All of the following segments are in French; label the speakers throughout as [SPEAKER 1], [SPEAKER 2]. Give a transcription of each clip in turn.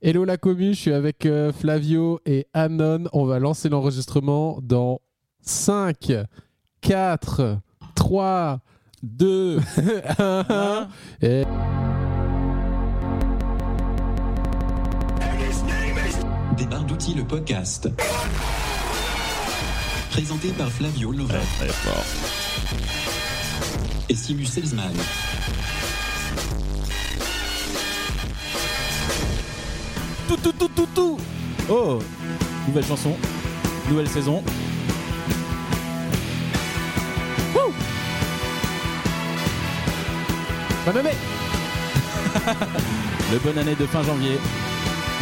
[SPEAKER 1] Hello la commu, je suis avec euh, Flavio et Anon. On va lancer l'enregistrement dans 5, 4, 3, 2, 1. Et...
[SPEAKER 2] Des barres d'outils, le podcast. Présenté par Flavio Lova
[SPEAKER 3] Très fort.
[SPEAKER 2] et Simu Selzman.
[SPEAKER 3] Tout, tout, tout, tout, tout Oh Nouvelle chanson, nouvelle saison.
[SPEAKER 1] Bonne année
[SPEAKER 3] Le bonne année de fin janvier.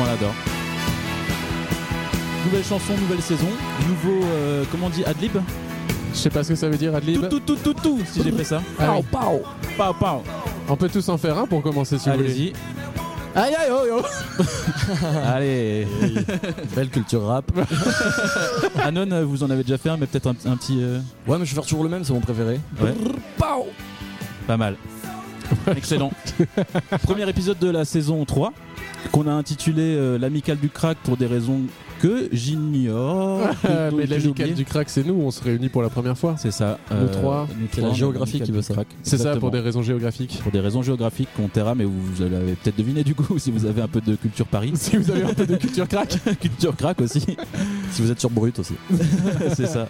[SPEAKER 3] On l'adore. Nouvelle chanson, nouvelle saison. Nouveau, euh, comment on dit, adlib
[SPEAKER 1] Je sais pas ce que ça veut dire, Adlib.
[SPEAKER 3] Tout, tout, tout, tout, tout, si j'ai fait ça.
[SPEAKER 1] Ah oui.
[SPEAKER 3] Pow, pow.
[SPEAKER 1] On peut tous en faire un pour commencer si vous voulez. Ah.
[SPEAKER 3] Allez-y.
[SPEAKER 1] Aïe aïe oh, oh.
[SPEAKER 3] Allez.
[SPEAKER 4] Belle culture rap.
[SPEAKER 3] Anon, euh, vous en avez déjà fait un, mais peut-être un, un petit. euh,
[SPEAKER 4] Ouais, mais je vais faire toujours le même, c'est mon préféré.
[SPEAKER 3] Ouais. Pas mal. Excellent. Premier épisode de la saison 3 qu'on a intitulé euh, l'amicale du crack pour des raisons que j'ignore.
[SPEAKER 1] Euh,
[SPEAKER 3] que-
[SPEAKER 1] Mais
[SPEAKER 3] que j'ai oubliées.
[SPEAKER 1] l'amicale du crack, c'est nous, on se réunit pour la première fois.
[SPEAKER 3] C'est ça. euh,
[SPEAKER 1] Nous trois.
[SPEAKER 3] nous
[SPEAKER 4] C'est la
[SPEAKER 3] on est
[SPEAKER 4] géographie
[SPEAKER 3] l'amicale
[SPEAKER 4] qui
[SPEAKER 3] du
[SPEAKER 4] veut ça.
[SPEAKER 3] crack.
[SPEAKER 1] C'est ça
[SPEAKER 3] Exactement.
[SPEAKER 1] pour des raisons géographiques.
[SPEAKER 3] Pour des raisons géographiques qu'on taira, mais vous, vous l'avez peut-être deviné du coup, si vous avez un peu de culture Paris.
[SPEAKER 1] Si vous avez un peu de culture crack,
[SPEAKER 3] culture crack aussi,
[SPEAKER 4] Si vous êtes sur Brut aussi.
[SPEAKER 3] c'est ça.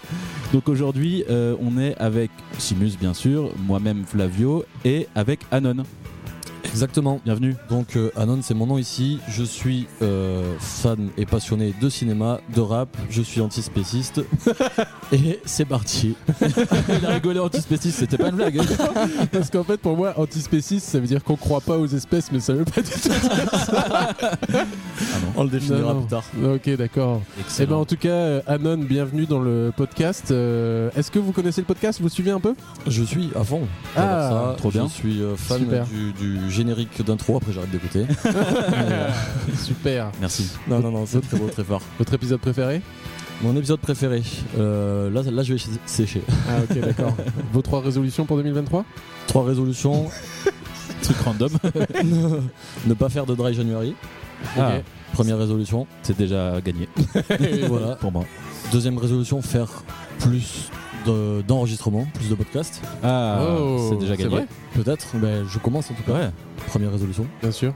[SPEAKER 3] Donc aujourd'hui, euh, on est avec Simus, bien sûr, moi-même Flavio, et avec Anon.
[SPEAKER 4] Exactement.
[SPEAKER 3] Bienvenue.
[SPEAKER 4] Donc, euh, Anon, c'est mon nom ici. Je suis euh, fan et passionné de cinéma, de rap. Je suis antispéciste. et c'est parti.
[SPEAKER 3] Il a rigolé antispéciste, c'était pas une blague.
[SPEAKER 1] parce qu'en fait pour moi, antispéciste, ça veut dire qu'on croit pas aux espèces, mais ça veut pas du tout.
[SPEAKER 4] On le
[SPEAKER 1] définira plus
[SPEAKER 4] tard.
[SPEAKER 1] Ok, d'accord. Eh ben, en tout cas, euh, Anon, bienvenue dans le podcast. Euh, Est-ce que vous connaissez le podcast Vous suivez un peu
[SPEAKER 4] Je suis à fond.
[SPEAKER 1] Ah,
[SPEAKER 4] J'adore ça.
[SPEAKER 3] trop bien.
[SPEAKER 4] Je suis euh, fan
[SPEAKER 1] Super.
[SPEAKER 4] du, du générique d'intro. Après, j'arrête d'écouter.
[SPEAKER 1] Euh, Super.
[SPEAKER 3] Merci.
[SPEAKER 4] non, non, non, c'est très beau, très fort.
[SPEAKER 1] Votre épisode préféré
[SPEAKER 4] Mon épisode préféré. Euh, là, là, je vais sécher.
[SPEAKER 1] Ah ok, d'accord. Vos trois résolutions pour 2023
[SPEAKER 4] Trois résolutions.
[SPEAKER 3] Truc random.
[SPEAKER 4] ne pas faire de dry January.
[SPEAKER 3] Ah,
[SPEAKER 1] Ok.
[SPEAKER 4] Première résolution.
[SPEAKER 3] c'est déjà gagné
[SPEAKER 4] voilà.
[SPEAKER 3] pour moi.
[SPEAKER 4] Deuxième résolution, faire plus de- d'enregistrements, plus de podcasts.
[SPEAKER 3] Ah,
[SPEAKER 1] Oh,
[SPEAKER 3] c'est déjà
[SPEAKER 1] c'est
[SPEAKER 3] gagné.
[SPEAKER 1] vrai
[SPEAKER 4] Peut-être, mais je commence en tout cas.
[SPEAKER 3] Ouais.
[SPEAKER 4] Première résolution.
[SPEAKER 1] Bien sûr.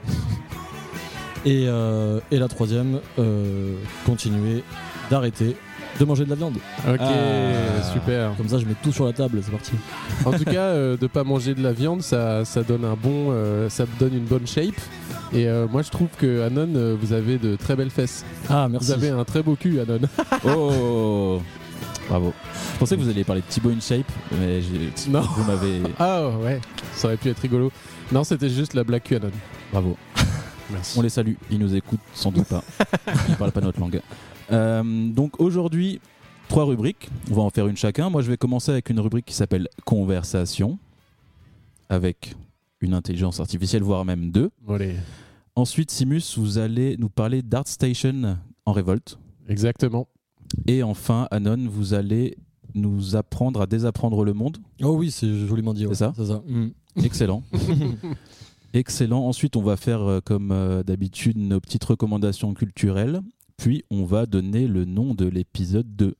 [SPEAKER 4] Et, euh, et la troisième, euh, continuer d'arrêter de manger de la viande.
[SPEAKER 1] Ok,
[SPEAKER 3] Ah.
[SPEAKER 1] super.
[SPEAKER 4] Comme ça, je mets tout sur la table, c'est parti.
[SPEAKER 1] En tout cas, euh, de pas manger de la viande, ça, ça donne un bon, euh, ça donne une bonne shape. Et euh, moi, je trouve que Anon, euh, vous avez de très belles fesses.
[SPEAKER 4] Ah,
[SPEAKER 1] Vous
[SPEAKER 4] merci.
[SPEAKER 1] avez un très beau cul, Anon.
[SPEAKER 3] Oh Bravo. Je pensais que vous alliez parler de Thibaut InShape, mais j'ai-
[SPEAKER 1] Non.
[SPEAKER 3] vous m'avez.
[SPEAKER 1] Ah ouais, ça aurait pu être rigolo. Non, c'était juste la blague cul, Anon.
[SPEAKER 3] Bravo.
[SPEAKER 1] Merci.
[SPEAKER 3] On les salue. Ils nous écoutent sans doute pas. Ils parlent pas notre langue. Euh, donc aujourd'hui, trois rubriques. On va en faire une chacun. Moi, je vais commencer avec une rubrique qui s'appelle Conversation avec une intelligence artificielle, voire même deux.
[SPEAKER 1] Bon, allez.
[SPEAKER 3] Ensuite, Simus, vous allez nous parler d'Art Station en révolte.
[SPEAKER 1] Exactement.
[SPEAKER 3] Et enfin, Anon, vous allez nous apprendre à désapprendre le monde.
[SPEAKER 4] Oh oui, c'est joliment dit. ouais.
[SPEAKER 3] C'est ça
[SPEAKER 4] C'est ça.
[SPEAKER 1] Hmm.
[SPEAKER 4] Mm.
[SPEAKER 3] Excellent. Excellent. Ensuite, on va faire euh, comme euh, d'habitude nos petites recommandations culturelles. Puis, on va donner le nom de l'épisode 2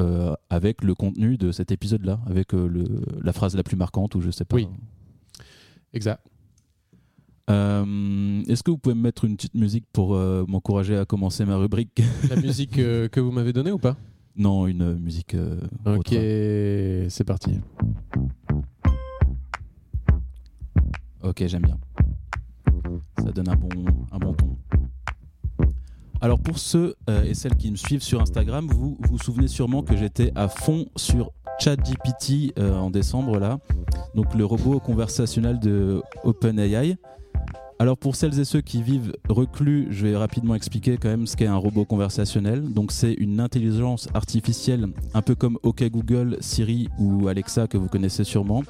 [SPEAKER 3] euh, avec le contenu de cet épisode-là, avec euh, le, la phrase la plus marquante ou je sais pas.
[SPEAKER 1] Oui. Exact.
[SPEAKER 3] Euh, Est-ce que vous pouvez me mettre une petite musique pour euh, m'encourager à commencer ma rubrique
[SPEAKER 1] La musique euh, que vous m'avez donnée ou pas
[SPEAKER 3] Non, une euh, musique. euh,
[SPEAKER 1] Ok,
[SPEAKER 3] autre.
[SPEAKER 1] c'est parti.
[SPEAKER 3] Ok, j'aime bien. Ça donne un bon, un bon ton. Alors pour ceux euh, et celles qui me suivent sur Instagram, vous vous souvenez sûrement que j'étais à fond sur ChatGPT euh, en décembre là, donc le robot conversationnel de OpenAI. Alors pour celles et ceux qui vivent reclus, je vais rapidement expliquer quand même ce qu'est un robot conversationnel. Donc c'est une intelligence artificielle, un peu comme OK Google, Siri ou Alexa que vous connaissez sûrement,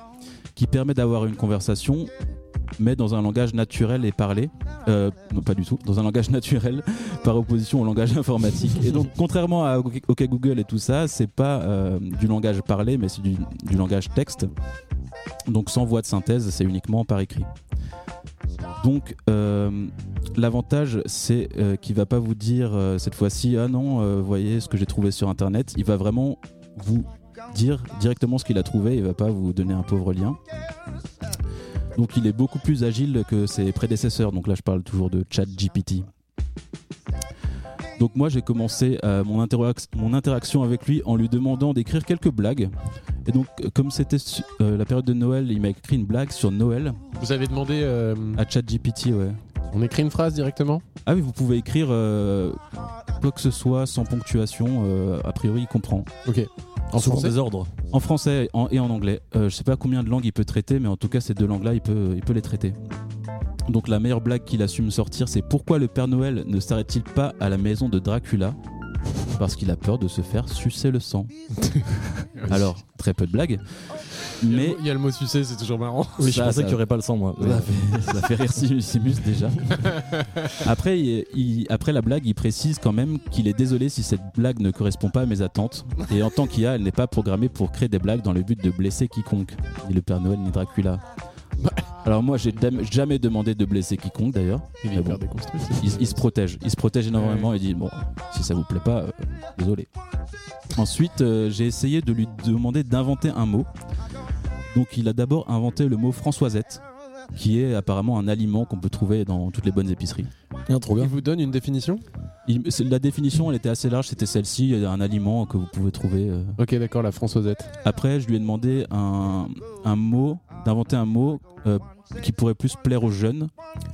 [SPEAKER 3] qui permet d'avoir une conversation mais dans un langage naturel et parlé, Euh, non pas du tout, dans un langage naturel par opposition au langage informatique. Et donc contrairement à OK OK Google et tout ça, c'est pas euh, du langage parlé, mais c'est du, du langage texte. Donc sans voix de synthèse, c'est uniquement par écrit. Donc, euh, l'avantage, c'est euh, qu'il va pas vous dire euh, cette fois-ci, ah non, euh, voyez ce que j'ai trouvé sur Internet. Il va vraiment vous dire directement ce qu'il a trouvé. Il va pas vous donner un pauvre lien. Donc, il est beaucoup plus agile que ses prédécesseurs. Donc là, je parle toujours de ChatGPT. Donc moi, j'ai commencé euh, mon, interac- mon interaction avec lui en lui demandant d'écrire quelques blagues. Et donc, euh, comme c'était su- euh, la période de Noël, il m'a écrit une blague sur Noël
[SPEAKER 1] Vous avez demandé. euh,
[SPEAKER 3] à ChatGPT, ouais.
[SPEAKER 1] on écrit une phrase directement
[SPEAKER 3] Ah oui, vous pouvez écrire euh, quoi que ce soit sans ponctuation. euh, a priori, il comprend.
[SPEAKER 1] Ok. En
[SPEAKER 4] Souvent
[SPEAKER 1] français
[SPEAKER 4] des ordres.
[SPEAKER 3] En français en- et en anglais. Euh, je sais pas combien de langues il peut traiter, mais en tout cas, ces deux langues-là, il peut, il peut les traiter. Donc la meilleure blague qu'il a su me sortir, c'est pourquoi le Père Noël ne s'arrête-t-il pas à la maison de Dracula Parce qu'il a peur de se faire sucer le sang. Alors, très peu de blagues.
[SPEAKER 1] Il y a le
[SPEAKER 3] Mais
[SPEAKER 1] mot- Il y a le mot sucer, c'est toujours marrant.
[SPEAKER 4] Oui, je
[SPEAKER 3] Ça,
[SPEAKER 4] pensais
[SPEAKER 3] ça-
[SPEAKER 4] qu'il n'y aurait pas le sang, moi.
[SPEAKER 3] Ça fait, ça fait rire Sim- Simus déjà. Après, il- il- après la blague, il précise quand même qu'il est désolé si cette blague ne correspond pas à mes attentes. Et en tant qu'IA, elle n'est pas programmée pour créer des blagues dans le but de blesser quiconque. Ni le Père Noël, ni Dracula.
[SPEAKER 1] Bah.
[SPEAKER 3] Alors moi, j'ai dam- jamais demandé de blesser quiconque d'ailleurs.
[SPEAKER 1] Il est
[SPEAKER 3] Mais bon,
[SPEAKER 1] hyper déconstruit.
[SPEAKER 3] il, il se protège. Il se protège énormément et dit, bon, si ça vous plaît pas, euh, désolé. Ensuite, euh, j'ai essayé de lui demander d'inventer un mot. Donc il a d'abord inventé le mot Françoisette, qui est apparemment un aliment qu'on peut trouver dans toutes les bonnes épiceries.
[SPEAKER 4] Non, trop
[SPEAKER 1] Il
[SPEAKER 4] bien.
[SPEAKER 1] vous donne une définition
[SPEAKER 3] Il- c'est- la définition, elle était assez large, c'était celle-ci, un aliment que vous pouvez trouver. euh.
[SPEAKER 1] Ok, d'accord, la Françoisette.
[SPEAKER 3] Après, je lui ai demandé un, un mot, d'inventer un mot euh, qui pourrait plus plaire aux jeunes.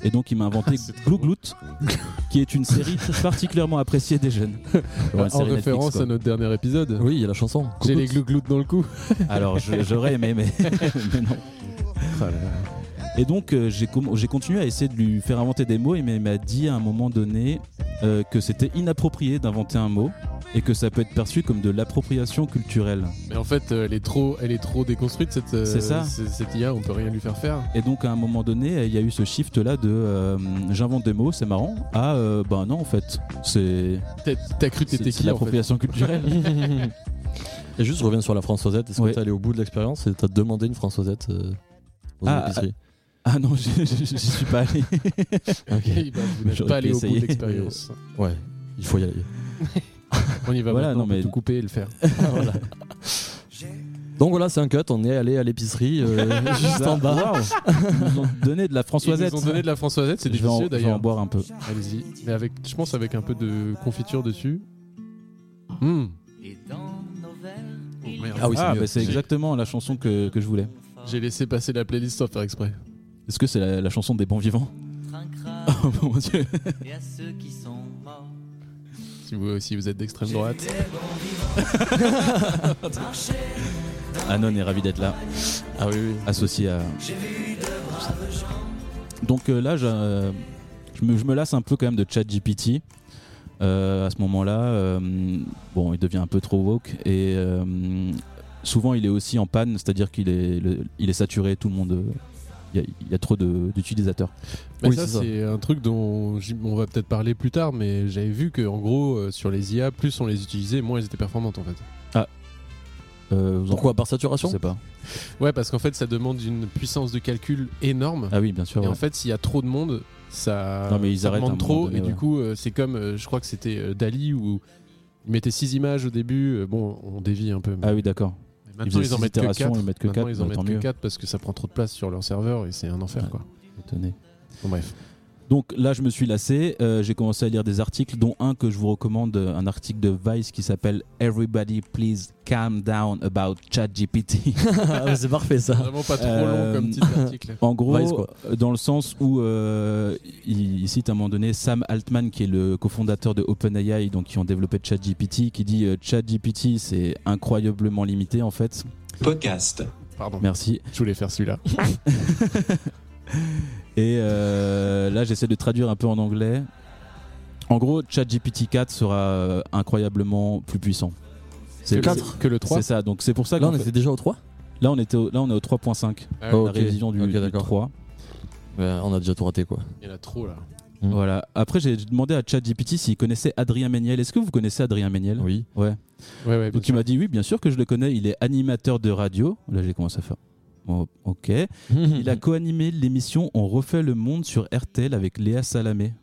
[SPEAKER 3] Et donc il m'a inventé Glouglout, qui est une série particulièrement appréciée des jeunes. Genre une
[SPEAKER 1] en
[SPEAKER 3] série Netflix,
[SPEAKER 1] référence
[SPEAKER 3] quoi.
[SPEAKER 1] à notre dernier épisode.
[SPEAKER 4] Oui, il y a la chanson.
[SPEAKER 1] J'ai les
[SPEAKER 4] Coucou.
[SPEAKER 1] glougloutes dans le cou.
[SPEAKER 3] Alors je- j'aurais aimé, mais, mais non.
[SPEAKER 1] Oh
[SPEAKER 3] Et donc euh, j'ai com- j'ai continué à essayer de lui faire inventer des mots et mais il m'a dit à un moment donné euh, que c'était inapproprié d'inventer un mot et que ça peut être perçu comme de l'appropriation culturelle.
[SPEAKER 1] Mais en fait, euh, elle est trop, elle est trop déconstruite cette, euh,
[SPEAKER 3] C'est ça.
[SPEAKER 1] c- cette IA. On peut rien lui faire faire.
[SPEAKER 3] Et donc à un moment donné, il y a eu ce shift là de euh, j'invente des mots, c'est marrant, à euh, ben non en fait, c'est
[SPEAKER 1] T'as- T'as cru que
[SPEAKER 3] c'est-
[SPEAKER 1] t'étais
[SPEAKER 3] c'est
[SPEAKER 1] qui en
[SPEAKER 3] de
[SPEAKER 1] fait
[SPEAKER 3] l'appropriation culturelle.
[SPEAKER 4] Et juste, je reviens sur la Françoisette. Est-ce
[SPEAKER 3] Ouais.
[SPEAKER 4] que t'es allé au bout de l'expérience et t'as demandé une Françoisette euh, dans
[SPEAKER 3] Ah,
[SPEAKER 4] une épicerie
[SPEAKER 3] ah non, j'y j'y- j'y suis pas allé.
[SPEAKER 4] Ok.
[SPEAKER 1] Eh ben, Vous n'êtes
[SPEAKER 3] J'aurais
[SPEAKER 1] pas
[SPEAKER 3] pu
[SPEAKER 1] allé au bout de
[SPEAKER 3] essayer.
[SPEAKER 1] l'expérience.
[SPEAKER 4] Ouais, il faut y aller.
[SPEAKER 1] On y va
[SPEAKER 3] Voilà,
[SPEAKER 1] maintenant.
[SPEAKER 3] non,
[SPEAKER 1] on peut
[SPEAKER 3] mais-
[SPEAKER 1] tout couper et le faire.
[SPEAKER 4] Donc voilà, c'est un cut. On est allé à l'épicerie euh, juste en bas.
[SPEAKER 3] Waouh. Ils nous ont donné de la Françoisette.
[SPEAKER 1] Ils nous ont donné de la Françoisette. C'est
[SPEAKER 3] Je vais en-
[SPEAKER 1] délicieux
[SPEAKER 3] je vais en
[SPEAKER 1] d'ailleurs.
[SPEAKER 3] boire un peu.
[SPEAKER 1] Allez-y. Mais avec, je pense avec un peu de confiture dessus. Hmm. Oh, merde.
[SPEAKER 4] Ah oui, c'est
[SPEAKER 3] Ah,
[SPEAKER 4] mieux.
[SPEAKER 3] bah, c'est
[SPEAKER 4] J'ai-
[SPEAKER 3] exactement la chanson que, que je voulais.
[SPEAKER 1] J'ai laissé passer la playlist sans faire exprès.
[SPEAKER 3] Est-ce que c'est la, la chanson des bons vivants
[SPEAKER 5] Trinquera
[SPEAKER 3] Oh mon dieu
[SPEAKER 5] et à ceux qui sont morts.
[SPEAKER 1] Si vous, si vous êtes d'extrême droite.
[SPEAKER 3] Anon est ravi d'être là,
[SPEAKER 4] Ah oui, oui.
[SPEAKER 3] associé à. Donc euh, là, je, euh, je me, je me lasse un peu quand même de ChatGPT. Euh, à ce moment-là, euh, bon, il devient un peu trop woke et euh, souvent il est aussi en panne, c'est-à-dire qu'il est, le- il est saturé, tout le monde. euh, Il y, a- il y a trop de- d'utilisateurs.
[SPEAKER 1] Mais
[SPEAKER 4] Oui,
[SPEAKER 1] ça,
[SPEAKER 4] c'est ça.
[SPEAKER 1] c'est un truc dont j'im- on va peut-être parler plus tard, mais j'avais vu que en gros, euh, sur les IA, plus on les utilisait, moins elles étaient performantes en fait.
[SPEAKER 3] Euh, vous en-
[SPEAKER 4] Pourquoi Par
[SPEAKER 3] Je
[SPEAKER 4] saturation
[SPEAKER 3] sais pas.
[SPEAKER 1] Ouais, parce qu'en fait, ça demande une puissance de calcul énorme.
[SPEAKER 3] Ah oui, bien sûr.
[SPEAKER 1] et
[SPEAKER 3] ouais.
[SPEAKER 1] en fait, s'il y a trop de monde, ça,
[SPEAKER 3] Non, mais ils
[SPEAKER 1] ça
[SPEAKER 3] arrêtent à
[SPEAKER 1] demande
[SPEAKER 3] un moment
[SPEAKER 1] trop.
[SPEAKER 3] donné,
[SPEAKER 1] et du
[SPEAKER 3] ouais.
[SPEAKER 1] coup, euh, c'est comme, euh, je crois que c'était euh, Dali où il mettait 6 images au début. euh, bon, on dévie un peu. mais-
[SPEAKER 3] Ah oui, d'accord.
[SPEAKER 1] mais maintenant,
[SPEAKER 3] faisaient
[SPEAKER 1] ils en
[SPEAKER 3] six
[SPEAKER 1] mettent que
[SPEAKER 3] itérations,
[SPEAKER 1] 4.
[SPEAKER 3] ils mettent que
[SPEAKER 1] maintenant,
[SPEAKER 3] quatre,
[SPEAKER 1] ils en
[SPEAKER 3] bah,
[SPEAKER 1] mettent
[SPEAKER 3] tant
[SPEAKER 1] que
[SPEAKER 3] mieux.
[SPEAKER 1] 4 parce que ça prend trop de place sur leur serveur et c'est un enfer
[SPEAKER 3] Ouais.
[SPEAKER 1] quoi.
[SPEAKER 3] Étonné.
[SPEAKER 1] Bon, bref.
[SPEAKER 3] Donc là, je me suis lassé. euh, j'ai commencé à lire des articles, dont un que je vous recommande, euh, un article de Vice qui s'appelle Everybody Please Calm Down About ChatGPT.
[SPEAKER 4] Ah, mais c'est parfait ça.
[SPEAKER 1] Vraiment pas trop
[SPEAKER 3] Euh,
[SPEAKER 1] long comme petit article.
[SPEAKER 3] en gros,
[SPEAKER 4] Vice, quoi.
[SPEAKER 3] euh, dans le sens où euh, il, il cite à un moment donné Sam Altman, qui est le cofondateur de OpenAI, donc qui ont développé ChatGPT, qui dit euh, ChatGPT, c'est incroyablement limité en fait.
[SPEAKER 2] Podcast.
[SPEAKER 1] Pardon,
[SPEAKER 3] Merci.
[SPEAKER 1] je voulais faire celui-là.
[SPEAKER 3] Et euh, là, j'essaie de traduire un peu en anglais. En gros, ChatGPT 4 sera euh, incroyablement plus puissant. C'est
[SPEAKER 1] Que le-
[SPEAKER 3] quatre.
[SPEAKER 1] Que le 3.
[SPEAKER 3] C'est ça, donc c'est pour ça que
[SPEAKER 4] Là, on était déjà au 3
[SPEAKER 3] là on était au, là on est au 3.5,
[SPEAKER 1] Ah oui,
[SPEAKER 4] Oh.
[SPEAKER 3] la
[SPEAKER 4] Ok.
[SPEAKER 3] révision du,
[SPEAKER 4] Ok,
[SPEAKER 3] du
[SPEAKER 4] d'accord.
[SPEAKER 3] 3.
[SPEAKER 4] On a déjà tout raté quoi.
[SPEAKER 1] Il y en a trop là.
[SPEAKER 3] Voilà. Après j'ai demandé à ChatGPT s'il connaissait Adrien Méniel. Est-ce que vous connaissez Adrien Méniel
[SPEAKER 4] Oui.
[SPEAKER 3] Ouais.
[SPEAKER 1] Ouais, ouais, bien
[SPEAKER 3] Donc il m'a dit oui, bien sûr que je le connais, il est animateur de radio. Là j'ai commencé à faire. Oh, ok. Il a
[SPEAKER 4] Mhm.
[SPEAKER 3] co-animé l'émission On refait le monde sur RTL avec Léa Salamé.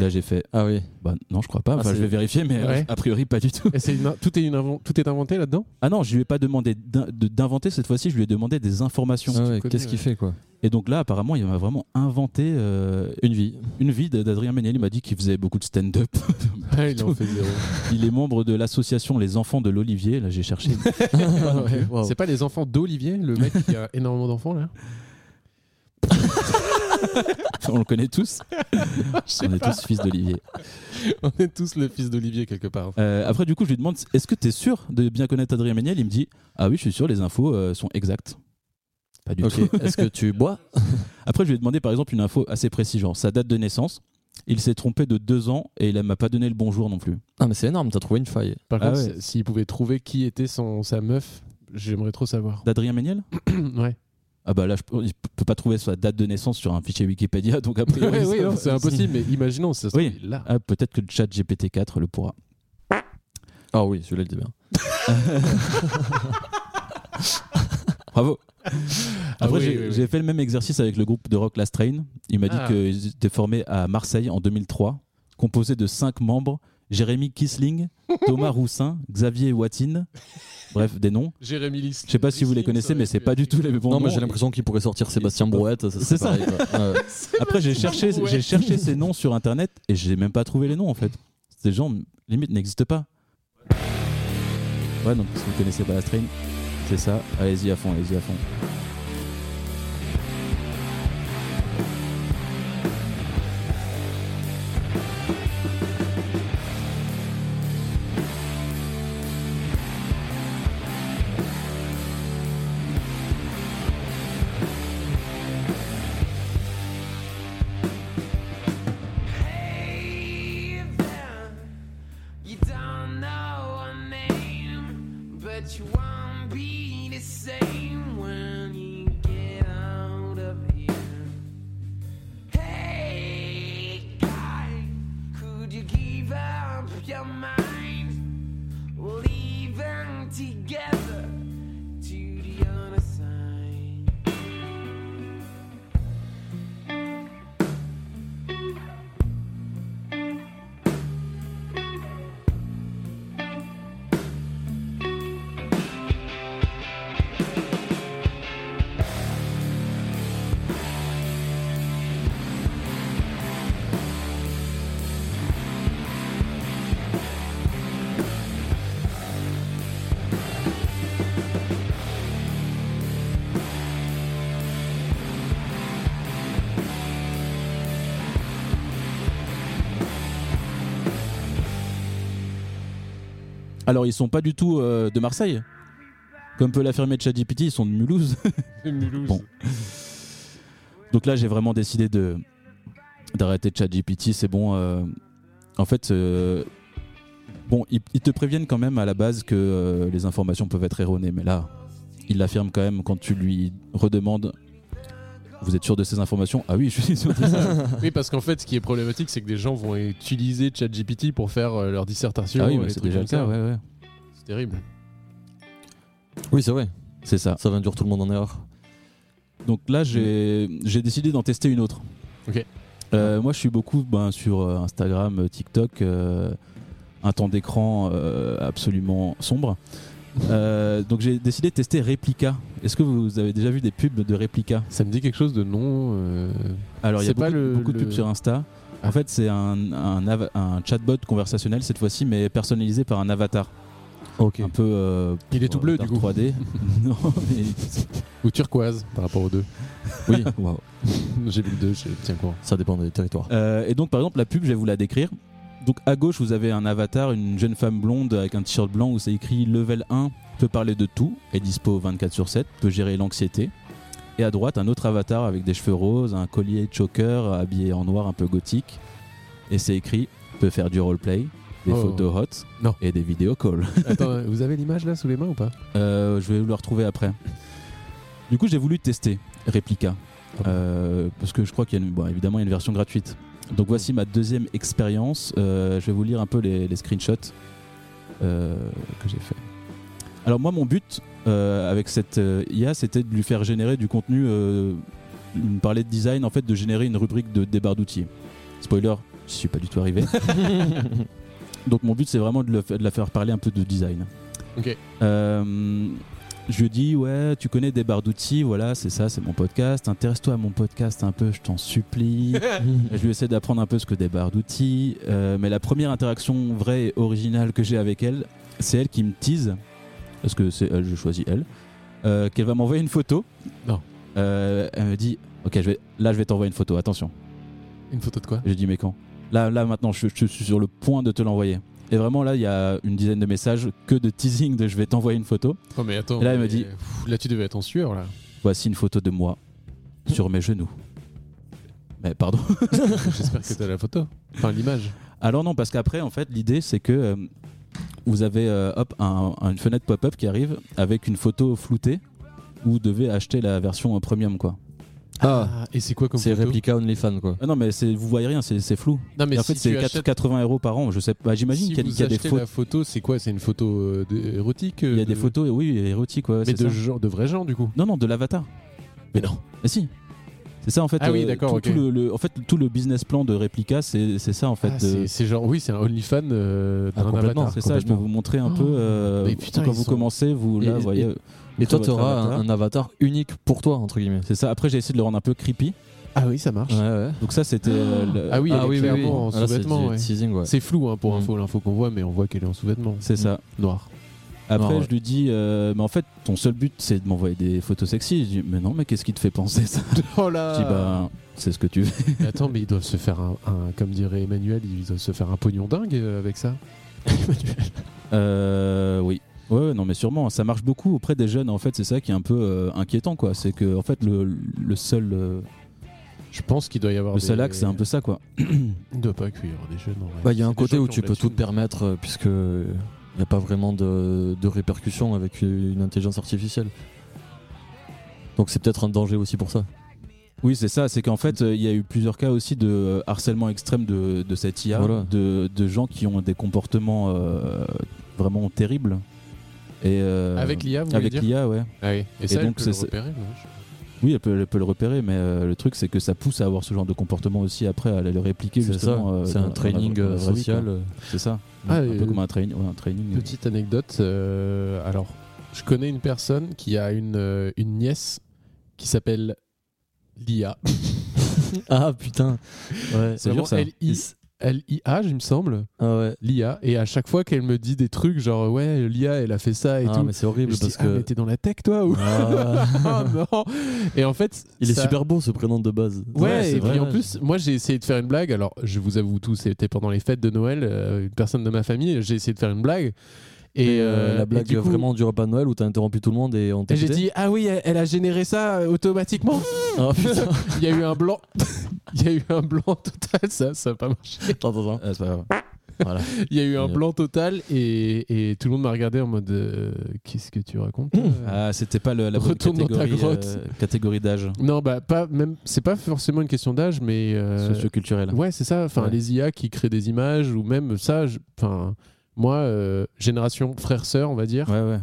[SPEAKER 3] Là, j'ai fait.
[SPEAKER 4] Ah oui.
[SPEAKER 3] Bah non, je crois pas.
[SPEAKER 4] Ah,
[SPEAKER 3] Enfin,
[SPEAKER 4] c'est-
[SPEAKER 3] je vais vérifier, mais euh,
[SPEAKER 1] Ouais.
[SPEAKER 3] a priori pas du tout.
[SPEAKER 1] Et c'est une- tout, est une invent- tout est inventé là-dedans
[SPEAKER 3] Ah non, je lui ai pas demandé d'in- de- d'inventer cette fois-ci. Je lui ai demandé des informations.
[SPEAKER 4] Ah ouais,
[SPEAKER 1] connais,
[SPEAKER 4] Qu'est-ce qu'il
[SPEAKER 1] ouais.
[SPEAKER 4] fait quoi
[SPEAKER 3] Et donc là, apparemment, il m'a vraiment inventé euh, une,
[SPEAKER 4] Une vie.
[SPEAKER 3] une vie d- d'Adrien Méniel. Il m'a dit qu'il faisait beaucoup de stand-up. Ah,
[SPEAKER 1] Il en fait zéro.
[SPEAKER 3] Il est membre de l'association Les Enfants de l'Olivier. Là, j'ai cherché. Ah,
[SPEAKER 4] Ouais, wow.
[SPEAKER 1] C'est pas les enfants d'Olivier, le mec qui a énormément d'enfants là
[SPEAKER 3] On le connaît tous. On est tous fils d'Olivier.
[SPEAKER 1] On est tous le fils d'Olivier quelque part.
[SPEAKER 3] Euh, après, du coup, je lui demande Est-ce que tu es sûr de bien connaître Adrien Méniel Il me dit Ah oui, je suis sûr, les infos euh, sont exactes. Pas du
[SPEAKER 4] Ok.
[SPEAKER 3] tout.
[SPEAKER 4] Est-ce que tu bois
[SPEAKER 3] Après, je lui ai demandé par exemple une info assez précise genre sa date de naissance. Il s'est trompé de deux ans et il m'a pas donné le bonjour non plus.
[SPEAKER 4] Ah mais c'est énorme. T'as trouvé une faille.
[SPEAKER 1] Par
[SPEAKER 3] Ah
[SPEAKER 1] contre,
[SPEAKER 3] ouais.
[SPEAKER 1] s- s'il pouvait trouver qui était son, sa meuf, j'aimerais trop savoir.
[SPEAKER 3] D'Adrien Méniel
[SPEAKER 1] ouais.
[SPEAKER 3] Ah bah là, je peux, il peut pas trouver sa date de naissance sur un fichier Wikipédia, donc a priori.
[SPEAKER 1] Ouais,
[SPEAKER 3] ça
[SPEAKER 1] ouais,
[SPEAKER 3] va.
[SPEAKER 1] non, c'est impossible, mais imaginons, ça se
[SPEAKER 3] Oui.
[SPEAKER 1] trouve, il est là.
[SPEAKER 3] Ah, peut-être que le chat GPT-4 le pourra.
[SPEAKER 4] Ah oui, celui-là il dit bien.
[SPEAKER 3] Bravo
[SPEAKER 1] Ah
[SPEAKER 3] Après,
[SPEAKER 1] oui,
[SPEAKER 3] j'ai
[SPEAKER 1] oui, oui.
[SPEAKER 3] j'ai fait le même exercice avec le groupe de rock Last Train. Il m'a
[SPEAKER 1] Ah.
[SPEAKER 3] dit qu'ils étaient formés à Marseille en 2003, composé de cinq membres Jérémy Kissling, Thomas Roussin, Xavier Watine. Bref, des noms.
[SPEAKER 1] Jérémy Lys.
[SPEAKER 3] Je sais pas si vous les connaissez, mais c'est pas du tout les bons
[SPEAKER 4] non, mais
[SPEAKER 3] noms.
[SPEAKER 4] j'ai l'impression qu'il pourrait sortir Sébastien Brouette.
[SPEAKER 3] C'est
[SPEAKER 4] C'est
[SPEAKER 3] ça.
[SPEAKER 4] ça. serait pareil, quoi. Ah Ouais.
[SPEAKER 3] Après, j'ai cherché,
[SPEAKER 1] Ouais.
[SPEAKER 3] j'ai cherché ces noms sur internet et j'ai même pas trouvé les noms en fait. Ces gens, limite, n'existent pas. Ouais, donc si vous connaissez pas la strain, c'est ça. Allez-y à fond, allez-y à fond.
[SPEAKER 6] Hey there, you don't know her name, but you won't be the same when you get out of here. Hey guy, could you give up your mind? Leaving together to the other side.
[SPEAKER 3] Alors, ils sont pas du tout euh, de Marseille. Comme peut l'affirmer ChatGPT, ils sont de Mulhouse. Bon. Donc là, j'ai vraiment décidé de d'arrêter ChatGPT. C'est bon. euh, en fait, euh, bon, ils, ils te préviennent quand même à la base que euh, les informations peuvent être erronées, mais là, il l'affirme quand même quand tu lui redemandes. Vous êtes sûr de ces informations Ah oui, je suis sûr. de ça.
[SPEAKER 1] Oui, parce qu'en fait, ce qui est problématique, c'est que des gens vont utiliser ChatGPT pour faire euh, leur dissertation.
[SPEAKER 3] ah oui,
[SPEAKER 1] et
[SPEAKER 3] mais
[SPEAKER 1] les
[SPEAKER 3] c'est
[SPEAKER 1] trucs
[SPEAKER 3] déjà le
[SPEAKER 1] comme ça.
[SPEAKER 3] cas. Ouais, ouais.
[SPEAKER 1] C'est terrible.
[SPEAKER 4] Oui, c'est vrai.
[SPEAKER 3] C'est ça.
[SPEAKER 4] Ça va induire tout le monde en erreur.
[SPEAKER 3] Donc là, j'ai j'ai décidé d'en tester une autre.
[SPEAKER 1] Ok.
[SPEAKER 3] Euh, moi, je suis beaucoup ben, sur euh, Instagram, euh, TikTok, euh, un temps d'écran euh, absolument sombre. Euh, donc j'ai décidé de tester Replica. Est-ce que vous avez déjà vu des pubs de Replica
[SPEAKER 1] Ça me dit quelque chose de non. euh,
[SPEAKER 3] Alors il y a
[SPEAKER 1] C'est pas
[SPEAKER 3] beaucoup,
[SPEAKER 1] le-
[SPEAKER 3] beaucoup de
[SPEAKER 1] le-
[SPEAKER 3] pubs sur Insta. En
[SPEAKER 1] Ah.
[SPEAKER 3] fait, c'est un, un, av- un chatbot conversationnel cette fois-ci, mais personnalisé par un avatar.
[SPEAKER 4] Ok.
[SPEAKER 3] Un peu. euh,
[SPEAKER 1] Il est
[SPEAKER 3] pour,
[SPEAKER 1] tout bleu,
[SPEAKER 3] euh,
[SPEAKER 1] du
[SPEAKER 3] Dark
[SPEAKER 1] coup.
[SPEAKER 3] 3D. non, mais.
[SPEAKER 1] Ou turquoise par rapport aux deux.
[SPEAKER 4] Oui,
[SPEAKER 3] Waouh.
[SPEAKER 1] J'ai vu le deux, je tiens courant.
[SPEAKER 4] ça dépend des territoires.
[SPEAKER 3] Euh, et donc, par exemple, la pub, je vais vous la décrire. Donc, à gauche, vous avez un avatar, une jeune femme blonde avec un t-shirt blanc où c'est écrit level 1, peut parler de tout, est dispo 24 sur 7, peut gérer l'anxiété. Et à droite, un autre avatar avec des cheveux roses, un collier choker habillé en noir un peu gothique. Et c'est écrit peut faire du roleplay, des
[SPEAKER 1] Oh.
[SPEAKER 3] photos hot
[SPEAKER 1] Non.
[SPEAKER 3] et des vidéos calls.
[SPEAKER 1] Attends, vous avez l'image là sous les mains ou pas
[SPEAKER 3] Euh, je vais vous le retrouver après. Du coup, j'ai voulu tester Replica. Euh, parce que je crois qu'il y a une, bon, évidemment il y a une version gratuite. Donc voici ma deuxième expérience. Euh, je vais vous lire un peu les, les screenshots euh, que j'ai fait. Alors moi, mon but euh, avec cette euh, IA, c'était de lui faire générer du contenu. Euh, il me parlait de design, en fait, de générer une rubrique de débarre d'outils. Spoiler, je suis pas du tout arrivé. Donc mon but, c'est vraiment de, le fa- de la faire parler un peu de design. hein.
[SPEAKER 1] Ok.
[SPEAKER 3] Euh, je lui ai dit, ouais, tu connais des barres d'outils, voilà, c'est ça, c'est mon podcast. Intéresse-toi à mon podcast un peu, je t'en supplie. je lui essaie d'apprendre un peu ce que des barres d'outils. Euh, mais la première interaction vraie et originale que j'ai avec elle, c'est elle qui me tease, parce que c'est elle, je choisis elle, euh, qu'elle va m'envoyer une photo.
[SPEAKER 1] Non.
[SPEAKER 3] Euh, elle me dit, ok, je vais, là, je vais t'envoyer une photo, attention.
[SPEAKER 1] Une photo de quoi
[SPEAKER 3] J'ai dit mais quand Là, là maintenant, je, je suis sur le point de te l'envoyer. Et vraiment, là, il y a une dizaine de messages que de teasing de je vais t'envoyer une photo.
[SPEAKER 1] Oh mais attends.
[SPEAKER 3] Et là, elle me
[SPEAKER 1] mais-
[SPEAKER 3] dit-
[SPEAKER 1] Pff, Là tu devais être en sueur là.
[SPEAKER 3] Voici une photo de moi sur mes genoux. Mais pardon.
[SPEAKER 1] J'espère que t'as la photo. Enfin l'image.
[SPEAKER 3] Alors non, parce qu'après, en fait, l'idée, c'est que euh, vous avez euh, hop, un- un- une fenêtre pop-up qui arrive avec une photo floutée où vous devez acheter la version euh, premium, quoi.
[SPEAKER 4] Ah,
[SPEAKER 1] Ah, et c'est quoi comme
[SPEAKER 4] c'est
[SPEAKER 1] photo
[SPEAKER 4] réplica OnlyFans quoi.
[SPEAKER 3] Ah non, mais c'est- vous voyez rien, c'est c'est flou.
[SPEAKER 1] Non mais
[SPEAKER 3] Et en
[SPEAKER 1] si
[SPEAKER 3] fait, c'est
[SPEAKER 1] tu achètes-
[SPEAKER 3] 80 euros par an. Je sais pas. Bah, J'imagine
[SPEAKER 1] si
[SPEAKER 3] qu'il y a-
[SPEAKER 1] vous
[SPEAKER 3] qu'il y a des
[SPEAKER 1] achetez
[SPEAKER 3] photos.
[SPEAKER 1] la photo, c'est quoi C'est une photo euh, de- érotique
[SPEAKER 3] Il y a des photos, oui, érotiques. ouais,
[SPEAKER 1] mais
[SPEAKER 3] c'est
[SPEAKER 1] de
[SPEAKER 3] ça.
[SPEAKER 1] gens, de vrais gens du coup.
[SPEAKER 3] Non, non, de l'avatar.
[SPEAKER 1] Mais non.
[SPEAKER 3] Mais si. C'est ça en fait.
[SPEAKER 1] Ah oui,
[SPEAKER 3] euh,
[SPEAKER 1] d'accord,
[SPEAKER 3] Tout,
[SPEAKER 1] ok.
[SPEAKER 3] tout le, le- en fait, tout le business plan de Replica, c'est c'est ça en fait.
[SPEAKER 1] Ah,
[SPEAKER 3] euh,
[SPEAKER 1] c'est- c'est genre oui, c'est un OnlyFan euh,
[SPEAKER 4] Ah,
[SPEAKER 1] d'un
[SPEAKER 4] complètement,
[SPEAKER 1] avatar.
[SPEAKER 3] c'est ça. Je peux
[SPEAKER 4] complètement.
[SPEAKER 3] vous montrer un
[SPEAKER 1] Oh,
[SPEAKER 3] peu. euh,
[SPEAKER 1] mais putain,
[SPEAKER 3] quand
[SPEAKER 1] ils
[SPEAKER 3] vous
[SPEAKER 1] sont-
[SPEAKER 3] commencez, vous
[SPEAKER 4] Et-
[SPEAKER 3] là,
[SPEAKER 4] et-
[SPEAKER 3] voyez.
[SPEAKER 4] et
[SPEAKER 3] euh,
[SPEAKER 4] Et toi,
[SPEAKER 3] votre
[SPEAKER 4] t'auras
[SPEAKER 3] avatar.
[SPEAKER 4] un, un avatar unique pour toi entre guillemets.
[SPEAKER 3] C'est ça. Après, j'ai essayé de le rendre un peu creepy.
[SPEAKER 1] Ah oui, ça marche.
[SPEAKER 4] Ouais, ouais.
[SPEAKER 3] Donc ça, c'était. euh, le-
[SPEAKER 1] Ah oui, elle
[SPEAKER 4] ah
[SPEAKER 1] est
[SPEAKER 4] oui, oui, oui.
[SPEAKER 1] clairement en
[SPEAKER 4] Ah, là, c'est
[SPEAKER 1] sous-vêtements,
[SPEAKER 4] du
[SPEAKER 1] ouais.
[SPEAKER 4] teasing, ouais.
[SPEAKER 1] C'est flou hein, pour
[SPEAKER 4] Mm.
[SPEAKER 1] info, l'info qu'on voit, mais on voit qu'elle est en sous-vêtements.
[SPEAKER 3] C'est ça.
[SPEAKER 1] Noir.
[SPEAKER 3] Après,
[SPEAKER 4] Ah, ouais.
[SPEAKER 3] je lui dis, euh, mais en fait, ton seul but, c'est de m'envoyer des photos sexy. Je dis, mais non, mais qu'est-ce qui te fait penser ça
[SPEAKER 1] Oh là
[SPEAKER 3] Je dis, bah, c'est ce que tu veux.
[SPEAKER 1] Mais Attends, mais ils doivent se faire un, un- comme dirait Emmanuel, ils doivent se faire un pognon dingue euh, avec ça.
[SPEAKER 3] Euh, oui. Ouais, ouais, non, mais sûrement, ça marche beaucoup auprès des jeunes. En fait, c'est ça qui est un peu euh, inquiétant, quoi. C'est que, en fait, le, le seul, euh,
[SPEAKER 1] Je pense qu'il doit y avoir.
[SPEAKER 3] le
[SPEAKER 1] des-
[SPEAKER 3] seul axe, c'est un peu ça, quoi.
[SPEAKER 1] Il doit pas qu'il y avoir des jeunes. en vrai.
[SPEAKER 4] Bah, Il y a un
[SPEAKER 1] C'est des
[SPEAKER 4] côté
[SPEAKER 1] gens
[SPEAKER 4] où
[SPEAKER 1] qui
[SPEAKER 4] tu
[SPEAKER 1] ont
[SPEAKER 4] peux
[SPEAKER 1] là-dessus.
[SPEAKER 4] tout te permettre euh, puisque il n'y a pas vraiment de, de répercussions avec une intelligence artificielle. Donc c'est peut-être un danger aussi pour ça.
[SPEAKER 3] Oui, c'est ça. C'est qu'en fait, euh, il y a eu plusieurs cas aussi de euh, harcèlement extrême de, de cette IA,
[SPEAKER 4] Voilà.
[SPEAKER 3] de, de gens qui ont des comportements euh, vraiment terribles. Et, euh,
[SPEAKER 1] Avec l'IA, vous voulez
[SPEAKER 3] Avec
[SPEAKER 1] dire
[SPEAKER 3] l'IA, ouais.
[SPEAKER 1] Ah oui. Et ça,
[SPEAKER 3] donc,
[SPEAKER 1] donc, c'est
[SPEAKER 3] c'est- c'est-
[SPEAKER 1] repérer. moi, je-
[SPEAKER 3] Oui, elle peut, elle peut le repérer, mais euh, le truc, c'est que ça pousse à avoir ce genre de comportement aussi après, à le répliquer
[SPEAKER 4] C'est ça.
[SPEAKER 3] justement. euh,
[SPEAKER 4] c'est
[SPEAKER 3] dans- dans
[SPEAKER 4] un
[SPEAKER 3] la-
[SPEAKER 4] training
[SPEAKER 3] dans la
[SPEAKER 4] euh,
[SPEAKER 3] vraie vie,
[SPEAKER 4] social.
[SPEAKER 3] quoi.
[SPEAKER 4] euh.
[SPEAKER 3] C'est ça.
[SPEAKER 1] Ah,
[SPEAKER 3] un
[SPEAKER 1] et-
[SPEAKER 3] peu comme un, train- ouais, un training.
[SPEAKER 1] Petite anecdote. euh, alors, je connais une personne qui a une, euh, une nièce qui s'appelle Lia.
[SPEAKER 4] Ah putain. Ouais.
[SPEAKER 3] C'est dur, ça.
[SPEAKER 1] L-I- L-I-A, il me semble.
[SPEAKER 4] Ah ouais.
[SPEAKER 1] Lia. Et à chaque fois qu'elle me dit des trucs, genre, ouais, Lia, elle a fait ça et
[SPEAKER 4] ah
[SPEAKER 1] tout.
[SPEAKER 4] mais c'est
[SPEAKER 1] je
[SPEAKER 4] horrible
[SPEAKER 1] dis,
[SPEAKER 4] parce
[SPEAKER 1] ah,
[SPEAKER 4] que.
[SPEAKER 1] mais t'es dans la tech, toi ou...
[SPEAKER 4] Ah.
[SPEAKER 1] Ah, non Et en fait,
[SPEAKER 4] Il est
[SPEAKER 1] ça-
[SPEAKER 4] super beau ce prénom de base.
[SPEAKER 1] Ouais,
[SPEAKER 4] c'est
[SPEAKER 1] et puis
[SPEAKER 4] vrai,
[SPEAKER 1] en
[SPEAKER 4] ouais.
[SPEAKER 1] plus, moi j'ai essayé de faire une blague. Alors, je vous avoue tous, c'était pendant les fêtes de Noël. euh, une personne de ma famille, j'ai essayé de faire une blague. Et
[SPEAKER 4] Et,
[SPEAKER 1] euh,
[SPEAKER 4] euh, la
[SPEAKER 1] et
[SPEAKER 4] blague
[SPEAKER 1] du coup-
[SPEAKER 4] vraiment du repas de Noël où t'as interrompu tout le monde et on t'a
[SPEAKER 1] Et j'ai
[SPEAKER 4] écouté
[SPEAKER 1] dit, ah oui, elle, elle a généré ça euh, automatiquement.
[SPEAKER 4] Ah putain.
[SPEAKER 1] Il y a eu un blanc. Il y a eu un blanc total. Ça, ça n'a pas marché.
[SPEAKER 4] Attends,
[SPEAKER 1] hein.
[SPEAKER 4] attends.
[SPEAKER 3] Ah, c'est pas grave.
[SPEAKER 1] Il y a eu un
[SPEAKER 4] Yep.
[SPEAKER 1] blanc total et, et tout le monde m'a regardé en mode, euh, qu'est-ce que tu racontes
[SPEAKER 4] Mmh.
[SPEAKER 1] toi
[SPEAKER 3] Ah, c'était pas le- la bonne
[SPEAKER 1] Retourne dans ta
[SPEAKER 3] catégorie,
[SPEAKER 1] grotte.
[SPEAKER 3] euh, catégorie d'âge
[SPEAKER 1] Non, bah, pas même. C'est pas forcément une question d'âge, mais. euh,
[SPEAKER 3] socioculturel.
[SPEAKER 1] Ouais, c'est ça. Enfin,
[SPEAKER 3] Ouais.
[SPEAKER 1] les IA qui créent des images ou même ça. je- Enfin, moi, euh, génération frère-sœur, on va dire,
[SPEAKER 3] Ouais, ouais.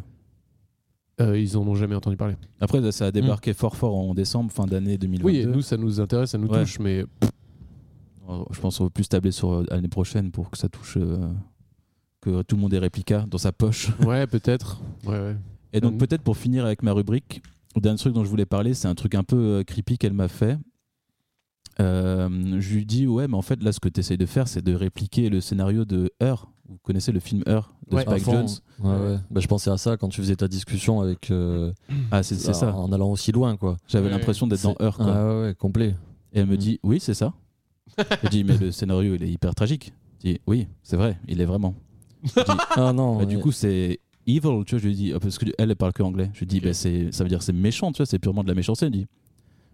[SPEAKER 1] euh, ils en ont jamais entendu parler.
[SPEAKER 3] Après,
[SPEAKER 4] Hmm.
[SPEAKER 3] ça a débarqué fort fort en décembre, fin d'année 2022.
[SPEAKER 1] Oui, nous, ça nous intéresse, ça nous
[SPEAKER 3] Ouais.
[SPEAKER 1] touche, mais
[SPEAKER 3] Alors, Euh, Je pense qu'on va plus tabler sur euh, l'année prochaine pour que ça touche. euh, que tout le monde ait réplica dans sa poche.
[SPEAKER 1] ouais, peut-être. Ouais, ouais.
[SPEAKER 3] Et donc,
[SPEAKER 1] Mhm.
[SPEAKER 3] peut-être pour finir avec ma rubrique, le dernier truc dont je voulais parler, c'est un truc un peu euh, creepy qu'elle m'a fait. Euh, je lui dis, ouais, mais en fait, là, ce que tu essayes de faire, c'est de répliquer le scénario de Heur. Vous connaissez le film Heur de
[SPEAKER 1] Ouais.
[SPEAKER 3] Spike
[SPEAKER 4] Enfant.
[SPEAKER 3] Jones
[SPEAKER 4] Ouais, ouais. Bah, je pensais à ça quand tu faisais ta discussion avec. euh,
[SPEAKER 3] Ah, c'est c'est ça.
[SPEAKER 4] En allant aussi loin, quoi.
[SPEAKER 3] J'avais
[SPEAKER 1] Ouais.
[SPEAKER 3] l'impression d'être dans
[SPEAKER 4] C'est-
[SPEAKER 3] Heur.
[SPEAKER 4] Ah ouais, ouais, complet.
[SPEAKER 3] Et elle me
[SPEAKER 4] Mhm.
[SPEAKER 3] dit, oui, c'est ça. Je dis, mais le scénario, il est hyper tragique. Je dis, oui, c'est vrai, il est vraiment.
[SPEAKER 4] Ah non.
[SPEAKER 3] Bah, Du coup, c'est evil, tu vois. Je lui dis, ah, parce qu'elle, elle parle que anglais. Je lui dis, bah, c'est- ça veut dire c'est méchant, tu vois, c'est purement de la méchanceté. Elle dit,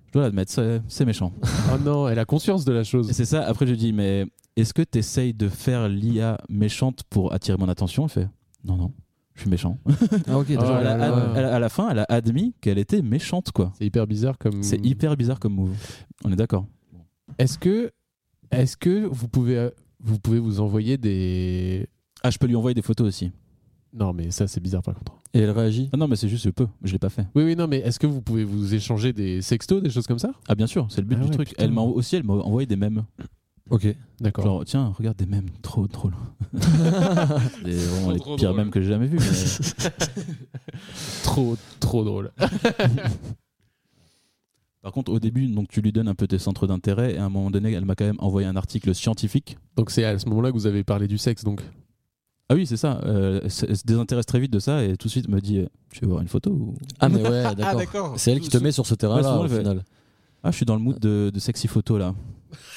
[SPEAKER 3] je dois l'admettre, c'est c'est méchant.
[SPEAKER 1] oh non, elle a conscience de la
[SPEAKER 3] Et
[SPEAKER 1] chose.
[SPEAKER 3] c'est ça, après, je lui dis, mais est-ce que tu essayes de faire l'IA méchante pour attirer mon attention Elle fait, non, non, je suis méchant.
[SPEAKER 4] ah ok.
[SPEAKER 1] Oh
[SPEAKER 3] Genre,
[SPEAKER 4] d'accord.
[SPEAKER 3] elle
[SPEAKER 1] là
[SPEAKER 3] a-
[SPEAKER 1] là.
[SPEAKER 3] elle- elle- à la fin, elle a admis qu'elle était méchante, quoi.
[SPEAKER 1] C'est hyper bizarre comme.
[SPEAKER 3] C'est hyper bizarre comme move. On est d'accord.
[SPEAKER 1] Est-ce que, est-ce que vous pouvez, euh, vous pouvez vous envoyer des.
[SPEAKER 3] Ah, je peux lui envoyer des photos aussi.
[SPEAKER 1] Non, mais ça, c'est bizarre par contre.
[SPEAKER 4] Et elle réagit
[SPEAKER 3] Ah non, mais c'est juste peu. Je l'ai pas fait.
[SPEAKER 1] Oui, oui, non, mais est-ce que vous pouvez vous échanger des sextos, des choses comme ça
[SPEAKER 3] Ah bien sûr, c'est le but
[SPEAKER 1] Ah
[SPEAKER 3] du
[SPEAKER 1] ouais,
[SPEAKER 3] truc.
[SPEAKER 1] putain.
[SPEAKER 3] Elle m'a aussi, elle m'a envoyé des mèmes.
[SPEAKER 4] Ok.
[SPEAKER 1] D'accord.
[SPEAKER 3] Genre tiens, regarde des mèmes, trop drôle. C'est vraiment les
[SPEAKER 1] Trop
[SPEAKER 3] pires
[SPEAKER 1] drôle.
[SPEAKER 3] mèmes que j'ai jamais vus. mais-
[SPEAKER 1] Trop, trop drôle.
[SPEAKER 3] Par contre, au début, donc tu lui donnes un peu tes centres d'intérêt et à un moment donné, elle m'a quand même envoyé un article scientifique.
[SPEAKER 1] Donc c'est à ce moment-là que vous avez parlé du sexe, donc.
[SPEAKER 3] Ah oui, c'est ça. euh, elle se elle se désintéresse très vite de ça et tout de suite me dit euh, tu veux voir une photo ou-
[SPEAKER 4] Ah, mais ouais, d'accord.
[SPEAKER 1] d'accord.
[SPEAKER 4] C'est elle qui te met sur ce
[SPEAKER 3] Ouais,
[SPEAKER 4] terrain-là
[SPEAKER 3] souvent,
[SPEAKER 4] au
[SPEAKER 3] elle fait-
[SPEAKER 4] final.
[SPEAKER 3] Ah, je suis dans le mood de, de sexy photo là.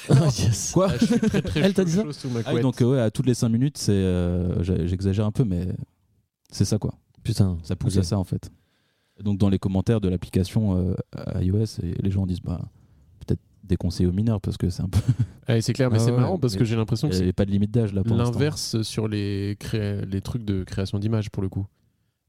[SPEAKER 4] Yes.
[SPEAKER 3] Quoi
[SPEAKER 4] Elle t'a dit ça
[SPEAKER 3] Ah oui, donc euh, ouais, à toutes les 5 minutes, c'est euh, j'ai- j'exagère un peu, mais c'est ça quoi.
[SPEAKER 4] Putain.
[SPEAKER 3] Ça pousse
[SPEAKER 4] Ok.
[SPEAKER 3] à ça en fait. Donc dans les commentaires de l'application euh, iOS, et les gens disent bah peut-être des conseils aux mineurs parce que c'est un peu.
[SPEAKER 1] Ouais, c'est clair, mais
[SPEAKER 4] Ah
[SPEAKER 1] c'est
[SPEAKER 4] ouais,
[SPEAKER 1] marrant parce que
[SPEAKER 3] mais-
[SPEAKER 1] j'ai l'impression que
[SPEAKER 3] Il n'y
[SPEAKER 1] c'est
[SPEAKER 3] avait pas de limite d'âge là pour l'instant.
[SPEAKER 1] l'inverse sur les, cré- les trucs de création d'images pour le coup.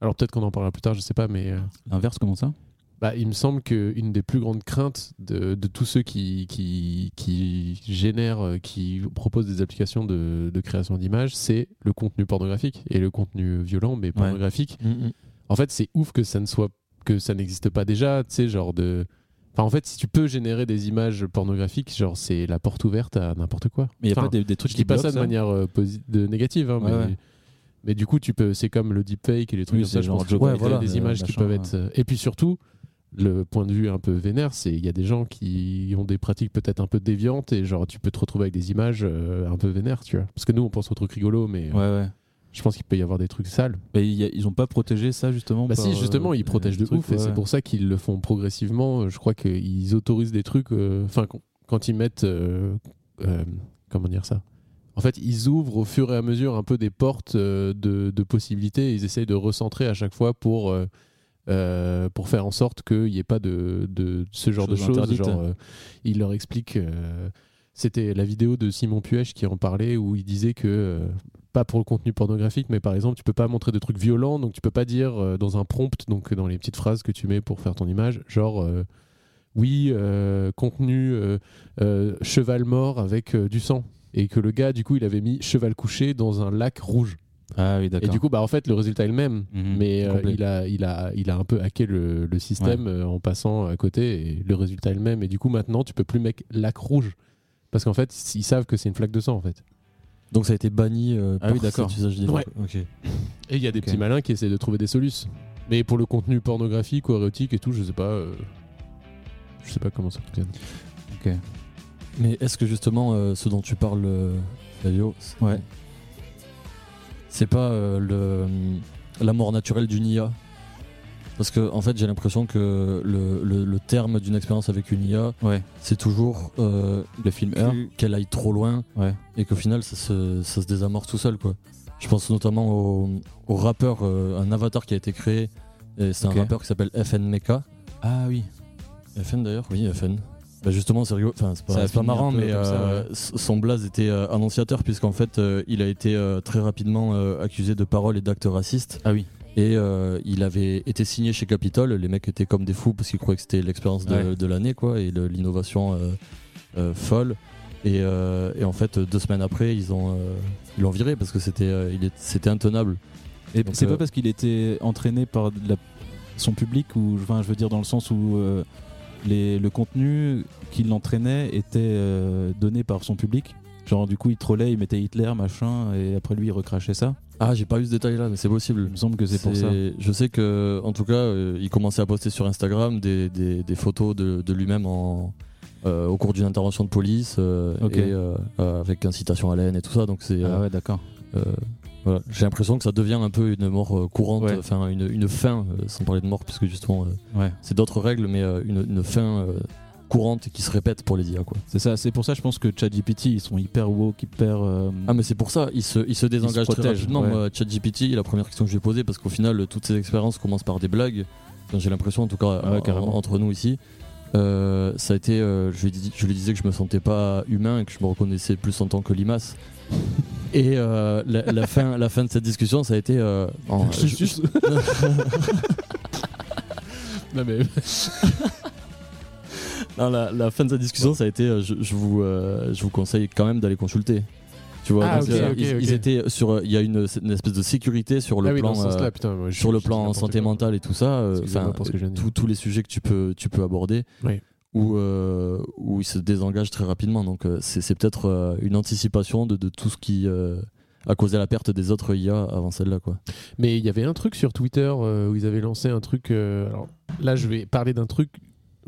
[SPEAKER 1] Alors peut-être qu'on en parlera plus tard, je sais pas, mais euh,
[SPEAKER 3] L'inverse comment ça
[SPEAKER 1] bah, il me semble qu'une des plus grandes craintes de, de tous ceux qui, qui, qui génèrent, euh, qui proposent des applications de, de création d'images, c'est le contenu pornographique et le contenu violent, mais pornographique.
[SPEAKER 4] Mm, mm.
[SPEAKER 1] En fait, c'est ouf que ça ne soit que ça n'existe pas déjà, tu sais, genre de. Enfin, en fait, si tu peux générer des images pornographiques, genre c'est la porte ouverte à n'importe quoi.
[SPEAKER 3] Mais il n'y a
[SPEAKER 1] Enfin,
[SPEAKER 3] pas des, des trucs
[SPEAKER 1] je
[SPEAKER 3] qui
[SPEAKER 1] dis pas ça
[SPEAKER 3] bloquent,
[SPEAKER 1] de manière euh, posi- de négative, hein,
[SPEAKER 3] Ouais,
[SPEAKER 1] mais,
[SPEAKER 3] ouais.
[SPEAKER 1] mais du coup, tu peux, c'est comme le deepfake et les trucs
[SPEAKER 3] Oui,
[SPEAKER 1] comme
[SPEAKER 3] c'est
[SPEAKER 1] ça. Je
[SPEAKER 3] genre
[SPEAKER 1] pense que
[SPEAKER 3] Joe
[SPEAKER 1] t'as
[SPEAKER 4] Biden,
[SPEAKER 1] des
[SPEAKER 3] euh,
[SPEAKER 1] images qui
[SPEAKER 3] machin,
[SPEAKER 1] peuvent
[SPEAKER 3] ouais.
[SPEAKER 1] être. euh, Et puis surtout, le point de vue un peu vénère, c'est il y a des gens qui ont des pratiques peut-être un peu déviantes et genre tu peux te retrouver avec des images euh, un peu vénères, tu vois. Parce que nous, on pense aux trucs rigolos, mais euh,
[SPEAKER 3] Ouais ouais.
[SPEAKER 1] je pense qu'il peut y avoir des trucs sales.
[SPEAKER 3] Mais il y a- ils n'ont pas protégé ça justement.
[SPEAKER 1] Bah
[SPEAKER 3] par,
[SPEAKER 1] si, justement,
[SPEAKER 3] euh,
[SPEAKER 1] ils
[SPEAKER 3] des-
[SPEAKER 1] protègent
[SPEAKER 3] des
[SPEAKER 1] de
[SPEAKER 3] trucs,
[SPEAKER 1] ouf, et
[SPEAKER 3] ouais,
[SPEAKER 1] c'est
[SPEAKER 3] ouais.
[SPEAKER 1] pour ça qu'ils le font progressivement. Euh, Je crois qu'ils autorisent des trucs. euh, Enfin, quand- quand ils mettent. euh, euh, comment dire ça En fait, ils ouvrent au fur et à mesure un peu des portes euh, de, de possibilités. et Ils essayent de recentrer à chaque fois pour. euh, euh, pour faire en sorte qu'il n'y ait pas de, de ce genre
[SPEAKER 3] Choses
[SPEAKER 1] de choses.
[SPEAKER 3] interdites.
[SPEAKER 1] Genre, euh, il leur explique. euh, C'était la vidéo de Simon Puech qui en parlait où il disait que euh, pas pour le contenu pornographique, mais par exemple, tu peux pas montrer de trucs violents, donc tu peux pas dire euh, dans un prompt, donc dans les petites phrases que tu mets pour faire ton image, genre euh, oui, euh, contenu euh, euh, cheval mort avec euh, du sang. Et que le gars, du coup, il avait mis cheval couché dans un lac rouge.
[SPEAKER 3] Ah oui
[SPEAKER 1] Et
[SPEAKER 3] d'accord.
[SPEAKER 1] du coup, bah, en fait, le résultat est le même.
[SPEAKER 3] Mhm,
[SPEAKER 1] mais euh,
[SPEAKER 3] complet.
[SPEAKER 1] il, a, il, a, il a un peu hacké le, le système euh, en passant à côté et le résultat est le même. Et du coup, maintenant, tu peux plus mettre lac rouge. Parce qu'en fait, ils savent que c'est une flaque de sang, en fait.
[SPEAKER 4] Donc ça a été banni euh,
[SPEAKER 3] Ah oui,
[SPEAKER 4] par
[SPEAKER 3] d'accord.
[SPEAKER 4] cet usage des
[SPEAKER 1] Ouais.
[SPEAKER 4] Ok.
[SPEAKER 1] Et il y a des
[SPEAKER 3] Ok.
[SPEAKER 1] petits malins qui essaient de trouver des solutions. Mais pour le contenu pornographique ou érotique et tout, je sais pas. euh, Je sais pas comment ça fonctionne.
[SPEAKER 4] Mais est-ce que justement euh, ce dont tu parles, euh, Flavio, c'est-
[SPEAKER 3] Ouais.
[SPEAKER 4] c'est pas euh, le, la mort naturelle d'une IA Parce que en fait j'ai l'impression que le, le- le terme d'une expérience avec une IA,
[SPEAKER 3] Ouais.
[SPEAKER 4] c'est toujours euh,
[SPEAKER 3] Le film Heure.
[SPEAKER 4] que- qu'elle aille trop loin
[SPEAKER 3] Ouais.
[SPEAKER 4] et qu'au final ça se, ça se désamorce tout seul quoi. Je pense notamment au, au rappeur, euh, un avatar qui a été créé, et c'est
[SPEAKER 3] Ok.
[SPEAKER 4] un rappeur qui s'appelle FN Mecha.
[SPEAKER 3] Ah oui.
[SPEAKER 4] FN d'ailleurs Oui, FN. Bah justement, c'est rigolo. Enfin, c'est
[SPEAKER 3] Ça a
[SPEAKER 4] pas, c'est pas
[SPEAKER 3] fini un
[SPEAKER 4] marrant,
[SPEAKER 3] peu
[SPEAKER 4] mais
[SPEAKER 3] comme ça,
[SPEAKER 4] euh, s- son blaze était euh, annonciateur, puisqu'en fait, euh, il a été euh, très rapidement euh, accusé de paroles et d'actes racistes.
[SPEAKER 3] Ah oui.
[SPEAKER 4] Et euh, il avait été signé chez Capitol. Les mecs étaient comme des fous parce qu'ils croyaient que c'était l'expérience de,
[SPEAKER 3] Ouais.
[SPEAKER 4] de l'année, quoi, et le- l'innovation euh, euh, folle. Et, euh, et en fait, deux semaines après, ils ont euh, ils l'ont viré parce que c'était euh, il est- c'était intenable.
[SPEAKER 3] Et
[SPEAKER 4] Donc,
[SPEAKER 3] c'est
[SPEAKER 4] euh,
[SPEAKER 3] pas parce qu'il était entraîné par de la- son public ou enfin, je veux dire dans le sens où euh, les- le contenu qui l'entraînait était euh, donné par son public. Genre du coup il trollait, il mettait Hitler machin et après lui il recrachait ça.
[SPEAKER 4] Ah, j'ai pas eu ce détail-là, mais c'est possible.
[SPEAKER 3] Il me semble que c'est pour ça.
[SPEAKER 4] Je sais que, en tout cas, euh, il commençait à poster sur Instagram des, des- des photos de, de lui-même en, euh, au cours d'une intervention de police, euh,
[SPEAKER 3] Ok.
[SPEAKER 4] et, euh, euh, avec incitation à la haine et tout ça. Donc c'est,
[SPEAKER 3] Ah
[SPEAKER 4] euh,
[SPEAKER 3] ouais d'accord.
[SPEAKER 4] euh, voilà. j'ai l'impression que ça devient un peu une mort euh, courante,
[SPEAKER 3] Ouais.
[SPEAKER 4] enfin une, une fin, euh, sans parler de mort, puisque justement, euh,
[SPEAKER 3] Ouais.
[SPEAKER 4] c'est d'autres règles, mais euh, une, une fin euh, courante qui se répète pour les IA. Quoi.
[SPEAKER 3] C'est ça, c'est pour ça je pense que ChatGPT ils sont hyper woke, hyper. euh,
[SPEAKER 1] Mm.
[SPEAKER 4] Ah mais c'est pour ça, il se, il se désengage très
[SPEAKER 3] protège,
[SPEAKER 4] rapidement.
[SPEAKER 3] ouais.
[SPEAKER 4] Moi, ChatGPT, la première question que je lui ai posée, parce qu'au final, toutes ces expériences commencent par des blagues. Enfin, J'ai l'impression, en tout cas,
[SPEAKER 3] Ah ouais,
[SPEAKER 4] en-
[SPEAKER 3] carrément.
[SPEAKER 4] entre nous ici, euh, ça a été. euh, je, lui dis- je lui disais que je me sentais pas humain et que je me reconnaissais plus en tant que limace. Et euh, la, la fin, la fin de cette discussion, ça a été. euh, en-
[SPEAKER 1] Je
[SPEAKER 4] je-
[SPEAKER 1] suis- non mais
[SPEAKER 4] non, la, la fin de cette discussion, ça a été. euh, je, je vous, euh, je vous conseille quand même d'aller consulter. Tu vois,
[SPEAKER 1] Ah,
[SPEAKER 4] donc,
[SPEAKER 1] ok,
[SPEAKER 4] euh,
[SPEAKER 1] ok,
[SPEAKER 4] ils,
[SPEAKER 1] ok.
[SPEAKER 4] ils étaient sur. Il y a une, une espèce de sécurité sur le
[SPEAKER 1] Ah oui,
[SPEAKER 4] plan.
[SPEAKER 1] dans ce sens-là,
[SPEAKER 4] euh,
[SPEAKER 1] putain, moi, je-
[SPEAKER 4] sur le
[SPEAKER 1] je dis
[SPEAKER 4] plan
[SPEAKER 1] n'importe
[SPEAKER 4] santé
[SPEAKER 1] quoi.
[SPEAKER 4] mentale et tout ça, euh,
[SPEAKER 1] Excusez-moi
[SPEAKER 4] enfin,
[SPEAKER 1] pour ce que je viens de dire.
[SPEAKER 4] tous- tous les sujets que tu peux, tu peux aborder,
[SPEAKER 1] Oui.
[SPEAKER 4] où, euh, où ils se désengagent très rapidement. Donc euh, c'est c'est peut-être euh, une anticipation de, de tout ce qui euh, a causé la perte des autres IA avant celle-là. quoi.
[SPEAKER 1] Mais il y avait un truc sur Twitter euh, où ils avaient lancé un truc. euh, alors là, je vais parler d'un truc.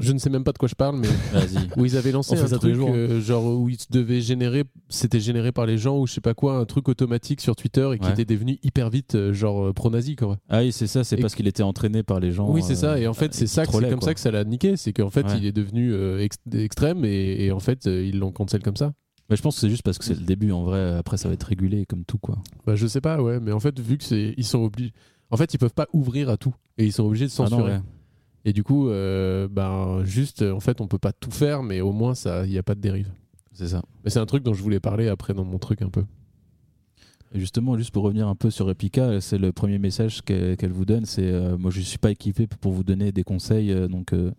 [SPEAKER 1] Je ne sais même pas de quoi je parle, mais
[SPEAKER 3] Vas-y.
[SPEAKER 1] où ils avaient lancé
[SPEAKER 4] On fait
[SPEAKER 1] un
[SPEAKER 4] ça tous les
[SPEAKER 1] truc
[SPEAKER 4] jours, hein.
[SPEAKER 1] euh, genre où ils devaient générer, c'était généré par les gens ou je sais pas quoi, un truc automatique sur Twitter et qui
[SPEAKER 3] Ouais.
[SPEAKER 1] était devenu hyper vite euh, genre euh, pro-nazi quoi.
[SPEAKER 3] Ah oui, c'est ça, c'est
[SPEAKER 1] Et-
[SPEAKER 3] parce qu'il était entraîné par les gens. euh,
[SPEAKER 1] oui c'est
[SPEAKER 4] euh,
[SPEAKER 1] ça. Et en fait c'est ça, que- c'est comme ça que ça l'a niqué, c'est qu'en fait
[SPEAKER 3] Ouais.
[SPEAKER 1] il est devenu euh, ex- extrême et, et en fait euh, ils l'ont cancel comme ça.
[SPEAKER 3] Mais je pense que c'est juste parce que c'est le début. En vrai, après, ça va être régulé comme tout, quoi.
[SPEAKER 1] Bah je sais pas ouais, mais en fait vu que c'est, ils sont obligés, en fait ils peuvent pas ouvrir à tout et ils sont obligés de censurer.
[SPEAKER 3] Ah non, ouais.
[SPEAKER 1] Et du coup, euh, ben, juste, euh, en fait, on peut pas tout faire, mais au moins, ça, il n'y a pas de dérive.
[SPEAKER 3] C'est ça.
[SPEAKER 1] Mais c'est un truc dont je voulais parler après dans mon truc un peu.
[SPEAKER 3] Et justement, juste pour revenir un peu sur Epica, c'est le premier message que- qu'elle vous donne. C'est euh, moi, je suis pas équipé pour vous donner des conseils. euh, donc, euh,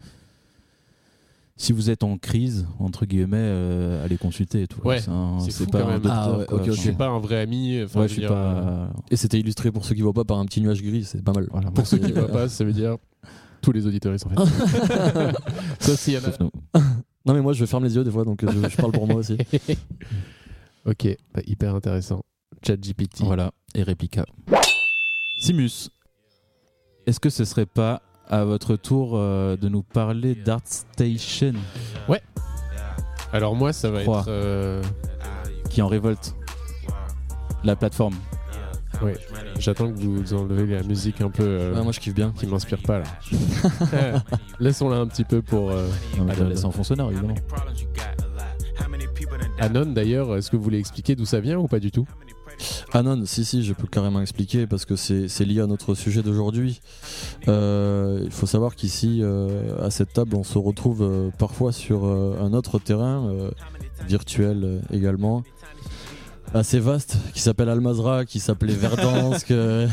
[SPEAKER 3] si vous êtes en crise, entre guillemets, euh, allez consulter et tout.
[SPEAKER 1] Ouais,
[SPEAKER 3] C'est un-
[SPEAKER 1] c'est fou
[SPEAKER 3] pas
[SPEAKER 1] quand
[SPEAKER 3] un
[SPEAKER 1] même.
[SPEAKER 3] docteur,
[SPEAKER 4] Ah ouais,
[SPEAKER 3] quoi.
[SPEAKER 4] ok, ok.
[SPEAKER 1] Je suis pas un vrai ami. enfin,
[SPEAKER 3] Ouais, je
[SPEAKER 1] veux
[SPEAKER 3] suis
[SPEAKER 1] dire, euh,
[SPEAKER 3] pas.
[SPEAKER 4] Et c'était illustré pour ceux qui voient pas par un petit nuage gris, c'est pas mal.
[SPEAKER 3] Voilà,
[SPEAKER 1] Pour ceux qui
[SPEAKER 4] C'est-
[SPEAKER 1] ne voient pas, ça veut dire tous les auditeurs, ils sont faits. Sauf s'il y en a.
[SPEAKER 3] Sauf nous.
[SPEAKER 4] Non mais moi je ferme les yeux des fois, donc je, je parle pour moi aussi.
[SPEAKER 1] Ok, bah, hyper intéressant. ChatGPT.
[SPEAKER 3] Voilà, et réplica. Simus, est-ce que ce serait pas à votre tour euh, de nous parler d'ArtStation
[SPEAKER 1] Alors moi, ça va
[SPEAKER 3] Trois.
[SPEAKER 1] être. euh,
[SPEAKER 3] qui est en révolte La plateforme.
[SPEAKER 1] ouais. J'attends que vous enlevez la musique un peu euh,
[SPEAKER 4] Ouais, moi je kiffe bien.
[SPEAKER 1] qui m'inspire pas là. Laissons-la un petit peu pour. euh,
[SPEAKER 3] Non, mais
[SPEAKER 1] Ah,
[SPEAKER 3] je la
[SPEAKER 1] non,
[SPEAKER 3] laisse
[SPEAKER 1] non.
[SPEAKER 3] en fond sonore, évidemment.
[SPEAKER 1] Anon d'ailleurs. Est-ce que vous voulez expliquer d'où ça vient ou pas du tout
[SPEAKER 4] Ah non, si, si, je peux carrément expliquer parce que c'est c'est lié à notre sujet d'aujourd'hui. Euh, il faut savoir qu'ici, euh, à cette table, on se retrouve euh, parfois sur euh, un autre terrain, euh, virtuel euh, également, assez vaste, qui s'appelle Almazra, qui s'appelait Verdansk euh,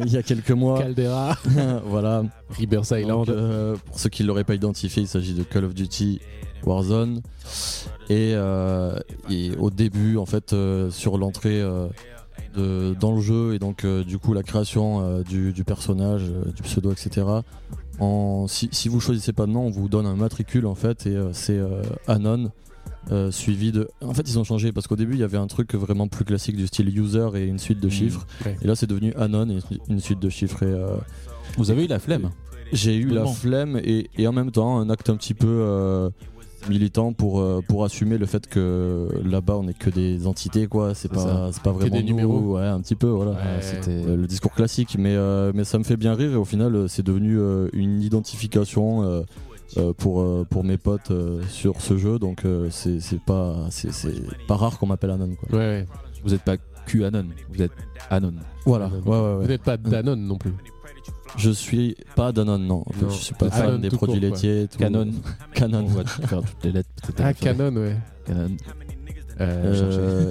[SPEAKER 4] il y a quelques mois.
[SPEAKER 1] Caldera,
[SPEAKER 4] voilà.
[SPEAKER 1] River Island.
[SPEAKER 4] Donc, euh, pour ceux qui ne l'auraient pas identifié, il s'agit de Call of Duty Warzone. Et, euh, et au début, en fait, euh, sur l'entrée euh, de- dans le jeu, et donc euh, du coup la création euh, du, du personnage, euh, du pseudo, etc. En, si, si vous choisissez pas de nom, on vous donne un matricule en fait, et euh, c'est euh, Anon. euh, suivi de. En fait, ils ont changé parce qu'au début, il y avait un truc vraiment plus classique du style user et une suite de
[SPEAKER 3] Mm.
[SPEAKER 4] chiffres.
[SPEAKER 1] Ouais.
[SPEAKER 4] Et là, c'est devenu Anon et une suite de chiffres. Et, euh,
[SPEAKER 3] Vous avez eu la flemme.
[SPEAKER 4] j'ai eu la
[SPEAKER 3] Complètement.
[SPEAKER 4] flemme et, et en même temps un acte un petit peu euh, militant pour, euh, pour assumer le fait que là-bas on est que des entités quoi, c'est
[SPEAKER 3] C'est ça.
[SPEAKER 4] pas, c'est pas
[SPEAKER 1] Que
[SPEAKER 4] vraiment
[SPEAKER 1] des
[SPEAKER 4] nous,
[SPEAKER 1] numéros.
[SPEAKER 4] ouais, un petit peu voilà.
[SPEAKER 1] Ouais.
[SPEAKER 3] C'était.
[SPEAKER 4] Euh, Le discours classique, mais, euh, mais ça me fait bien rire et au final euh, c'est devenu euh, une identification euh, euh, pour, euh, pour mes potes euh, sur ce jeu, donc euh, c'est c'est pas, c'est- c'est pas rare qu'on m'appelle Anon quoi.
[SPEAKER 1] Ouais, ouais.
[SPEAKER 3] Vous n'êtes pas QAnon, vous êtes Anon.
[SPEAKER 4] Voilà,
[SPEAKER 1] Anon.
[SPEAKER 4] ouais, ouais, ouais.
[SPEAKER 1] Vous n'êtes pas Danone non plus.
[SPEAKER 4] Je suis pas Danone, non.
[SPEAKER 1] Non.
[SPEAKER 4] Je suis pas
[SPEAKER 1] Anon
[SPEAKER 4] fan des
[SPEAKER 1] tout court,
[SPEAKER 4] produits
[SPEAKER 1] quoi.
[SPEAKER 4] laitiers. tout-
[SPEAKER 3] Canon. On
[SPEAKER 4] Canon.
[SPEAKER 3] va faire toutes les lettres. peut-être.
[SPEAKER 1] Ah, Canon, ouais.
[SPEAKER 3] Canon.
[SPEAKER 1] Euh,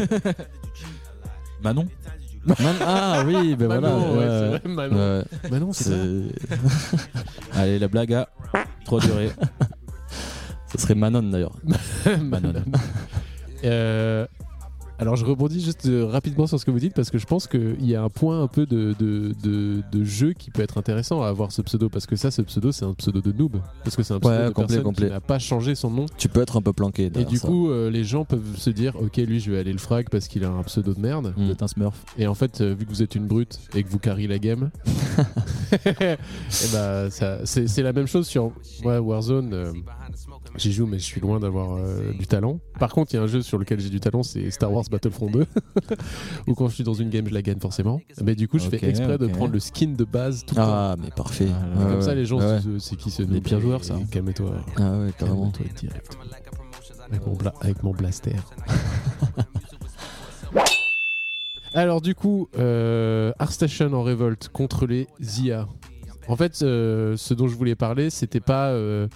[SPEAKER 1] chercher.
[SPEAKER 4] Euh,
[SPEAKER 3] Manon
[SPEAKER 4] Man- ah oui, ben voilà.
[SPEAKER 1] Manon, ouais,
[SPEAKER 4] euh,
[SPEAKER 1] c'est vrai, Manon.
[SPEAKER 4] euh,
[SPEAKER 1] Manon, c'est ça.
[SPEAKER 4] c'est-
[SPEAKER 3] Allez, la blague à trop durée.
[SPEAKER 4] ça serait Manon d'ailleurs.
[SPEAKER 1] Manon. Euh, alors, je rebondis juste euh, rapidement sur ce que vous dites parce que je pense qu'il y a un point un peu de, de, de- de jeu qui peut être intéressant à avoir ce pseudo parce que ça, ce pseudo, c'est un pseudo de noob parce que c'est un pseudo
[SPEAKER 4] Ouais,
[SPEAKER 1] de
[SPEAKER 4] complet,
[SPEAKER 1] personne
[SPEAKER 4] complet.
[SPEAKER 1] qui n'a pas changé son nom
[SPEAKER 4] Tu peux être un peu planqué.
[SPEAKER 1] et
[SPEAKER 4] derrière
[SPEAKER 1] du
[SPEAKER 4] ça.
[SPEAKER 1] coup, euh, les gens peuvent se dire, ok, lui, je vais aller le frag parce qu'il a un pseudo de merde.
[SPEAKER 4] Mm.
[SPEAKER 3] Vous êtes un smurf.
[SPEAKER 1] Et en fait, euh, vu que vous êtes une brute et que vous carry la game, eh ben, ça- c'est c'est la même chose sur ouais, Warzone. euh, J'y joue, mais je suis loin d'avoir euh, du talent. Par contre, il y a un jeu sur lequel j'ai du talent, c'est Star Wars Battlefront 2, où quand je suis dans une game, je la gagne forcément. Mais du coup, je
[SPEAKER 3] Ok,
[SPEAKER 1] fais exprès de
[SPEAKER 3] ok.
[SPEAKER 1] prendre le skin de base tout le temps.
[SPEAKER 4] Ah, mais parfait.
[SPEAKER 3] Voilà.
[SPEAKER 4] Ouais,
[SPEAKER 1] Comme
[SPEAKER 4] ouais.
[SPEAKER 1] ça, les gens
[SPEAKER 4] Ouais.
[SPEAKER 1] se disent, euh, c'est qui ce
[SPEAKER 3] Les pires joueurs, ça.
[SPEAKER 1] Calme-toi.
[SPEAKER 4] Ah ouais, carrément.
[SPEAKER 1] Calme-toi direct. Avec mon, bla- avec mon blaster. Alors du coup, euh, Artstation en révolte contre les IA. En fait, euh, ce dont je voulais parler, c'était pas... euh,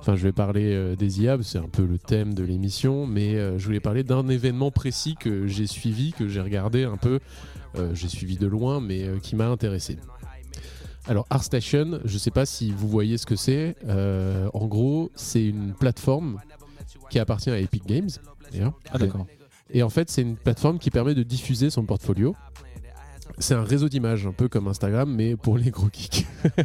[SPEAKER 1] Enfin, je vais parler euh, des IA, parce que c'est un peu le thème de l'émission, mais euh, je voulais parler d'un événement précis que j'ai suivi, que j'ai regardé un peu, euh, j'ai suivi de loin, mais euh, qui m'a intéressé. Alors, ArtStation, je sais pas si vous voyez ce que c'est. Euh, en gros, c'est une plateforme qui appartient à Epic Games, d'ailleurs.
[SPEAKER 3] Ah, d'accord.
[SPEAKER 1] Et en fait, c'est une plateforme qui permet de diffuser son portfolio. C'est un réseau d'images, un peu comme Instagram, mais pour les gros geeks,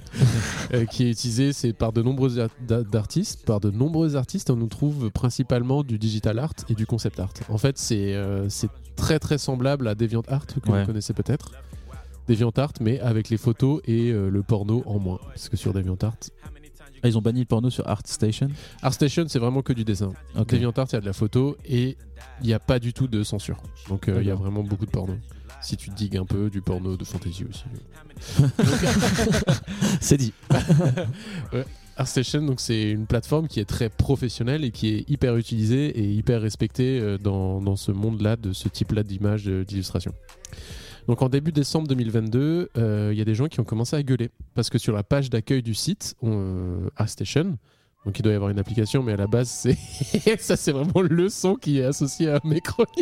[SPEAKER 1] Euh, qui est utilisé c'est par de nombreux ar- d'a- d'artistes. Par de nombreux artistes, on nous trouve principalement du digital art et du concept art. En fait, c'est euh, c'est très très semblable à DeviantArt que
[SPEAKER 4] Ouais.
[SPEAKER 1] vous connaissez peut-être. DeviantArt, mais avec les photos et euh, le porno en moins, parce que sur DeviantArt,
[SPEAKER 3] Ah, ils ont banni le porno sur ArtStation.
[SPEAKER 1] ArtStation, c'est vraiment que du dessin.
[SPEAKER 3] Ok.
[SPEAKER 1] DeviantArt, il y a de la photo et il n'y a pas du tout de censure. Donc euh, il y a vraiment beaucoup de porno. Si tu digues un peu, du porno de fantasy aussi.
[SPEAKER 3] C'est dit.
[SPEAKER 1] ArtStation, donc c'est une plateforme qui est très professionnelle et qui est hyper utilisée et hyper respectée euh, dans, dans ce monde-là, de ce type-là d'images, euh, d'illustration. Donc en début décembre 2022, euh, il y a des gens qui ont commencé à gueuler parce que sur la page d'accueil du site on, euh, ArtStation, donc il doit y avoir une application, mais à la base c'est ça c'est vraiment le son qui est associé à mes chroniques.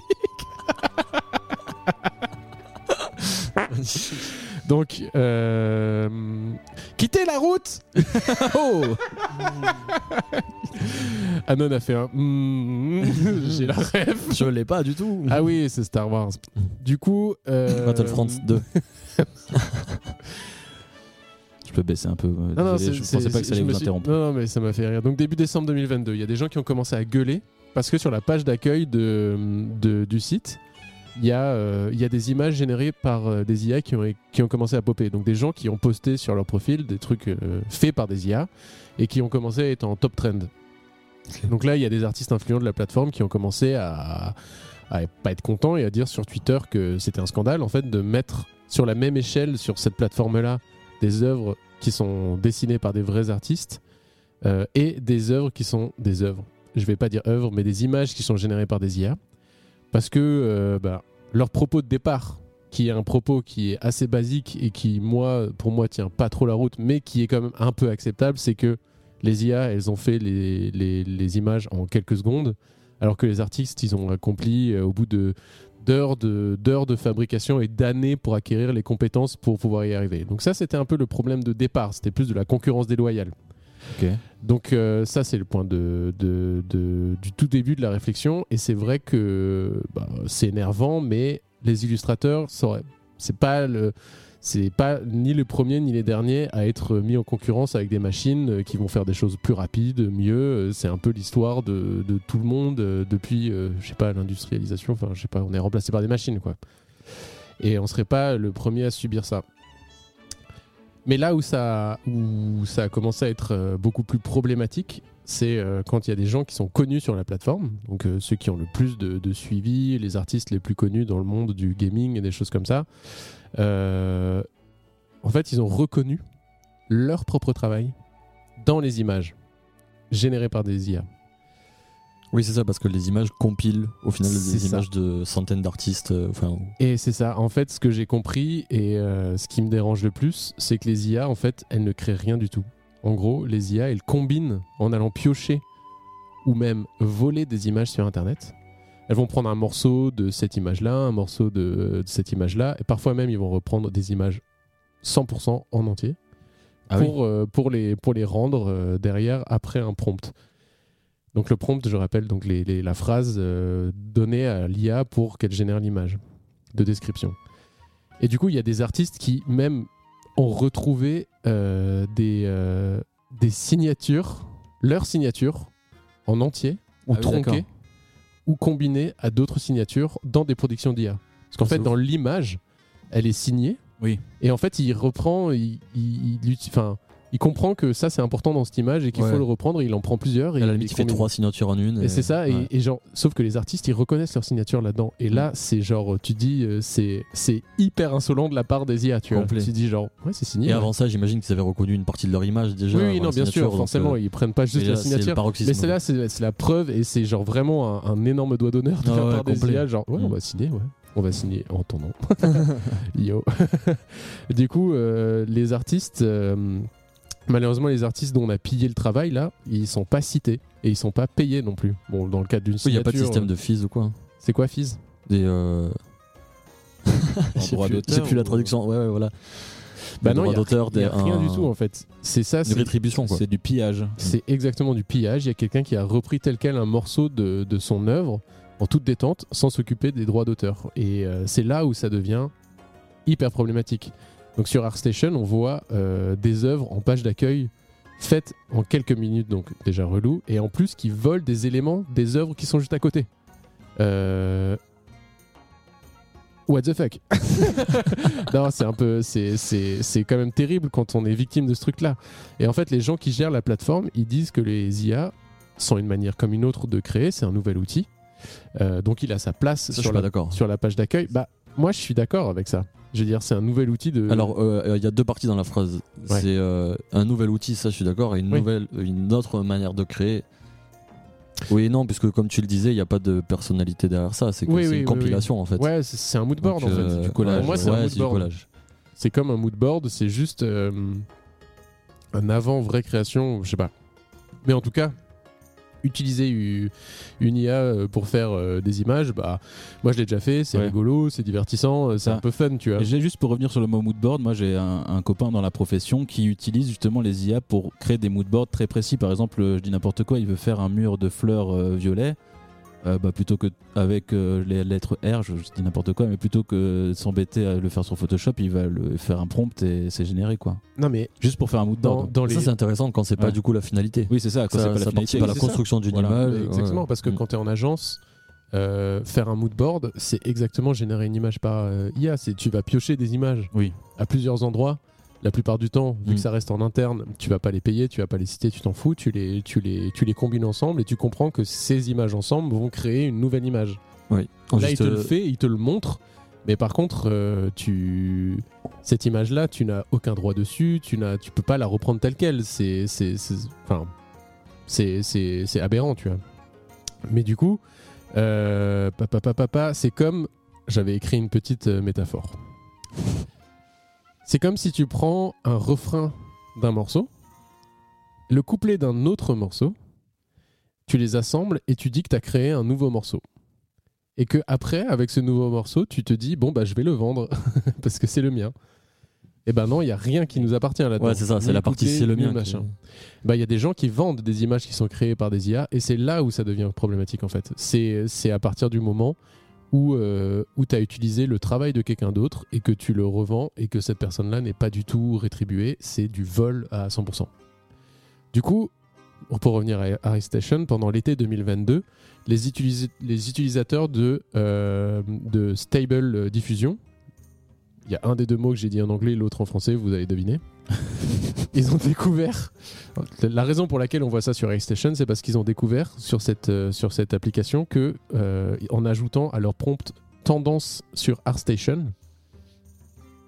[SPEAKER 1] donc euh, quittez la route
[SPEAKER 3] Oh
[SPEAKER 1] Anon a fait un Mm, mm, j'ai la rêve.
[SPEAKER 4] Je l'ai pas du tout.
[SPEAKER 1] Ah oui, c'est Star Wars. Du coup, euh,
[SPEAKER 4] Battlefront 2.
[SPEAKER 3] Je peux baisser un peu. euh,
[SPEAKER 1] Non, non,
[SPEAKER 3] désolé,
[SPEAKER 1] c'est-
[SPEAKER 3] je pensais
[SPEAKER 1] c'est-
[SPEAKER 3] pas que ça
[SPEAKER 1] je
[SPEAKER 3] allait
[SPEAKER 1] me
[SPEAKER 3] vous
[SPEAKER 1] suis-
[SPEAKER 3] interrompre.
[SPEAKER 1] Non, non, mais ça m'a fait rire. Donc début décembre 2022, il y a des gens qui ont commencé à gueuler parce que sur la page d'accueil de, de- du site, il y, a, euh, il y a des images générées par euh, des IA qui ont, qui ont commencé à popper. Donc des gens qui ont posté sur leur profil des trucs euh, faits par des IA et qui ont commencé à être en top trend. Donc là, il y a des artistes influents de la plateforme qui ont commencé à, à pas être contents et à dire sur Twitter que c'était un scandale en fait de mettre sur la même échelle sur cette plateforme-là des œuvres qui sont dessinées par des vrais artistes euh, et des œuvres qui sont des œuvres. Je vais pas dire œuvres, mais des images qui sont générées par des IA parce que euh, bah, leur propos de départ qui est un propos qui est assez basique et qui moi pour moi tient pas trop la route mais qui est quand même un peu acceptable c'est que les IA elles ont fait les, les- les images en quelques secondes alors que les artistes ils ont accompli euh, au bout de d'heures de, d'heures de fabrication et d'années pour acquérir les compétences pour pouvoir y arriver donc ça c'était un peu le problème de départ c'était plus de la concurrence déloyale
[SPEAKER 3] Ok.
[SPEAKER 1] donc euh, ça c'est le point de, de- de- du tout début de la réflexion et c'est vrai que bah, c'est énervant mais les illustrateurs ça aurait- c'est pas le c'est pas ni le premier ni les derniers à être mis en concurrence avec des machines euh, qui vont faire des choses plus rapides, mieux. Euh, C'est un peu l'histoire de, de tout le monde euh, depuis, euh, je sais pas, l'industrialisation. Enfin, je sais pas, on est remplacé par des machines, quoi. Et on serait pas le premier à subir ça. Mais là où ça, où ça a commencé à être euh, beaucoup plus problématique, c'est euh, quand il y a des gens qui sont connus sur la plateforme, donc euh, ceux qui ont le plus de, de suivi, les artistes les plus connus dans le monde du gaming et des choses comme ça. Euh, en fait, ils ont reconnu leur propre travail dans les images générées par des IA.
[SPEAKER 4] Oui, c'est ça, parce que les images compilent au final
[SPEAKER 1] C'est
[SPEAKER 4] des
[SPEAKER 1] ça.
[SPEAKER 4] images de centaines d'artistes. euh, Enfin,
[SPEAKER 1] Et c'est ça, en fait, ce que j'ai compris et euh, ce qui me dérange le plus, c'est que les IA, en fait, elles ne créent rien du tout. En gros, les IA, elles combinent en allant piocher ou même voler des images sur Internet. Elles vont prendre un morceau de cette image-là, un morceau de, de cette image-là, et parfois même, ils vont reprendre des images 100% en entier
[SPEAKER 4] Ah oui.
[SPEAKER 1] pour, euh, pour, les, pour les rendre euh, derrière après un prompt. Donc le prompt, je rappelle, donc les- les- la phrase euh, donnée à l'IA pour qu'elle génère l'image de description. Et du coup, il y a des artistes qui même ont retrouvé euh, des, euh, des signatures, leurs signatures en entier, ou
[SPEAKER 3] Ah oui,
[SPEAKER 1] tronquées,
[SPEAKER 3] d'accord.
[SPEAKER 1] ou combinées à d'autres signatures dans des productions d'IA. Parce qu'en
[SPEAKER 4] Ah,
[SPEAKER 1] fait,
[SPEAKER 4] c'est
[SPEAKER 1] dans l'image, elle est signée.
[SPEAKER 3] Oui.
[SPEAKER 1] Et en fait, il reprend, il, il, il uti- enfin, il comprend que ça, c'est important dans cette image et qu'il
[SPEAKER 4] Ouais.
[SPEAKER 1] faut le reprendre. Il en prend plusieurs. Et
[SPEAKER 4] à la
[SPEAKER 1] il
[SPEAKER 4] limite,
[SPEAKER 1] les
[SPEAKER 4] il fait
[SPEAKER 1] combine.
[SPEAKER 4] trois signatures en une.
[SPEAKER 1] Et c'est ça, et,
[SPEAKER 4] ouais.
[SPEAKER 1] et genre, sauf que les artistes, ils reconnaissent leur signature là-dedans. Et là, c'est genre, tu dis, euh, c'est c'est hyper insolent de la part des IA, tu vois.
[SPEAKER 4] Complet.
[SPEAKER 1] Tu dis genre, ouais, c'est signé.
[SPEAKER 4] Et
[SPEAKER 1] ouais.
[SPEAKER 4] avant ça, j'imagine qu'ils avaient reconnu une partie de leur image déjà.
[SPEAKER 1] oui, oui,
[SPEAKER 4] avant
[SPEAKER 1] non,
[SPEAKER 4] la
[SPEAKER 1] bien
[SPEAKER 4] signature,
[SPEAKER 1] sûr,
[SPEAKER 4] donc,
[SPEAKER 1] forcément,
[SPEAKER 4] euh,
[SPEAKER 1] ils prennent pas juste
[SPEAKER 4] mais là,
[SPEAKER 1] la
[SPEAKER 4] C'est le
[SPEAKER 1] signature.
[SPEAKER 4] paroxysme.
[SPEAKER 1] Mais celle-là, c'est c'est la preuve, et c'est genre vraiment un, un énorme doigt d'honneur de
[SPEAKER 4] Ah
[SPEAKER 1] la
[SPEAKER 4] ouais,
[SPEAKER 1] part des
[SPEAKER 4] complet.
[SPEAKER 1] IA, genre, ouais, on
[SPEAKER 4] Mm.
[SPEAKER 1] va signer, ouais. On va signer en ton nom. Yo. du coup, euh, les artistes, euh, malheureusement, les artistes dont on a pillé le travail, là, ils sont pas cités, et ils sont pas payés non plus. Bon, dans le cadre d'une
[SPEAKER 4] Il n'y
[SPEAKER 1] signature. euh.
[SPEAKER 4] a pas de système de fees ou quoi hein.
[SPEAKER 1] C'est quoi, Fizz
[SPEAKER 4] Des. euh,
[SPEAKER 3] En
[SPEAKER 4] J'ai
[SPEAKER 3] droit
[SPEAKER 4] plus,
[SPEAKER 3] d'auteur
[SPEAKER 4] j'ai plus la
[SPEAKER 3] ou-
[SPEAKER 4] traduction. Ouais, ouais, voilà.
[SPEAKER 1] Bah
[SPEAKER 4] Des
[SPEAKER 1] non,
[SPEAKER 4] droits
[SPEAKER 1] il y a-
[SPEAKER 4] d'auteur,
[SPEAKER 1] Il y a
[SPEAKER 4] des-
[SPEAKER 1] rien
[SPEAKER 4] un-
[SPEAKER 1] du tout hein. en fait. C'est ça,
[SPEAKER 4] Une
[SPEAKER 1] c'est
[SPEAKER 4] rétribution, quoi.
[SPEAKER 3] C'est du pillage.
[SPEAKER 1] c'est exactement du pillage. Il y a quelqu'un qui a repris tel quel un morceau de, de son œuvre en toute détente sans s'occuper des droits d'auteur. Et euh, c'est là où ça devient hyper problématique. Donc sur ArtStation, on voit euh, des œuvres en page d'accueil faites en quelques minutes, donc déjà relou, et en plus qui volent des éléments des œuvres qui sont juste à côté. Euh, What the fuck Non, c'est un peu, c'est, c'est, c'est quand même terrible quand on est victime de ce truc-là. Et en fait, les gens qui gèrent la plateforme, ils disent que les IA sont une manière comme une autre de créer, c'est un nouvel outil. Euh, donc il a sa place
[SPEAKER 4] Ça, je suis
[SPEAKER 1] sur,
[SPEAKER 4] pas
[SPEAKER 1] la,
[SPEAKER 4] d'accord.
[SPEAKER 1] sur la page d'accueil. Bah, moi, je suis d'accord avec ça. Je veux dire, c'est un nouvel outil de.
[SPEAKER 4] Alors, euh, euh, il y a deux parties dans la phrase.
[SPEAKER 1] Ouais.
[SPEAKER 4] C'est euh, un nouvel outil, ça je suis d'accord, et une,
[SPEAKER 1] Oui.
[SPEAKER 4] nouvelle, une autre manière de créer. Oui et non, puisque comme tu le disais, il n'y a pas de personnalité derrière ça. C'est que
[SPEAKER 1] Oui,
[SPEAKER 4] c'est
[SPEAKER 1] oui,
[SPEAKER 4] une
[SPEAKER 1] oui,
[SPEAKER 4] compilation en fait.
[SPEAKER 1] ouais, c'est- c'est un mood board
[SPEAKER 4] Donc,
[SPEAKER 1] en fait.
[SPEAKER 4] euh,
[SPEAKER 1] Ouais,
[SPEAKER 4] du collage.
[SPEAKER 1] Moi, c'est
[SPEAKER 4] Ouais,
[SPEAKER 1] un mood
[SPEAKER 4] c'est du
[SPEAKER 1] board.
[SPEAKER 4] collage.
[SPEAKER 1] C'est comme un mood board, c'est juste euh, un avant vraie création, je sais pas. Mais en tout cas, utiliser u- une IA euh, pour faire euh, des images, bah moi je l'ai déjà fait, c'est
[SPEAKER 3] Ouais.
[SPEAKER 1] rigolo, c'est divertissant, euh, c'est
[SPEAKER 3] Ah.
[SPEAKER 1] un peu fun, tu vois.
[SPEAKER 3] Et J'ai juste pour revenir sur le mot moodboard, moi j'ai un, un copain dans la profession qui utilise justement les IA pour créer des moodboards très précis. Par exemple, euh, je dis n'importe quoi, il veut faire un mur de fleurs euh, violet. Euh, bah, plutôt que avec euh, les lettres R, je, je dis n'importe quoi, mais plutôt que de s'embêter à le faire sur Photoshop, il va le faire un prompt et c'est généré quoi.
[SPEAKER 1] Non mais
[SPEAKER 3] Juste pour faire un moodboard.
[SPEAKER 1] dans, dans les
[SPEAKER 4] Ça c'est intéressant quand c'est pas
[SPEAKER 3] Ouais.
[SPEAKER 4] du coup la finalité.
[SPEAKER 3] Oui, c'est ça, quand
[SPEAKER 4] ça
[SPEAKER 3] c'est pas la
[SPEAKER 4] ça
[SPEAKER 3] finalité.
[SPEAKER 4] participe à la
[SPEAKER 1] c'est ça.
[SPEAKER 4] construction d'une
[SPEAKER 3] Voilà.
[SPEAKER 4] image. euh,
[SPEAKER 1] Mais Exactement,
[SPEAKER 4] ouais.
[SPEAKER 1] parce que
[SPEAKER 3] Mm.
[SPEAKER 1] quand tu es en agence, euh, faire un mood board, c'est exactement générer une image par euh, IA. C'est tu vas piocher des images
[SPEAKER 3] Oui.
[SPEAKER 1] à plusieurs endroits. La plupart du temps, vu
[SPEAKER 3] Mm.
[SPEAKER 1] que ça reste en interne, tu vas pas les payer, tu vas pas les citer, tu t'en fous, tu les, tu, les, tu les combines ensemble et tu comprends que ces images ensemble vont créer une nouvelle image.
[SPEAKER 4] Oui. En
[SPEAKER 1] Là,
[SPEAKER 4] juste,
[SPEAKER 1] il te le
[SPEAKER 4] euh,
[SPEAKER 1] fait, il te le montre, mais par contre, euh, tu... cette image-là, tu n'as aucun droit dessus, tu n'as, tu peux pas la reprendre telle quelle. C'est, c'est, c'est, enfin, c'est, c'est, c'est aberrant, tu vois. Mais du coup, euh, papa, papa, papa, c'est comme j'avais écrit une petite euh, métaphore. C'est comme si tu prends un refrain d'un morceau, le couplet d'un autre morceau, tu les assembles et tu dis que tu as créé un nouveau morceau. Et que après, avec ce nouveau morceau, tu te dis bon bah je vais le vendre parce que c'est le mien. Et ben non, il y a rien qui nous appartient là-dedans.
[SPEAKER 4] Ouais, c'est ça,
[SPEAKER 1] Ni
[SPEAKER 4] c'est la partie
[SPEAKER 1] couplet,
[SPEAKER 4] c'est le
[SPEAKER 1] ni
[SPEAKER 4] mien. qui-
[SPEAKER 1] machin bah, il y a des gens qui vendent des images qui sont créées par des IA et c'est là où ça devient problématique en fait. C'est c'est à partir du moment où, euh, où tu as utilisé le travail de quelqu'un d'autre et que tu le revends et que cette personne-là n'est pas du tout rétribuée, c'est du vol à 100%. Du coup, pour revenir à ArtStation, pendant l'été 2022, les, utilis- les utilisateurs de, euh, de Stable euh, Diffusion, il y a un des deux mots que j'ai dit en anglais, l'autre en français, vous avez deviné, ils ont découvert la raison pour laquelle on voit ça sur AirStation, c'est parce qu'ils ont découvert sur cette, euh, sur cette application que, euh, en ajoutant à leur prompt tendance sur ArtStation,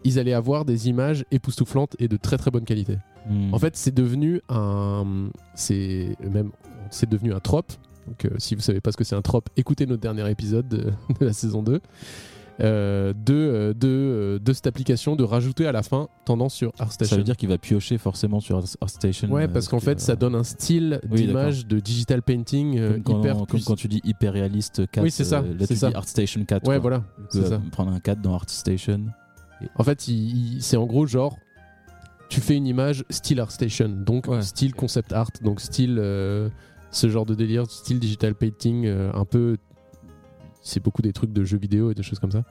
[SPEAKER 1] ils allaient avoir des images époustouflantes et de très très bonne qualité.
[SPEAKER 4] euh,
[SPEAKER 3] Mm.
[SPEAKER 4] hmm,
[SPEAKER 1] En fait, c'est devenu un, c'est même, c'est devenu un trope. Donc, euh, si vous savez pas ce que c'est un trope, écoutez notre dernier épisode de, de la saison 2 euh, de, euh, de, euh, de cette application de rajouter à la fin tendance sur ArtStation.
[SPEAKER 3] ça veut dire qu'il va piocher forcément sur ArtStation.
[SPEAKER 1] Ouais,
[SPEAKER 3] euh,
[SPEAKER 1] parce qu'en
[SPEAKER 3] qui
[SPEAKER 1] fait,
[SPEAKER 3] va-
[SPEAKER 1] ça donne un style
[SPEAKER 3] euh, Oui,
[SPEAKER 1] d'image de digital painting euh,
[SPEAKER 3] Comme quand,
[SPEAKER 1] hyper
[SPEAKER 3] comme
[SPEAKER 1] puissant.
[SPEAKER 3] quand tu dis hyper réaliste 4.
[SPEAKER 1] Oui, c'est ça,
[SPEAKER 3] euh, là,
[SPEAKER 1] c'est
[SPEAKER 3] tu
[SPEAKER 1] ça.
[SPEAKER 3] dis ArtStation 4.
[SPEAKER 1] Ouais,
[SPEAKER 3] quoi.
[SPEAKER 1] voilà,
[SPEAKER 3] Tu
[SPEAKER 1] c'est
[SPEAKER 3] peux
[SPEAKER 1] ça.
[SPEAKER 3] prendre un 4 dans ArtStation.
[SPEAKER 1] En fait, il- il- c'est en gros genre, tu fais une image style ArtStation, donc
[SPEAKER 4] Ouais.
[SPEAKER 1] style concept art, donc style euh, ce genre de délire, style digital painting, euh, un peu. C'est beaucoup des trucs de jeux vidéo et des choses comme ça.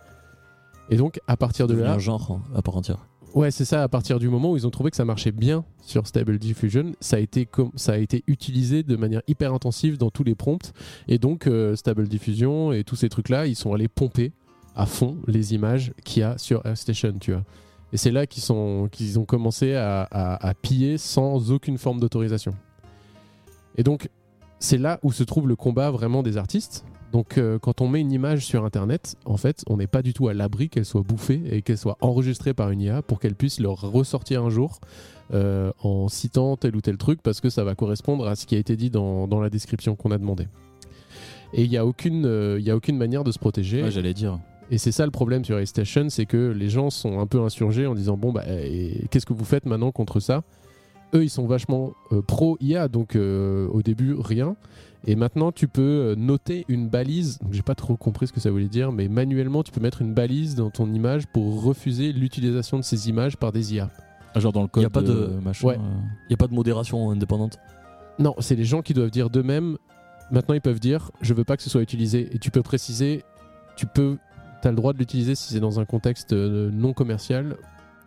[SPEAKER 1] Et donc, à partir de
[SPEAKER 4] devient
[SPEAKER 1] là,
[SPEAKER 4] un genre hein, à part entière.
[SPEAKER 1] Ouais, c'est ça. À partir du moment où ils ont trouvé que ça marchait bien sur Stable Diffusion, ça a été, com- ça a été utilisé de manière hyper intensive dans tous les prompts. Et donc, euh, Stable Diffusion et tous ces trucs-là, ils sont allés pomper à fond les images qu'il y a sur AirStation, tu vois. Et c'est là qu'ils sont- qu'ils ont commencé à, à- à piller sans aucune forme d'autorisation. Et donc, c'est là où se trouve le combat vraiment des artistes. Donc, euh, quand on met une image sur Internet, en fait, on n'est pas du tout à l'abri qu'elle soit bouffée et qu'elle soit enregistrée par une IA pour qu'elle puisse le ressortir un jour euh, en citant tel ou tel truc parce que ça va correspondre à ce qui a été dit dans, dans la description qu'on a demandé. Et il n'y a, aucune, euh, il y a aucune manière de se protéger.
[SPEAKER 3] Ouais, j'allais dire.
[SPEAKER 1] Et c'est ça le problème sur Station, c'est que les gens sont un peu insurgés en disant bon bah et qu'est-ce que vous faites maintenant contre ça Eux ils sont vachement euh, pro IA donc euh, au début rien et maintenant tu peux euh, noter une balise. Donc, J'ai pas trop compris ce que ça voulait dire mais manuellement tu peux mettre une balise dans ton image pour refuser l'utilisation de ces images par des IA.
[SPEAKER 3] Ah, Genre dans le code.
[SPEAKER 4] Y a pas de-
[SPEAKER 3] euh, machin,
[SPEAKER 1] Ouais.
[SPEAKER 3] euh,
[SPEAKER 4] Il n'y a pas de modération indépendante.
[SPEAKER 1] Non c'est les gens qui doivent dire d'eux-mêmes Maintenant, ils peuvent dire je veux pas que ce soit utilisé. Et tu peux préciser, tu peux, as le droit de l'utiliser si c'est dans un contexte euh, non commercial,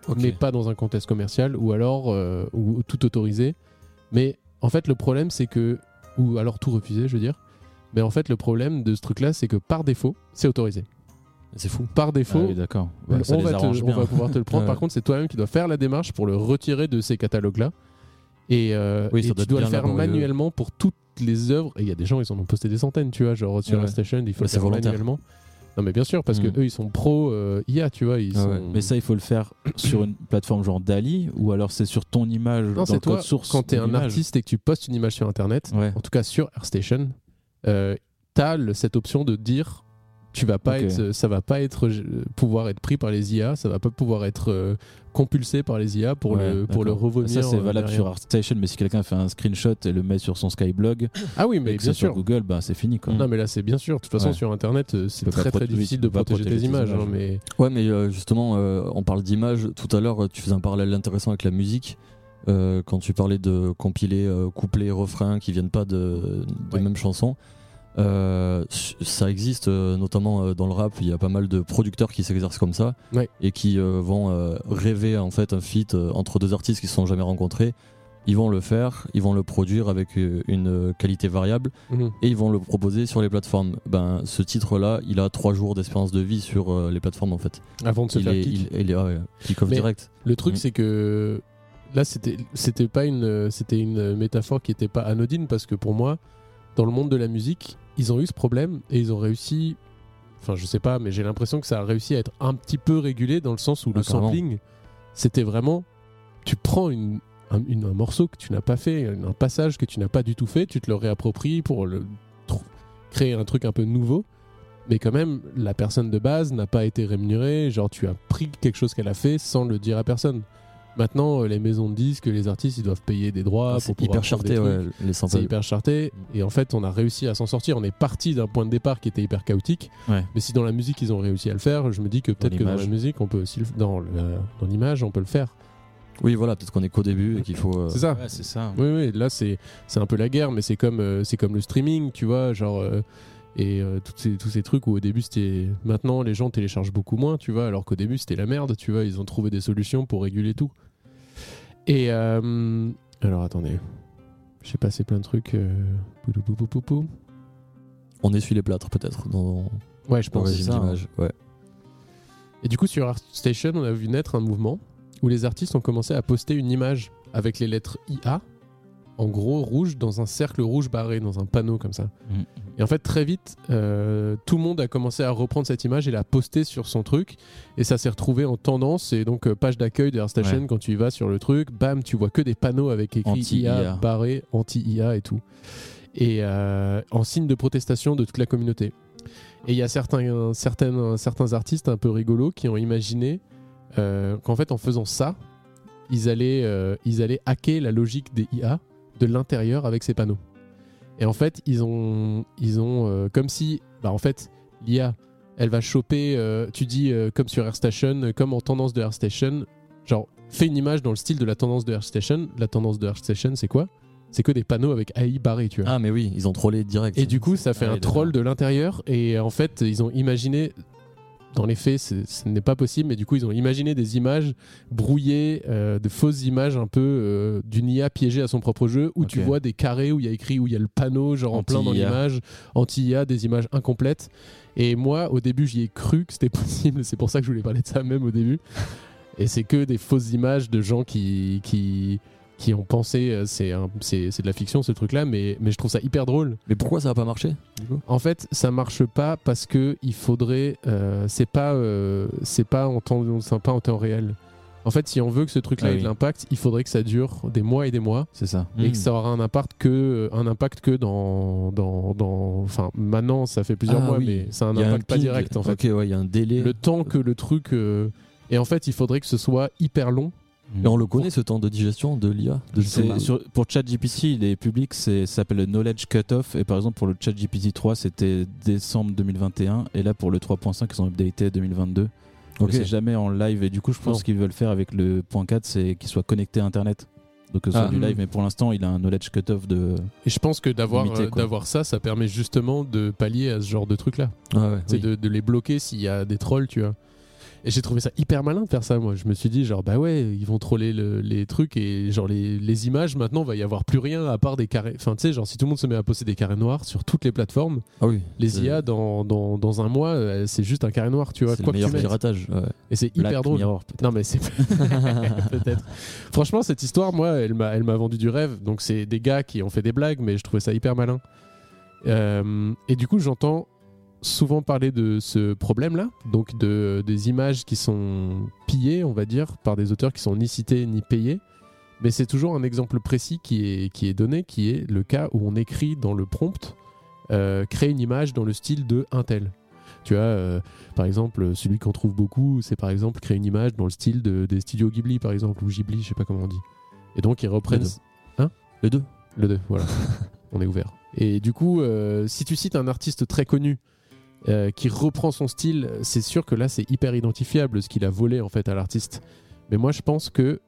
[SPEAKER 3] Ok.
[SPEAKER 1] mais pas dans un contexte commercial, ou alors euh, ou, ou tout autorisé. Mais en fait, le problème, c'est que. Ou alors tout refusé, je veux dire. Mais en fait, le problème de ce truc-là, c'est que par défaut, c'est autorisé.
[SPEAKER 4] C'est fou.
[SPEAKER 1] Par
[SPEAKER 3] Ah
[SPEAKER 1] défaut,
[SPEAKER 3] oui, d'accord. Ouais,
[SPEAKER 4] Bah,
[SPEAKER 3] ça
[SPEAKER 1] on,
[SPEAKER 3] les
[SPEAKER 1] va te-
[SPEAKER 3] arrange
[SPEAKER 1] on
[SPEAKER 3] bien.
[SPEAKER 1] va pouvoir te le prendre.
[SPEAKER 4] Ouais.
[SPEAKER 1] Par contre, c'est toi-même qui dois faire la démarche pour le retirer de ces catalogues-là. Et, euh,
[SPEAKER 4] Oui,
[SPEAKER 1] et
[SPEAKER 4] ça doit
[SPEAKER 1] tu
[SPEAKER 4] être
[SPEAKER 1] dois le
[SPEAKER 4] bien
[SPEAKER 1] faire
[SPEAKER 4] laborieux.
[SPEAKER 1] manuellement pour toutes les œuvres. Et il y a des gens, ils en ont posté des centaines, tu vois, genre sur
[SPEAKER 4] Ouais.
[SPEAKER 1] la station, il faut
[SPEAKER 4] Mais
[SPEAKER 1] le
[SPEAKER 4] c'est
[SPEAKER 1] faire
[SPEAKER 4] volontaire. Hmm.
[SPEAKER 1] manuellement. Non, mais bien sûr, parce
[SPEAKER 3] Mm.
[SPEAKER 1] que eux, ils sont pro euh, IA, tu vois. Ils
[SPEAKER 4] Ah
[SPEAKER 1] sont-
[SPEAKER 4] ouais.
[SPEAKER 3] Mais ça, il faut le faire sur une plateforme genre Dali ou alors c'est sur ton image
[SPEAKER 1] non,
[SPEAKER 3] dans
[SPEAKER 1] c'est
[SPEAKER 3] le
[SPEAKER 1] toi,
[SPEAKER 3] code source.
[SPEAKER 1] quand t'es
[SPEAKER 3] de
[SPEAKER 1] un
[SPEAKER 3] l'image.
[SPEAKER 1] artiste et que tu postes une image sur Internet,
[SPEAKER 3] Ouais.
[SPEAKER 1] en tout cas sur AirStation, euh, t'as le- cette option de dire tu vas pas
[SPEAKER 3] Ok.
[SPEAKER 1] être, ça va pas être euh, pouvoir être pris par les IA, ça va pas pouvoir être euh, compulsé par les IA pour
[SPEAKER 3] Ouais,
[SPEAKER 1] le pour le
[SPEAKER 3] d'accord.
[SPEAKER 1] revenir.
[SPEAKER 3] Ah, Ça, c'est
[SPEAKER 1] euh,
[SPEAKER 3] valable
[SPEAKER 1] derrière.
[SPEAKER 3] sur ArtStation, mais si quelqu'un fait un screenshot et le met sur son Skyblog,
[SPEAKER 1] Ah oui, mais
[SPEAKER 3] et que
[SPEAKER 1] bien
[SPEAKER 3] c'est sur
[SPEAKER 1] sûr.
[SPEAKER 3] Google, bah, c'est fini. Quoi.
[SPEAKER 1] Non, mais là, c'est bien sûr. De toute façon,
[SPEAKER 3] Ouais.
[SPEAKER 1] sur Internet, euh, c'est
[SPEAKER 3] Tu peux
[SPEAKER 1] très
[SPEAKER 3] pas
[SPEAKER 1] très
[SPEAKER 3] protéger-
[SPEAKER 1] difficile
[SPEAKER 3] tu
[SPEAKER 1] de
[SPEAKER 3] peux pas
[SPEAKER 1] protéger tes
[SPEAKER 3] protéger tes
[SPEAKER 1] images. hein,
[SPEAKER 3] images.
[SPEAKER 1] mais
[SPEAKER 4] Ouais, mais euh, justement, euh, on parle d'image. Tout à l'heure, euh, tu faisais un parallèle intéressant avec la musique. euh, quand tu parlais de compiler euh, couplets, refrains qui viennent pas de, de
[SPEAKER 1] Ouais.
[SPEAKER 4] même chanson. Euh, s- ça existe euh, notamment euh, dans le rap. Il y a pas mal de producteurs qui s'exercent comme ça
[SPEAKER 1] Ouais.
[SPEAKER 4] et qui euh, vont euh, rêver en fait un feat euh, entre deux artistes qui se sont jamais rencontrés. Ils vont le faire, ils vont le produire avec euh, une euh, qualité variable
[SPEAKER 1] Mhm.
[SPEAKER 4] et ils vont le proposer sur les plateformes. Ben, ce titre-là, il a trois jours d'espérance de vie sur euh, les plateformes en fait.
[SPEAKER 1] avant de se
[SPEAKER 4] Il
[SPEAKER 1] faire
[SPEAKER 4] est,
[SPEAKER 1] kick,
[SPEAKER 4] il, il est ah ouais, kick-off
[SPEAKER 1] Mais- ah,
[SPEAKER 4] direct.
[SPEAKER 1] le truc,
[SPEAKER 4] Mhm.
[SPEAKER 1] c'est que là, c'était c'était pas une euh, c'était une métaphore qui était pas anodine parce que pour moi, dans le monde de la musique, ils ont eu ce problème et ils ont réussi. Enfin, je sais pas, mais j'ai l'impression que ça a réussi à être un petit peu régulé dans le sens où
[SPEAKER 4] Ah,
[SPEAKER 1] le
[SPEAKER 4] carrément.
[SPEAKER 1] sampling, c'était vraiment tu prends une un, une- un morceau que tu n'as pas fait, un un passage que tu n'as pas du tout fait, tu te le réappropries pour le trou- créer un truc un peu nouveau. Mais quand même, la personne de base n'a pas été rémunérée. Genre, tu as pris quelque chose qu'elle a fait sans le dire à personne. Maintenant, euh, les maisons de disques, les artistes, ils doivent payer des droits. pour
[SPEAKER 4] Ah, c'est
[SPEAKER 1] pouvoir
[SPEAKER 4] hyper
[SPEAKER 1] prendre
[SPEAKER 4] charté,
[SPEAKER 1] des trucs.
[SPEAKER 4] ouais, les
[SPEAKER 1] C'est
[SPEAKER 4] samples.
[SPEAKER 1] hyper charté. Et en fait, on a réussi à s'en sortir. On est parti d'un point de départ qui était hyper chaotique.
[SPEAKER 3] Ouais.
[SPEAKER 1] Mais si dans la musique, ils ont réussi à le faire, je me dis que peut-être que dans la
[SPEAKER 3] l'image.
[SPEAKER 1] musique, on peut aussi le- dans le- dans l'image, on peut le faire.
[SPEAKER 4] Oui, voilà, peut-être qu'on est qu'au début et qu'il faut. euh,
[SPEAKER 1] C'est ça.
[SPEAKER 3] Ouais, c'est ça.
[SPEAKER 1] Oui, oui, là c'est c'est un peu la guerre, mais c'est comme euh, c'est comme le streaming, tu vois, genre euh, et euh, toutes ces, tous ces trucs où au début c'était maintenant les gens téléchargent beaucoup moins, tu vois, alors qu'au début c'était la merde, tu vois, ils ont trouvé des solutions pour réguler tout. Et euh, alors attendez, j'ai passé plein de trucs. euh, poudou, pou, pou, pou, pou.
[SPEAKER 4] On essuie les plâtres peut-être dans
[SPEAKER 1] Ouais, je
[SPEAKER 4] le
[SPEAKER 1] pense.
[SPEAKER 4] régime
[SPEAKER 3] ça, hein.
[SPEAKER 4] d'image. Ouais.
[SPEAKER 1] Et du coup, sur ArtStation, on a vu naître un mouvement où les artistes ont commencé à poster une image avec les lettres IA, en gros rouge, dans un cercle rouge barré, dans un panneau comme ça.
[SPEAKER 3] Mhm.
[SPEAKER 1] Et en fait, très vite, euh, tout le monde a commencé à reprendre cette image et la poster sur son truc. Et ça s'est retrouvé en tendance. Et donc, euh, page d'accueil de ArtStation,
[SPEAKER 3] Ouais.
[SPEAKER 1] quand tu y vas sur le truc, bam, tu vois que des panneaux avec écrit
[SPEAKER 3] Anti-IA.
[SPEAKER 1] IA, barré, anti-IA et tout. Et euh, en signe de protestation de toute la communauté. Et il y a certains, certaines, certains artistes un peu rigolos qui ont imaginé euh, qu'en fait, en faisant ça, ils allaient, euh, ils allaient hacker la logique des IA de l'intérieur avec ces panneaux. Et en fait, ils ont, ils ont euh, comme si, bah en fait, l'IA, elle va choper, euh, tu dis euh, comme sur AirStation, euh, comme en tendance de AirStation, genre fais une image dans le style de la tendance de AirStation. La tendance de AirStation, c'est quoi C'est que des panneaux avec AI barré, tu vois.
[SPEAKER 4] Ah, mais oui, ils ont trollé direct.
[SPEAKER 1] Et du coup, ça fait
[SPEAKER 3] Ah oui,
[SPEAKER 1] un troll de l'intérieur. Et en fait, ils ont imaginé. Dans les faits, c'est- ce n'est pas possible, mais du coup, ils ont imaginé des images brouillées, euh, de fausses images un peu euh, d'une IA piégée à son propre jeu, où tu
[SPEAKER 3] Ok.
[SPEAKER 1] vois des carrés où il y a écrit, où il y a le panneau, genre en plein dans
[SPEAKER 3] Anti-IA.
[SPEAKER 1] l'image, anti-IA, des images incomplètes. Et moi, au début, j'y ai cru que c'était possible, c'est pour ça que je voulais parler de ça même au début. Et c'est que des fausses images de gens qui, qui, qui ont pensé, euh, c'est un- c'est c'est de la fiction ce truc-là, mais, mais je trouve ça hyper drôle.
[SPEAKER 4] Mais pourquoi ça a pas marché du coup
[SPEAKER 1] En fait, ça marche pas parce que il faudrait. euh, c'est pas, euh, c'est pas en temps, c'est pas en temps réel. En fait, si on veut que ce truc-là
[SPEAKER 3] Ah
[SPEAKER 1] ait
[SPEAKER 3] oui. Hmm.
[SPEAKER 1] de l'impact, il faudrait que ça dure des mois et des mois
[SPEAKER 3] C'est ça.
[SPEAKER 1] et que ça aura un impact que euh, un impact que dans dans dans. Enfin, maintenant, ça fait plusieurs
[SPEAKER 4] Ah
[SPEAKER 1] mois,
[SPEAKER 4] oui.
[SPEAKER 1] mais c'est un
[SPEAKER 4] Il y a
[SPEAKER 1] impact pas
[SPEAKER 4] ping.
[SPEAKER 1] direct en fait.
[SPEAKER 4] Ok, ouais, il y a un délai.
[SPEAKER 1] Le temps que le truc. euh, et en fait, il faudrait que ce soit hyper long.
[SPEAKER 4] Et on le connaît ce temps de digestion de l'IA. De
[SPEAKER 3] C'est-
[SPEAKER 4] tout-
[SPEAKER 3] sur- pour ChatGPT, il est public, c'est- ça s'appelle le Knowledge Cutoff. Et par exemple, pour le ChatGPT 3, c'était décembre 2021. Et là, pour le 3.5, ils ont updaté 2022. Mais
[SPEAKER 4] Ok.
[SPEAKER 3] C'est jamais en live. Et du coup, je pense
[SPEAKER 1] Non.
[SPEAKER 3] qu'ils veulent faire avec le point 4, c'est qu'il soit connecté à Internet. donc euh, sur
[SPEAKER 4] Ah.
[SPEAKER 3] du live,
[SPEAKER 1] Mm.
[SPEAKER 3] mais pour l'instant, il a un knowledge cut-off de.
[SPEAKER 1] Et je pense que d'avoir
[SPEAKER 3] Limité,
[SPEAKER 1] euh,
[SPEAKER 3] quoi.
[SPEAKER 1] d'avoir ça, ça permet justement de pallier à ce genre de truc-là.
[SPEAKER 4] Ah ouais,
[SPEAKER 1] C'est
[SPEAKER 4] oui.
[SPEAKER 1] de, de les bloquer s'il y a des trolls, tu vois. Et j'ai trouvé ça hyper malin de faire ça, moi. Je me suis dit, genre, bah ouais, ils vont troller le- les trucs et genre les, les images, maintenant, va y avoir plus rien à part des carrés. Enfin, tu sais, genre, si tout le monde se met à poster des carrés noirs sur toutes les plateformes,
[SPEAKER 4] Ah oui.
[SPEAKER 1] les
[SPEAKER 4] C'est-
[SPEAKER 1] IA, dans, dans, dans un mois, euh, c'est juste un carré noir, tu vois.
[SPEAKER 4] C'est le
[SPEAKER 1] quoi que tu
[SPEAKER 4] meilleur
[SPEAKER 1] mettes.
[SPEAKER 4] piratage. ouais.
[SPEAKER 1] Et c'est
[SPEAKER 3] Black
[SPEAKER 1] hyper drôle.
[SPEAKER 3] Mirror.
[SPEAKER 1] Non, mais c'est peut-être. Franchement, cette histoire, moi, elle m'a, elle m'a vendu du rêve. Donc, c'est des gars qui ont fait des blagues, mais je trouvais ça hyper malin. Euh, et du coup, j'entends souvent parler de ce problème-là, donc de, des images qui sont pillées, on va dire, par des auteurs qui sont ni cités ni payés. Mais c'est toujours un exemple précis qui est, qui est donné, qui est le cas où on écrit dans le prompt, euh, créer une image dans le style de un tel. Tu vois, euh, par exemple, celui qu'on trouve beaucoup, c'est par exemple créer une image dans le style de- des studios Ghibli, par exemple, ou Ghibli, je sais pas comment on dit. Et donc ils reprennent
[SPEAKER 4] Les Les deux.
[SPEAKER 1] le 2, voilà. on est ouvert. Et du coup, euh, si tu cites un artiste très connu euh, qui reprend son style, c'est sûr que là, c'est hyper identifiable ce qu'il a volé en fait à l'artiste. Mais moi, je pense que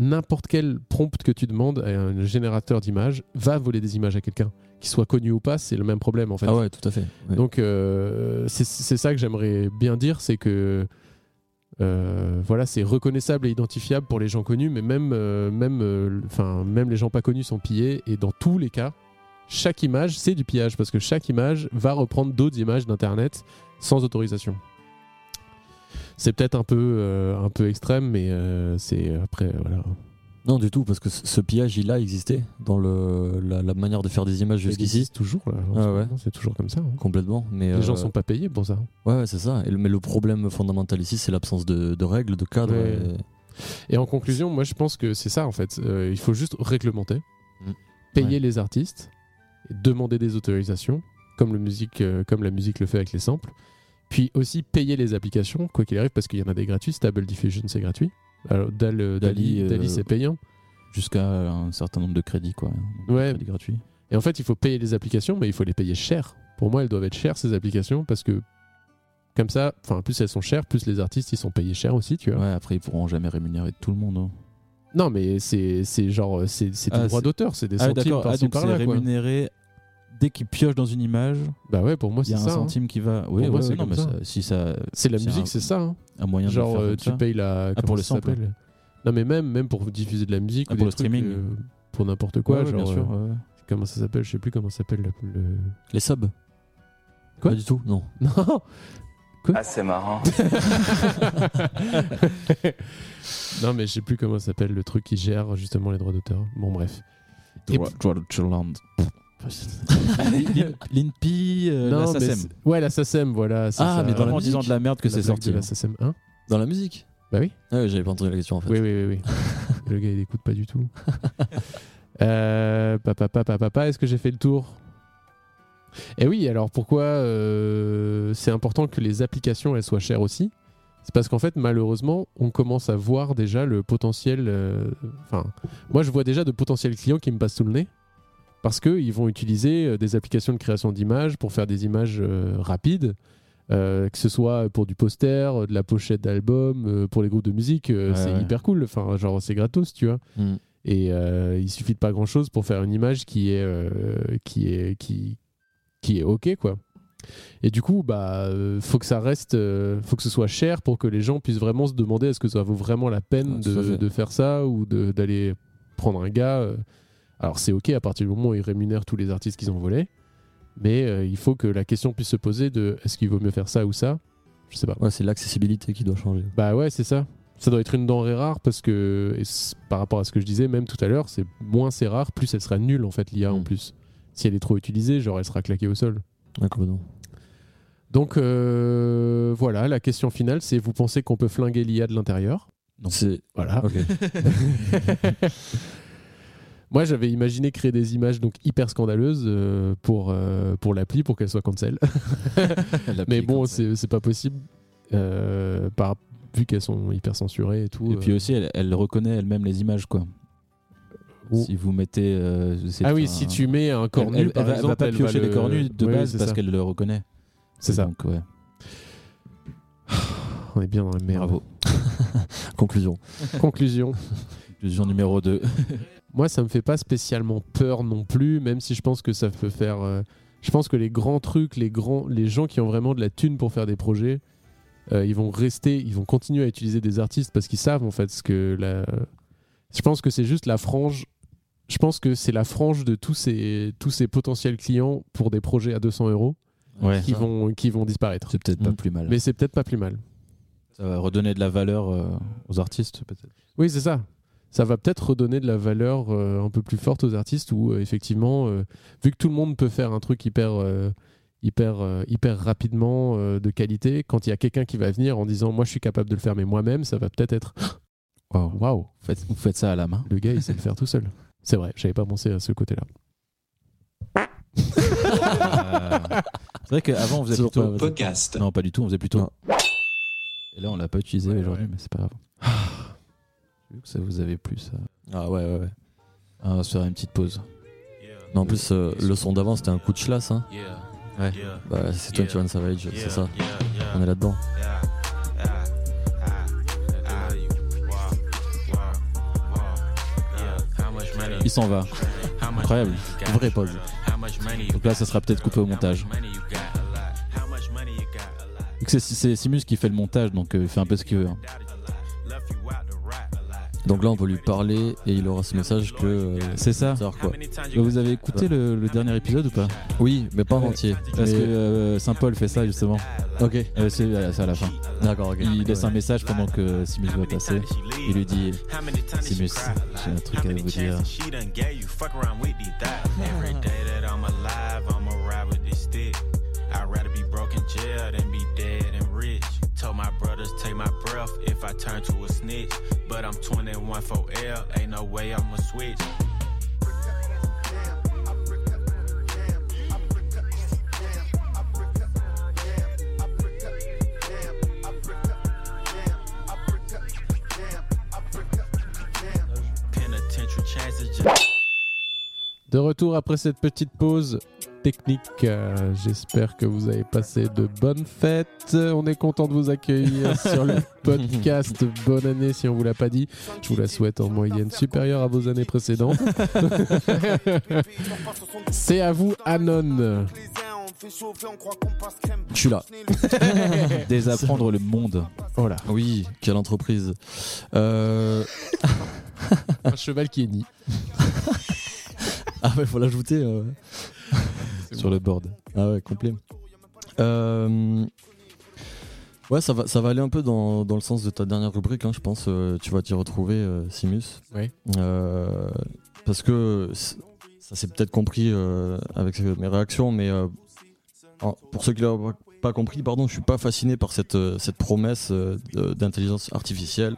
[SPEAKER 1] n'importe quel prompt que tu demandes à un générateur d'images va voler des images à quelqu'un. Qu'il soit connu ou pas, c'est le même problème en fait.
[SPEAKER 4] Ah ouais, tout à fait. Ouais.
[SPEAKER 1] Donc euh, c'est c'est ça que j'aimerais bien dire, c'est que euh, voilà, c'est reconnaissable et identifiable pour les gens connus, mais même euh, même euh, enfin même les gens pas connus sont pillés et dans tous les cas, chaque image c'est du pillage parce que chaque image va reprendre d'autres images d'internet sans autorisation. C'est peut-être un peu euh, un peu extrême, mais euh, c'est après voilà.
[SPEAKER 4] Non, du tout, parce que ce ce pillage, il a existé dans le, la, la manière de faire des images jusqu'ici.
[SPEAKER 1] C'est toujours là, en
[SPEAKER 4] Ah
[SPEAKER 1] ce moment,
[SPEAKER 4] ouais.
[SPEAKER 1] c'est toujours comme ça. hein.
[SPEAKER 4] Complètement. Mais
[SPEAKER 1] Les gens
[SPEAKER 4] euh,
[SPEAKER 1] sont pas payés pour ça. hein.
[SPEAKER 4] Ouais, ouais, c'est ça. Et le- mais le problème fondamental ici, c'est l'absence de, de règles, de cadres. euh,
[SPEAKER 1] Ouais. Et en conclusion, moi je pense que c'est ça en fait. Euh, il faut juste réglementer,
[SPEAKER 4] Mm.
[SPEAKER 1] payer
[SPEAKER 4] Ouais.
[SPEAKER 1] les artistes, et demander des autorisations, comme, le musique, euh, comme la musique le fait avec les samples. Puis aussi payer les applications, quoi qu'il arrive, parce qu'il y en a des gratuits. Stable Diffusion, c'est gratuit. Alors, Dal, euh, Dali,
[SPEAKER 3] Dali, euh,
[SPEAKER 1] Dali, c'est payant.
[SPEAKER 3] Jusqu'à un certain nombre de crédits, quoi.
[SPEAKER 1] Ouais.
[SPEAKER 3] Crédits gratuits.
[SPEAKER 1] Et en fait, il faut payer les applications, mais il faut les payer cher. Pour moi, elles doivent être chères, ces applications, parce que comme ça, enfin, plus elles sont chères, plus les artistes, ils sont payés cher aussi, tu vois.
[SPEAKER 3] Ouais, après, ils pourront jamais rémunérer tout le monde. hein.
[SPEAKER 1] Non, mais c'est c'est genre, c'est c'est des
[SPEAKER 3] Ah,
[SPEAKER 1] droits
[SPEAKER 3] c'est-
[SPEAKER 1] d'auteur, c'est des
[SPEAKER 3] Ah,
[SPEAKER 1] centimes
[SPEAKER 3] d'accord. Ah,
[SPEAKER 1] par-ci
[SPEAKER 3] donc c'est
[SPEAKER 1] par-là. quoi.
[SPEAKER 3] rémunéré dès qu'ils piochent dans une image.
[SPEAKER 1] Bah ouais, pour moi
[SPEAKER 3] Il y
[SPEAKER 1] c'est
[SPEAKER 3] a un
[SPEAKER 1] ça. hein.
[SPEAKER 3] centime qui va. Oui,
[SPEAKER 1] moi,
[SPEAKER 3] ouais,
[SPEAKER 1] c'est
[SPEAKER 3] ouais, non,
[SPEAKER 1] comme
[SPEAKER 3] mais
[SPEAKER 1] ça.
[SPEAKER 3] ça- si ça,
[SPEAKER 1] C'est la
[SPEAKER 3] c'est
[SPEAKER 1] musique,
[SPEAKER 3] un-
[SPEAKER 1] c'est ça. hein.
[SPEAKER 3] un moyen de
[SPEAKER 1] Genre
[SPEAKER 3] faire
[SPEAKER 1] euh,
[SPEAKER 3] comme
[SPEAKER 1] tu
[SPEAKER 3] ça.
[SPEAKER 1] payes la.
[SPEAKER 3] Ah, pour
[SPEAKER 1] comment
[SPEAKER 3] le
[SPEAKER 1] ça
[SPEAKER 3] sample.
[SPEAKER 1] s'appelle Non mais même même pour diffuser de la musique
[SPEAKER 3] Ah,
[SPEAKER 1] ou
[SPEAKER 3] pour
[SPEAKER 1] des
[SPEAKER 3] le
[SPEAKER 1] trucs,
[SPEAKER 3] streaming.
[SPEAKER 1] euh, pour n'importe
[SPEAKER 3] Ouais,
[SPEAKER 1] quoi.
[SPEAKER 3] ouais,
[SPEAKER 1] genre,
[SPEAKER 3] bien sûr.
[SPEAKER 1] euh,
[SPEAKER 3] ouais, ouais.
[SPEAKER 1] comment ça s'appelle Je sais plus comment ça s'appelle le- le.
[SPEAKER 4] Les subs.
[SPEAKER 1] Quoi
[SPEAKER 4] Pas du tout, non.
[SPEAKER 1] Non.
[SPEAKER 7] Ah, c'est marrant.
[SPEAKER 1] non mais je sais plus comment ça s'appelle le truc qui gère justement les droits d'auteur. Bon bref. Et
[SPEAKER 3] Droit- droit de Chilland. L'in- L'INPI, euh, la
[SPEAKER 1] Non, mais
[SPEAKER 3] SACEM.
[SPEAKER 1] c'est- ouais la SACEM voilà. c'est
[SPEAKER 3] Ah,
[SPEAKER 1] ça.
[SPEAKER 3] mais dans la en
[SPEAKER 1] Vraiment,
[SPEAKER 3] disant de la merde que
[SPEAKER 1] la
[SPEAKER 3] c'est
[SPEAKER 1] blague
[SPEAKER 3] sorti.
[SPEAKER 1] de la SACEM, hein
[SPEAKER 4] Dans la musique
[SPEAKER 1] Bah oui.
[SPEAKER 4] Ah ouais, j'avais pas entendu la question en fait.
[SPEAKER 1] Oui, oui, oui. oui. le gars, il écoute pas du tout. Euh, papa, papa, papa, est-ce que j'ai fait le tour Eh oui, alors pourquoi euh, c'est important que les applications elles soient chères aussi C'est parce qu'en fait, malheureusement, on commence à voir déjà le potentiel. euh, Enfin, moi, je vois déjà de potentiels clients qui me passent sous le nez. Parce qu'ils vont utiliser euh, des applications de création d'images pour faire des images euh, rapides, euh, que ce soit pour du poster, euh, de la pochette d'album, euh, pour les groupes de musique, euh,
[SPEAKER 3] Ouais,
[SPEAKER 1] c'est
[SPEAKER 3] ouais.
[SPEAKER 1] hyper cool. Enfin, genre, c'est gratos, tu vois.
[SPEAKER 4] Mm.
[SPEAKER 1] Et euh, il suffit de pas grand chose pour faire une image qui est, euh, qui est, qui, qui est OK, quoi. Et du coup, bah, euh, faut que ça reste, euh, faut que ce soit cher pour que les gens puissent vraiment se demander est-ce que ça vaut vraiment la peine
[SPEAKER 4] Ah, tout
[SPEAKER 1] de,
[SPEAKER 4] à fait.
[SPEAKER 1] de faire ça ou de- d'aller prendre un gars. euh. Alors c'est ok à partir du moment où ils rémunèrent tous les artistes qu'ils ont volés, mais euh, il faut que la question puisse se poser de est-ce qu'il vaut mieux faire ça ou ça. Je sais pas.
[SPEAKER 4] Ouais, c'est l'accessibilité qui doit changer.
[SPEAKER 1] Bah ouais, c'est ça. Ça doit être une denrée rare parce que, et c- par rapport à ce que je disais même tout à l'heure, c'est moins c'est rare, plus elle sera nulle en fait l'IA en
[SPEAKER 4] Mm.
[SPEAKER 1] plus. Si elle est trop utilisée, genre elle sera claquée au sol.
[SPEAKER 4] Ouais, complètement.
[SPEAKER 1] Donc euh, voilà, la question finale, c'est vous pensez qu'on peut flinguer l'IA de l'intérieur
[SPEAKER 3] Non.
[SPEAKER 4] C'est.
[SPEAKER 1] Voilà.
[SPEAKER 4] Ok.
[SPEAKER 1] Moi, j'avais imaginé créer des images donc hyper scandaleuses euh, pour, euh, pour l'appli, pour qu'elle soit cancel. Mais bon, c'est c'est pas possible euh, par, vu qu'elles sont hyper censurées et tout.
[SPEAKER 3] Et puis
[SPEAKER 1] euh.
[SPEAKER 3] aussi, elle, elle reconnaît elle-même les images, quoi.
[SPEAKER 1] Oh.
[SPEAKER 3] Si vous mettez. euh, c'est
[SPEAKER 1] ah
[SPEAKER 3] un-
[SPEAKER 1] oui, si tu mets un
[SPEAKER 3] Elle-
[SPEAKER 1] corps
[SPEAKER 3] elle,
[SPEAKER 1] nu, par
[SPEAKER 3] elle va-
[SPEAKER 1] exemple,
[SPEAKER 3] va pas
[SPEAKER 1] elle
[SPEAKER 3] piocher
[SPEAKER 1] le-
[SPEAKER 3] les cornus de
[SPEAKER 1] Oui,
[SPEAKER 3] base
[SPEAKER 1] c'est
[SPEAKER 3] parce
[SPEAKER 1] ça.
[SPEAKER 3] qu'elle le reconnaît.
[SPEAKER 1] C'est ça.
[SPEAKER 3] Donc, ouais.
[SPEAKER 1] On est bien dans la merde.
[SPEAKER 3] Bravo.
[SPEAKER 4] Conclusion.
[SPEAKER 1] Conclusion.
[SPEAKER 3] Conclusion numéro 2.
[SPEAKER 1] Moi, ça me fait pas spécialement peur non plus, même si je pense que ça peut faire. euh, je pense que les grands trucs, les grands, les gens qui ont vraiment de la thune pour faire des projets, euh, ils vont rester, ils vont continuer à utiliser des artistes parce qu'ils savent en fait ce que la. Je pense que c'est juste la frange. Je pense que c'est la frange de tous ces tous ces potentiels clients pour des projets à 200 euros
[SPEAKER 3] Ouais,
[SPEAKER 1] qui vont qui vont disparaître.
[SPEAKER 3] c'est peut-être pas plus mal.
[SPEAKER 1] Mais c'est peut-être pas plus mal.
[SPEAKER 3] ça va redonner de la valeur euh, aux artistes, peut-être.
[SPEAKER 1] Oui, c'est ça. Ça va peut-être redonner de la valeur euh, un peu plus forte aux artistes où, euh, effectivement, euh, vu que tout le monde peut faire un truc hyper, euh, hyper, euh, hyper rapidement euh, de qualité, quand il y a quelqu'un qui va venir en disant Moi, je suis capable de le faire, mais moi-même, ça va peut-être être
[SPEAKER 3] Waouh.
[SPEAKER 1] Waouh,
[SPEAKER 3] Vous faites, vous faites ça à la main.
[SPEAKER 1] le gars, il sait le faire tout seul. C'est vrai, j'avais pas pensé à ce côté-là.
[SPEAKER 3] Euh,
[SPEAKER 1] Ah.
[SPEAKER 3] c'est vrai qu'avant, on faisait
[SPEAKER 4] Toujours
[SPEAKER 3] plutôt.
[SPEAKER 2] Podcast.
[SPEAKER 3] Non, pas du tout, on faisait plutôt. Et là, on l'a pas utilisé aujourd'hui, mais c'est pas grave. J'ai vu que ça vous avait plu, ça.
[SPEAKER 4] Ah ouais, ouais, ouais.
[SPEAKER 3] Ah, on va se faire une petite pause.
[SPEAKER 4] Non, en plus, euh, le son d'avant, c'était un coup de chlasse. Hein.
[SPEAKER 3] Ouais.
[SPEAKER 4] Bah, c'est 21 Savage, c'est ça. On est là-dedans.
[SPEAKER 3] Il s'en va. Incroyable.
[SPEAKER 4] Vraie pause.
[SPEAKER 3] Donc là, ça sera peut-être coupé au montage. Vu que c'est- C'est Simus qui fait le montage, donc euh, il fait un peu ce qu'il veut. hein.
[SPEAKER 4] Donc là, on peut lui parler et il aura ce message que. euh,
[SPEAKER 3] C'est ça. Bah,
[SPEAKER 4] c'est bizarre, quoi.
[SPEAKER 3] Vous avez écouté le, le dernier épisode ou pas
[SPEAKER 4] Oui, mais pas en entier.
[SPEAKER 3] Parce
[SPEAKER 4] Mais-
[SPEAKER 3] que euh, Saint-Paul fait ça justement.
[SPEAKER 4] Ok,
[SPEAKER 3] Euh, c'est à, c'est à la fin.
[SPEAKER 4] d'accord, ok.
[SPEAKER 3] Il laisse un message pendant que euh, Simus va passer. Il lui dit Simus, j'ai un truc à vous dire.
[SPEAKER 1] De retour après cette petite pause technique, euh, j'espère que vous avez passé de bonnes fêtes. On est content de vous accueillir sur le podcast. Bonne année si on vous l'a pas dit. Je vous la souhaite en moyenne supérieure à vos années précédentes. C'est à vous, Anon.
[SPEAKER 4] Je suis là.
[SPEAKER 3] Désapprendre le monde.
[SPEAKER 1] Voilà,
[SPEAKER 4] Oui, quelle entreprise. Euh...
[SPEAKER 1] un cheval qui est ni.
[SPEAKER 4] Ah ouais, faut l'ajouter. euh, ouais.
[SPEAKER 3] Sur le board.
[SPEAKER 4] Ah ouais, complet. Euh, Ouais, ça va, ça va aller un peu dans, dans le sens de ta dernière rubrique, hein, je pense. euh, tu vas t'y retrouver, euh, Simus.
[SPEAKER 1] Oui.
[SPEAKER 4] Euh, parce que c- ça s'est peut-être compris euh, avec euh, mes réactions, mais euh, en- pour ceux qui l'ont pas compris, pardon, je suis pas fasciné par cette, euh, cette promesse euh, de- d'intelligence artificielle,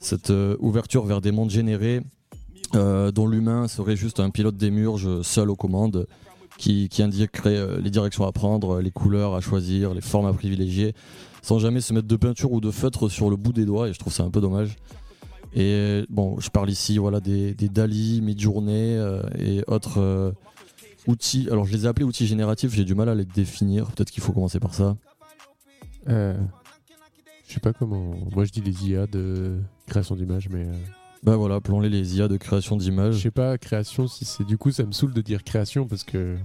[SPEAKER 4] cette euh, ouverture vers des mondes générés euh, dont l'humain serait juste un pilote d'émurge seul aux commandes qui, qui indiquerait euh, les directions à prendre, euh, les couleurs à choisir, les formes à privilégier, sans jamais se mettre de peinture ou de feutre sur le bout des doigts, et je trouve ça un peu dommage. Et bon, je parle ici voilà, des, des Dali, Midjourney euh, et autres euh, outils. Alors, je les ai appelés outils génératifs, j'ai du mal à les définir. Peut-être qu'il faut commencer par ça.
[SPEAKER 1] Euh, je sais pas comment. Moi, je dis les IA de création d'image, mais euh,
[SPEAKER 4] Ben voilà, appelons-les les IA de création
[SPEAKER 1] je
[SPEAKER 4] d'images.
[SPEAKER 1] sais pas création si c'est. Du coup, ça me saoule de dire création parce que.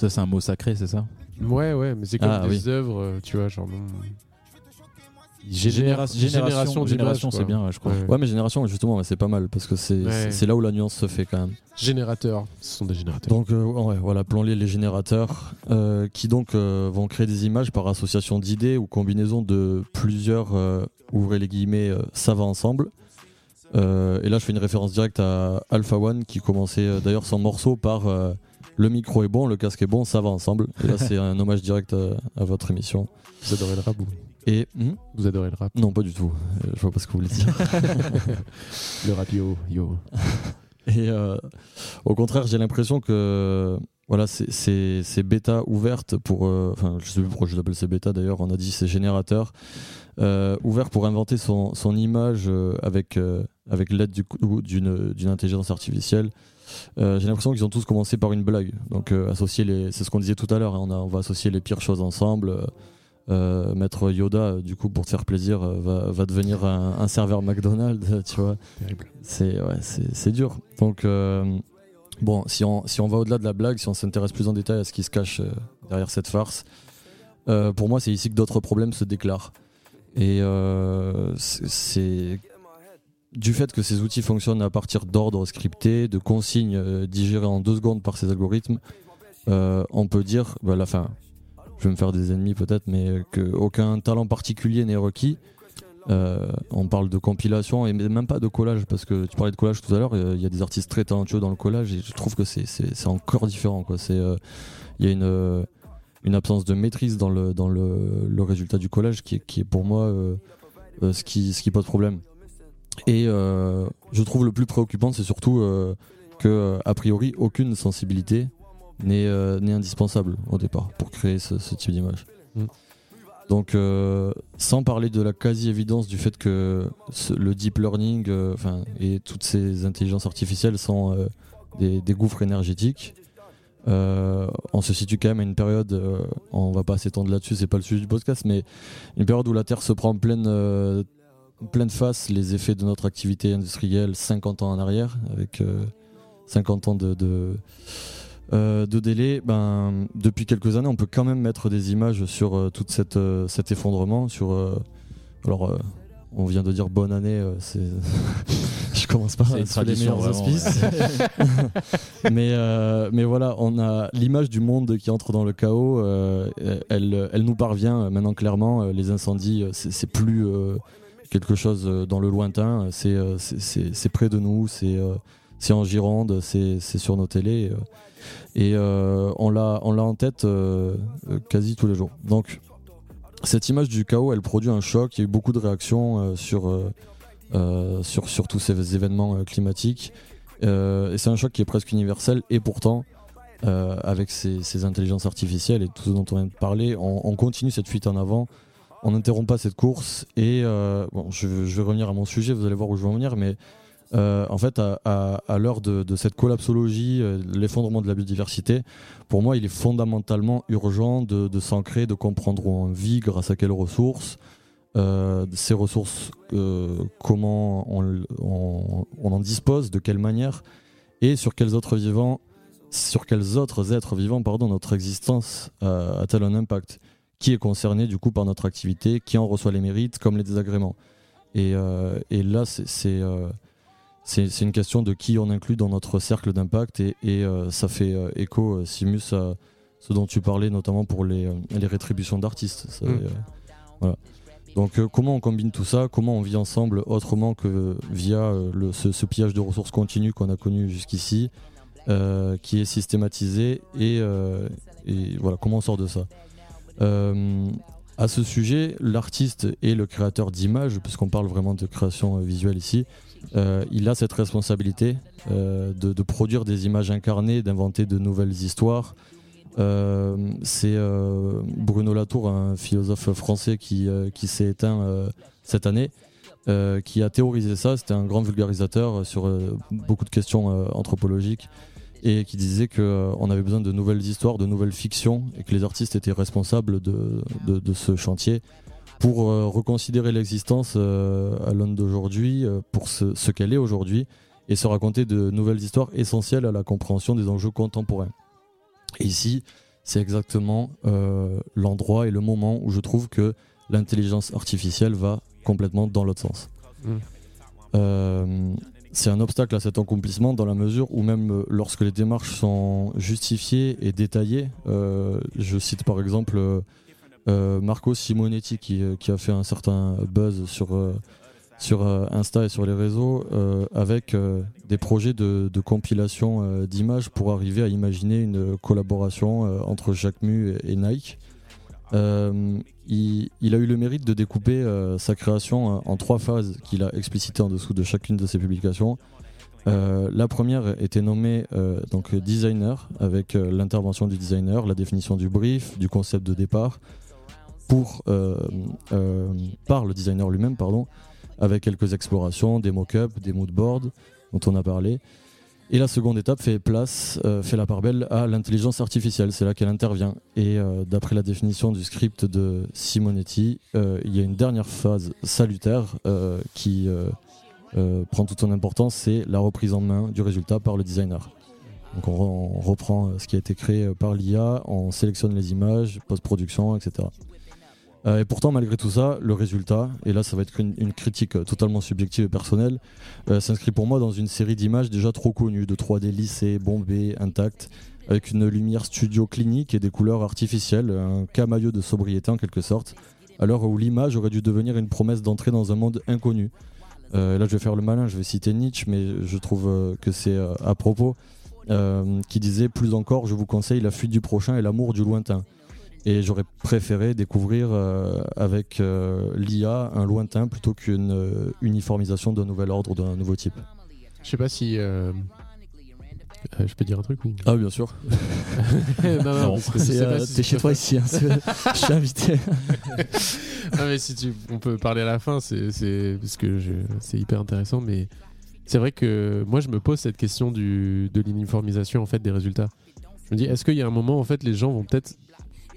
[SPEAKER 3] Ça, c'est un mot sacré, c'est ça
[SPEAKER 1] Ouais, ouais, mais c'est comme
[SPEAKER 4] Ah,
[SPEAKER 1] des œuvres, euh, tu vois, genre. non.
[SPEAKER 3] Généra- Génération,
[SPEAKER 1] d'images,
[SPEAKER 3] génération,
[SPEAKER 1] quoi.
[SPEAKER 3] c'est bien, ouais, je crois.
[SPEAKER 1] Ouais.
[SPEAKER 4] Ouais, mais génération, justement, ouais, c'est pas mal parce que c'est
[SPEAKER 1] Ouais.
[SPEAKER 4] c'est- c'est là où la nuance se fait quand même.
[SPEAKER 1] Générateurs, ce sont des générateurs.
[SPEAKER 4] Donc euh, ouais, voilà, appelons-les les générateurs, euh, qui donc euh, vont créer des images par association d'idées ou combinaison de plusieurs, euh, ouvrez les guillemets, euh, ça va ensemble. Euh, et là, je fais une référence directe à Alpha One, qui commençait euh, d'ailleurs son morceau par euh, le micro est bon, le casque est bon, ça va ensemble. Et là, c'est un hommage direct à, à votre émission.
[SPEAKER 1] Vous adorez le rap, vous
[SPEAKER 4] Et hmm
[SPEAKER 1] Vous adorez le rap
[SPEAKER 4] non, pas du tout. Euh, je vois pas ce que vous voulez dire.
[SPEAKER 1] Le rap, yo, yo.
[SPEAKER 4] Et euh, au contraire, j'ai l'impression que voilà, c'est- c'est c'est bêta ouverte pour. euh, Enfin, je sais plus pourquoi je l'appelle ces bêta d'ailleurs, on a dit c'est générateur. Euh, ouvert pour inventer son, son image euh, avec, euh, avec l'aide du coup- d'une d'une intelligence artificielle. Euh, j'ai l'impression qu'ils ont tous commencé par une blague. Donc, euh, associer les. C'est ce qu'on disait tout à l'heure, hein, on, a- on va associer les pires choses ensemble. euh, euh, Maître Yoda, euh, du coup, pour te faire plaisir, euh, va, va devenir un, un serveur McDonald's, tu vois.
[SPEAKER 1] Terrible.
[SPEAKER 4] C'est ouais, c'est- c'est dur. Donc, euh, bon, si on, si on va au-delà de la blague, si on s'intéresse plus en détail à ce qui se cache euh, derrière cette farce, euh, pour moi, c'est ici que d'autres problèmes se déclarent. Et euh, c'est- c'est du fait que ces outils fonctionnent à partir d'ordres scriptés, de consignes euh, digérées en deux secondes par ces algorithmes, euh, on peut dire, bah, la fin, je vais me faire des ennemis peut-être, mais qu'aucun talent particulier n'est requis. Euh, on parle de compilation et même pas de collage parce que tu parlais de collage tout à l'heure. euh, Il y a des artistes très talentueux dans le collage et je trouve que c'est- c'est c'est encore différent. quoi. C'est, euh, Il y a une, euh, une absence de maîtrise dans le, dans le, le résultat du collage qui, est- qui est pour moi euh, euh, ce, qui, ce qui pose problème. Et euh, je trouve le plus préoccupant, c'est surtout euh, que, euh, a priori, aucune sensibilité n'est euh, n'est indispensable au départ pour créer ce, ce type d'image.
[SPEAKER 1] Mm.
[SPEAKER 4] Donc, euh, sans parler de la quasi-évidence du fait que ce- le deep learning euh, enfin, et toutes ces intelligences artificielles sont euh, des, des gouffres énergétiques, euh, on se situe quand même à une période, euh, on va pas s'étendre là-dessus, c'est pas le sujet du podcast, mais une période où la Terre se prend en pleine, euh, en pleine face les effets de notre activité industrielle 50 ans en arrière, avec euh, 50 ans de, de, euh, de délai. Ben, depuis quelques années, on peut quand même mettre des images sur euh, tout cette, euh, cet effondrement. Sur, euh, alors, euh, on vient de dire bonne année, euh, c'est. Je commence pas
[SPEAKER 3] C'est une
[SPEAKER 4] sous les
[SPEAKER 3] tradition,
[SPEAKER 4] meilleurs
[SPEAKER 3] vraiment,
[SPEAKER 4] auspices. mais, euh, mais voilà, on a l'image du monde qui entre dans le chaos. euh, elle, elle nous parvient euh, maintenant clairement. euh, Les incendies, euh, c'est c'est plus euh, quelque chose euh, dans le lointain. euh, C'est euh, c'est- c'est- c'est près de nous. C'est euh, c'est en Gironde. C'est c'est sur nos télés. euh, Et euh, on l'a on l'a en tête euh, euh, quasi tous les jours. Donc cette image du chaos, elle produit un choc. Il y a eu beaucoup de réactions euh, sur euh, euh, sur sur tous ces événements euh, climatiques. Euh, et c'est un choc qui est presque universel. Et pourtant, euh, avec ces, ces intelligences artificielles et tout ce dont on vient de parler, on, on continue cette fuite en avant. On n'interrompt pas cette course. Et euh, bon, je, je vais revenir à mon sujet, vous allez voir où je vais en venir. Mais euh, en fait, à, à- à l'heure de, de cette collapsologie, euh, l'effondrement de la biodiversité, pour moi, il est fondamentalement urgent de, de s'ancrer, de comprendre où on vit, grâce à quelles ressources. euh, ces ressources, euh, comment on, l- on- on en dispose, de quelle manière, et sur quels autres vivants, sur quels autres êtres vivants, pardon, notre existence euh, a-t-elle un impact Qui est concerné du coup par notre activité Qui en reçoit les mérites comme les désagréments et, euh, et là, c'est c'est, euh, c'est- c'est une question de qui on inclut dans notre cercle d'impact et, et, euh, ça fait euh, écho, euh, Simus, à ce dont tu parlais, notamment pour les, euh, les rétributions d'artistes. Ça,
[SPEAKER 1] Mm.
[SPEAKER 4] euh, voilà. Donc euh, comment on combine tout ça Comment on vit ensemble autrement que via euh, le- ce, ce pillage de ressources continues qu'on a connu jusqu'ici, euh, qui est systématisé et, euh, et voilà comment on sort de ça Euh, à ce sujet, l'artiste et le créateur d'images, puisqu'on parle vraiment de création euh, visuelle ici, euh, il a cette responsabilité euh, de, de produire des images incarnées, d'inventer de nouvelles histoires. Euh, c'est euh, Bruno Latour, un philosophe français qui, euh, qui s'est éteint euh, cette année, euh, qui a théorisé ça. C'était un grand vulgarisateur sur euh, beaucoup de questions euh, anthropologiques et qui disait que euh, on avait besoin de nouvelles histoires, de nouvelles fictions, et que les artistes étaient responsables de, de- de ce chantier pour euh, reconsidérer l'existence euh, à l'aune d'aujourd'hui, euh, pour ce, ce qu'elle est aujourd'hui, et se raconter de nouvelles histoires essentielles à la compréhension des enjeux contemporains. Et ici, c'est exactement euh, l'endroit et le moment où je trouve que l'intelligence artificielle va complètement dans l'autre sens.
[SPEAKER 1] Mm.
[SPEAKER 4] Euh, c'est un obstacle à cet accomplissement dans la mesure où même euh, lorsque les démarches sont justifiées et détaillées, euh, je cite par exemple euh, euh, Marco Simonetti qui, euh, qui a fait un certain buzz sur, euh, sur euh, Insta et sur les réseaux euh, avec euh, des projets de, de compilation euh, d'images pour arriver à imaginer une collaboration euh, entre Jacquemus et, et Nike. Euh, il, il a eu le mérite de découper euh, sa création euh, en trois phases qu'il a explicitées en dessous de chacune de ses publications. Euh, la première était nommée euh, donc designer avec euh, l'intervention du designer, la définition du brief, du concept de départ pour euh, euh, par le designer lui-même pardon, avec quelques explorations, des mock-ups, des moodboards dont on a parlé. Et la seconde étape fait place, euh, fait la part belle à l'intelligence artificielle, c'est là qu'elle intervient. Et euh, d'après la définition du script de Simonetti, euh, il y a une dernière phase salutaire euh, qui euh, euh, prend toute son importance, c'est la reprise en main du résultat par le designer. Donc on, re- on reprend euh, ce qui a été créé euh, par l'IA, on sélectionne les images, post-production, etc. Euh, et pourtant, malgré tout ça, le résultat, et là ça va être une, une critique euh, totalement subjective et personnelle, euh, s'inscrit pour moi dans une série d'images déjà trop connues, de 3D lissées, bombées, intactes, avec une lumière studio clinique et des couleurs artificielles, un camailleux de sobriété en quelque sorte, à l'heure où l'image aurait dû devenir une promesse d'entrée dans un monde inconnu. Euh, là je vais faire le malin, je vais citer Nietzsche, mais je trouve euh, que c'est euh, à propos, euh, qui disait plus encore, je vous conseille la fuite du prochain et l'amour du lointain. Et j'aurais préféré découvrir euh, avec euh, l'IA un lointain plutôt qu'une euh, uniformisation d'un nouvel ordre, d'un nouveau type.
[SPEAKER 1] Je sais pas si. euh, euh, je peux dire un truc ou...
[SPEAKER 4] Ah bien sûr.
[SPEAKER 1] non, non, parce que je sais
[SPEAKER 4] euh,
[SPEAKER 1] pas si tu peux faire-
[SPEAKER 4] ici. hein, je suis invité.
[SPEAKER 1] Non, mais si tu, on peut parler à la fin, c'est, c'est parce que je- c'est hyper intéressant. Mais c'est vrai que moi, je me pose cette question du, de l'uniformisation en fait des résultats. Je me dis, est-ce qu'il y a un moment en fait, les gens vont peut-être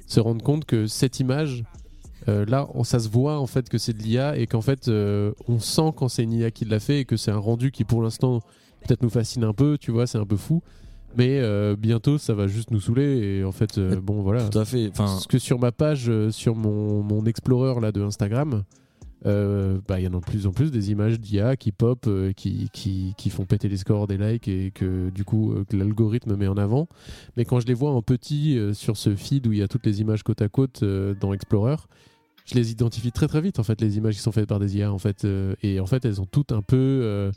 [SPEAKER 1] se rendre compte que cette image, euh, là, on- ça se voit en fait que c'est de l'IA et qu'en fait, euh, on sent quand c'est une IA qui l'a fait et que c'est un rendu qui pour l'instant peut-être nous fascine un peu. Tu vois, c'est un peu fou. Mais euh, bientôt, ça va juste nous saouler et en fait, euh, bon, voilà.
[SPEAKER 4] Tout à fait. Enfin,
[SPEAKER 1] Parce que sur ma page, euh, sur mon, mon explorer là de Instagram, euh, bah, il y en a de plus en plus des images d'IA qui pop, euh, qui, qui, qui font péter les scores des likes et que du coup euh, que l'algorithme met en avant. Mais quand je les vois en petit euh, sur ce feed où il y a toutes les images côte à côte euh, dans Explorer, je les identifie très très vite en fait les images qui sont faites par des IA en fait euh, et en fait elles ont toutes un peu euh,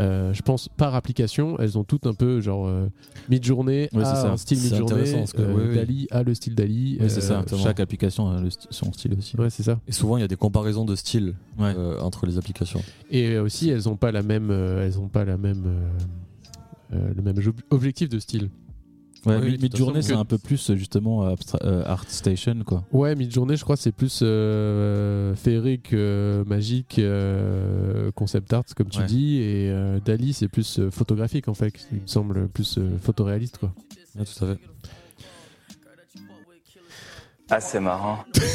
[SPEAKER 1] euh, je pense par application elles ont toutes un peu genre euh, mid-journée
[SPEAKER 3] Ouais, c'est
[SPEAKER 1] a
[SPEAKER 3] ça.
[SPEAKER 1] un style
[SPEAKER 4] C'est
[SPEAKER 1] mid-journée
[SPEAKER 4] intéressant, parce que-
[SPEAKER 1] euh,
[SPEAKER 4] oui, oui.
[SPEAKER 1] Dali a le style Dali
[SPEAKER 3] Oui, c'est
[SPEAKER 1] euh,
[SPEAKER 3] ça.
[SPEAKER 4] exactement.
[SPEAKER 3] Chaque application a le st- son style aussi.
[SPEAKER 1] ouais c'est ça
[SPEAKER 4] et souvent il y a des comparaisons de style
[SPEAKER 3] Ouais.
[SPEAKER 4] euh, entre les applications.
[SPEAKER 1] et euh, aussi elles ont pas la même euh, elles ont pas la même euh, euh, le même ob- objectif de style
[SPEAKER 3] Ouais,
[SPEAKER 4] Oui,
[SPEAKER 3] mi-
[SPEAKER 4] oui, tout à
[SPEAKER 3] Mid-journée,
[SPEAKER 1] fait.
[SPEAKER 3] c'est un peu plus euh, justement abstra- euh, Art Station, quoi.
[SPEAKER 1] ouais mid-journée je crois c'est plus euh, féerique euh, magique euh, concept art comme tu
[SPEAKER 3] Ouais.
[SPEAKER 1] dis et euh, Dali c'est plus euh, photographique en fait il me semble plus euh, photoréaliste quoi
[SPEAKER 4] Ouais, tout à fait.
[SPEAKER 7] Ah, c'est marrant.
[SPEAKER 1] Putain,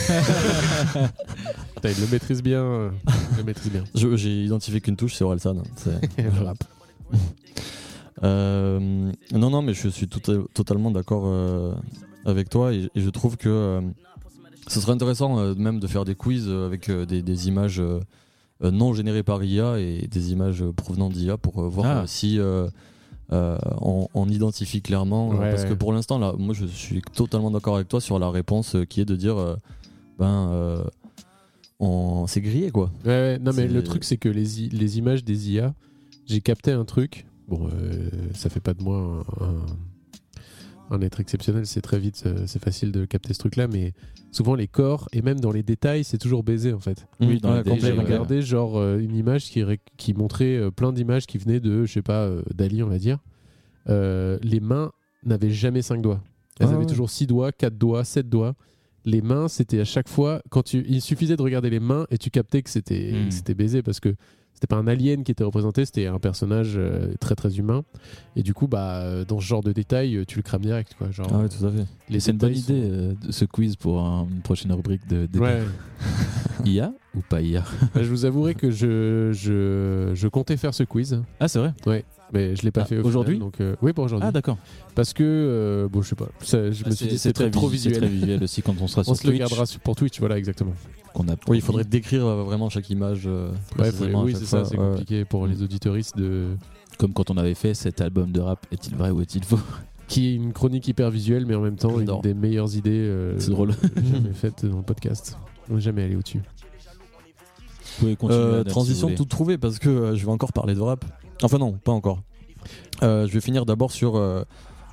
[SPEAKER 1] il le maîtrise bien euh, il le maîtrise bien
[SPEAKER 4] Je- J'ai identifié qu'une touche, c'est Orelsan. hein. C'est-
[SPEAKER 1] Le rap.
[SPEAKER 4] Euh, non, non, mais je suis tout à- totalement d'accord euh, avec toi et, et je trouve que euh, ce serait intéressant euh, même de faire des quiz euh, avec euh, des, des images euh, euh, non générées par IA et des images euh, provenant d'IA pour euh, voir
[SPEAKER 3] Ah.
[SPEAKER 4] euh, si euh, euh, on, on identifie clairement. euh,
[SPEAKER 1] Ouais,
[SPEAKER 4] parce que
[SPEAKER 1] ouais.
[SPEAKER 4] pour l'instant, là, moi je suis totalement d'accord avec toi sur la réponse euh, qui est de dire euh, ben, euh, on s'est grillé quoi.
[SPEAKER 1] Ouais, ouais, non, mais
[SPEAKER 4] C'est-
[SPEAKER 1] le truc, c'est que les, i- les images des IA, j'ai capté un truc. Bon, euh, ça fait pas de moi un, un- un être exceptionnel, c'est très vite, euh, c'est facile de capter ce truc-là, mais souvent les corps, et même dans les détails, c'est toujours baisé en fait.
[SPEAKER 3] Oui, dans
[SPEAKER 4] Ouais,
[SPEAKER 3] les
[SPEAKER 4] quand
[SPEAKER 1] J'ai
[SPEAKER 3] détails,
[SPEAKER 4] j'ai regardé-
[SPEAKER 1] regardé genre euh, une image qui, ré- qui montrait euh, plein d'images qui venaient de, je sais pas, euh, Dali, on va dire. Euh, les mains n'avaient jamais cinq doigts. Elles
[SPEAKER 4] Ah
[SPEAKER 1] avaient
[SPEAKER 4] ouais.
[SPEAKER 1] toujours six doigts, quatre doigts, sept doigts. Les mains, c'était à chaque fois quand tu, il suffisait de regarder les mains et tu captais que c'était
[SPEAKER 3] Hmm.
[SPEAKER 1] que c'était baisé parce que c'était pas un alien qui était représenté, c'était un personnage euh, très très humain. Et du coup, bah euh, dans ce genre de détails, euh, tu le crames direct quoi. Genre
[SPEAKER 4] Ah ouais, tout à fait.
[SPEAKER 1] les
[SPEAKER 3] C'est une bonne
[SPEAKER 1] détails
[SPEAKER 3] idée, euh, de ce quiz, pour un- une prochaine rubrique de,
[SPEAKER 1] sont-
[SPEAKER 3] de
[SPEAKER 1] Ouais.
[SPEAKER 3] IA ou pas IA.
[SPEAKER 1] Bah, je vous avouerai que je, je je comptais faire ce quiz.
[SPEAKER 3] Ah, c'est vrai
[SPEAKER 1] Mais je l'ai pas
[SPEAKER 3] Ah,
[SPEAKER 1] fait au
[SPEAKER 3] aujourd'hui
[SPEAKER 1] final, Donc euh, oui, pour aujourd'hui.
[SPEAKER 3] Ah, d'accord.
[SPEAKER 1] parce que euh, bon, je sais pas. ça- je me suis dit Ah, c'est très trop
[SPEAKER 3] visu- c'est
[SPEAKER 1] visuel.
[SPEAKER 3] très visuel aussi quand on sera
[SPEAKER 1] On
[SPEAKER 3] sur
[SPEAKER 1] se le
[SPEAKER 3] Twitch.
[SPEAKER 1] gardera sur- pour Twitch, voilà exactement.
[SPEAKER 3] qu'on a
[SPEAKER 4] Oui, il faudrait décrire euh, vraiment chaque image. euh,
[SPEAKER 1] Ouais,
[SPEAKER 4] précisément à
[SPEAKER 1] oui,
[SPEAKER 4] chaque
[SPEAKER 1] c'est ça,
[SPEAKER 4] fois.
[SPEAKER 1] c'est
[SPEAKER 4] Ouais, ouais.
[SPEAKER 1] compliqué pour
[SPEAKER 3] Mm.
[SPEAKER 1] les auditoristes de
[SPEAKER 3] Comme quand on avait fait cet album de rap, est-il vrai ou est-il faux
[SPEAKER 1] qui est une chronique hyper visuelle, mais en même temps une
[SPEAKER 4] J'adore.
[SPEAKER 1] des meilleures idées euh,
[SPEAKER 3] C'est drôle.
[SPEAKER 1] jamais faites dans le podcast. On n'est jamais allé au-dessus.
[SPEAKER 3] Vous pouvez continuer.
[SPEAKER 4] Euh,
[SPEAKER 3] Adam, si
[SPEAKER 4] transition
[SPEAKER 3] vous voulez.
[SPEAKER 4] toute trouvée parce que euh, je vais encore parler de rap. Enfin non, pas encore. Euh, je vais finir d'abord sur euh,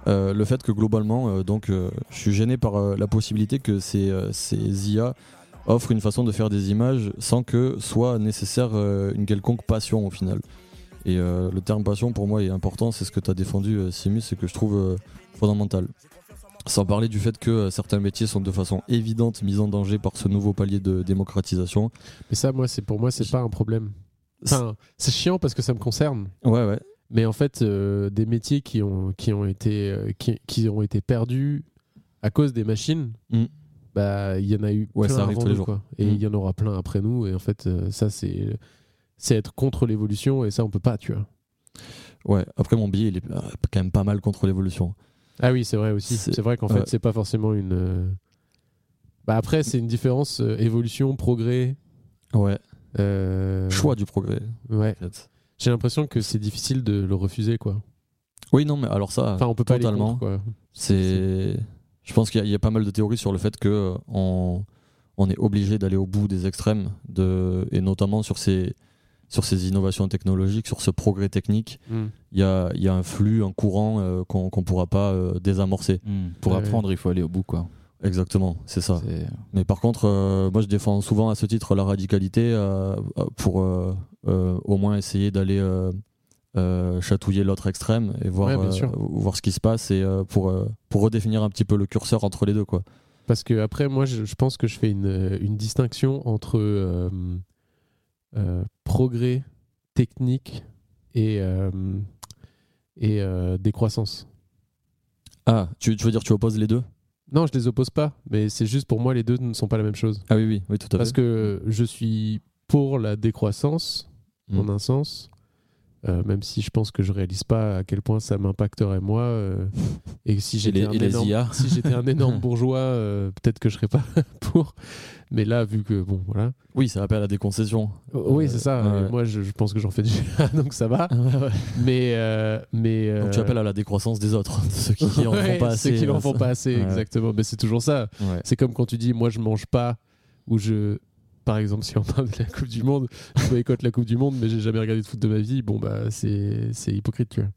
[SPEAKER 4] euh, le fait que globalement, euh, donc, euh, je suis gêné par euh, la possibilité que ces, euh, ces IA offrent une façon de faire des images sans que soit nécessaire euh, une quelconque passion au final. Et euh, le terme passion pour moi est important, c'est ce que tu as défendu euh, Simus et que je trouve euh, fondamental. Sans parler du fait que euh, certains métiers sont de façon évidente mis en danger par ce nouveau palier de démocratisation.
[SPEAKER 1] Mais ça, moi, c'est pour moi, c'est pas un problème. Enfin, c'est chiant parce que ça me concerne.
[SPEAKER 4] Ouais, ouais.
[SPEAKER 1] Mais en fait, euh, des métiers qui ont, qui, ont été, euh, qui, qui ont été perdus à cause des machines,
[SPEAKER 4] Mm.
[SPEAKER 1] bah, il y en a eu
[SPEAKER 4] Ouais,
[SPEAKER 1] plein
[SPEAKER 4] ça arrive
[SPEAKER 1] avant
[SPEAKER 4] tous les
[SPEAKER 1] nous,
[SPEAKER 4] jours.
[SPEAKER 1] quoi. Et
[SPEAKER 4] Mm.
[SPEAKER 1] il y en aura plein après nous. Et en fait, euh, ça, c'est c'est être contre l'évolution et ça, on peut pas, tu vois.
[SPEAKER 4] Ouais, après mon billet, il est euh, quand même pas mal contre l'évolution.
[SPEAKER 1] Ah oui, c'est vrai aussi.
[SPEAKER 4] C'est-
[SPEAKER 1] C'est vrai qu'en
[SPEAKER 4] ouais.
[SPEAKER 1] fait, c'est pas forcément une. euh, Bah après, c'est une différence euh, évolution, progrès.
[SPEAKER 4] Ouais.
[SPEAKER 1] euh,
[SPEAKER 4] Choix du progrès,
[SPEAKER 1] Ouais.
[SPEAKER 4] en fait.
[SPEAKER 1] J'ai l'impression que c'est difficile de le refuser, quoi.
[SPEAKER 4] Oui, non, mais alors ça,
[SPEAKER 1] Enfin, on peut pas aller
[SPEAKER 4] totalement.
[SPEAKER 1] contre, quoi.
[SPEAKER 4] c'est. Je pense qu'il y, a- il y a pas mal de théories sur le fait que euh, on, on est obligé d'aller au bout des extrêmes, de, et notamment sur ces, sur ces innovations technologiques, sur ce progrès technique.
[SPEAKER 1] Hmm.
[SPEAKER 4] Il y a, il y a un flux, un courant euh, qu'on qu'on pourra pas euh, désamorcer.
[SPEAKER 3] Hmm. Pour
[SPEAKER 1] Ouais.
[SPEAKER 3] apprendre, il faut aller au bout, quoi.
[SPEAKER 4] Exactement, c'est ça.
[SPEAKER 3] C'est-
[SPEAKER 4] Mais par contre, euh, moi je défends souvent à ce titre la radicalité euh, euh, pour euh, euh, au moins essayer d'aller euh, euh, chatouiller l'autre extrême et voir,
[SPEAKER 1] Ouais, bien
[SPEAKER 4] euh,
[SPEAKER 1] sûr.
[SPEAKER 4] voir ce qui se passe et euh, pour, euh, pour redéfinir un petit peu le curseur entre les deux. Quoi.
[SPEAKER 1] Parce que après, moi, je, je pense que je fais une, euh, une distinction entre euh, euh, progrès technique et euh, et euh, décroissance.
[SPEAKER 4] Ah, tu, tu veux dire tu opposes les deux
[SPEAKER 1] Non, je les oppose pas, mais c'est juste pour moi, les deux ne sont pas la même chose.
[SPEAKER 4] Ah oui, oui, oui, tout à fait.
[SPEAKER 1] Parce que je suis pour la décroissance,
[SPEAKER 4] Mm.
[SPEAKER 1] en un sens, euh, même si je pense que je réalise pas à quel point ça m'impacterait moi. euh, et si j'étais
[SPEAKER 3] les-
[SPEAKER 1] un,
[SPEAKER 3] et les
[SPEAKER 1] énorme-
[SPEAKER 3] IA.
[SPEAKER 1] si j'étais un énorme bourgeois, euh, peut-être que je serais pas pour. Mais là, vu que bon, voilà.
[SPEAKER 4] Oui, ça appelle à des concessions.
[SPEAKER 1] O- Oui,
[SPEAKER 4] Euh,
[SPEAKER 1] c'est ça.
[SPEAKER 4] ouais.
[SPEAKER 1] Et Moi, je, je pense que j'en fais déjà, donc ça va. Mais euh, mais euh,
[SPEAKER 4] Donc tu appelles à la décroissance des autres, de ceux qui en
[SPEAKER 1] ouais,
[SPEAKER 4] font pas
[SPEAKER 1] ceux
[SPEAKER 4] assez.
[SPEAKER 1] qui n'en
[SPEAKER 4] euh,
[SPEAKER 1] font
[SPEAKER 4] ça.
[SPEAKER 1] pas assez,
[SPEAKER 4] Ouais.
[SPEAKER 1] exactement. Mais c'est toujours ça.
[SPEAKER 4] Ouais.
[SPEAKER 1] C'est comme quand tu dis, moi je mange pas, ou je. Par exemple, si on parle de la Coupe du Monde, je boycotte la Coupe du Monde, mais j'ai jamais regardé de foot de ma vie, bon bah c'est c'est hypocrite, tu vois.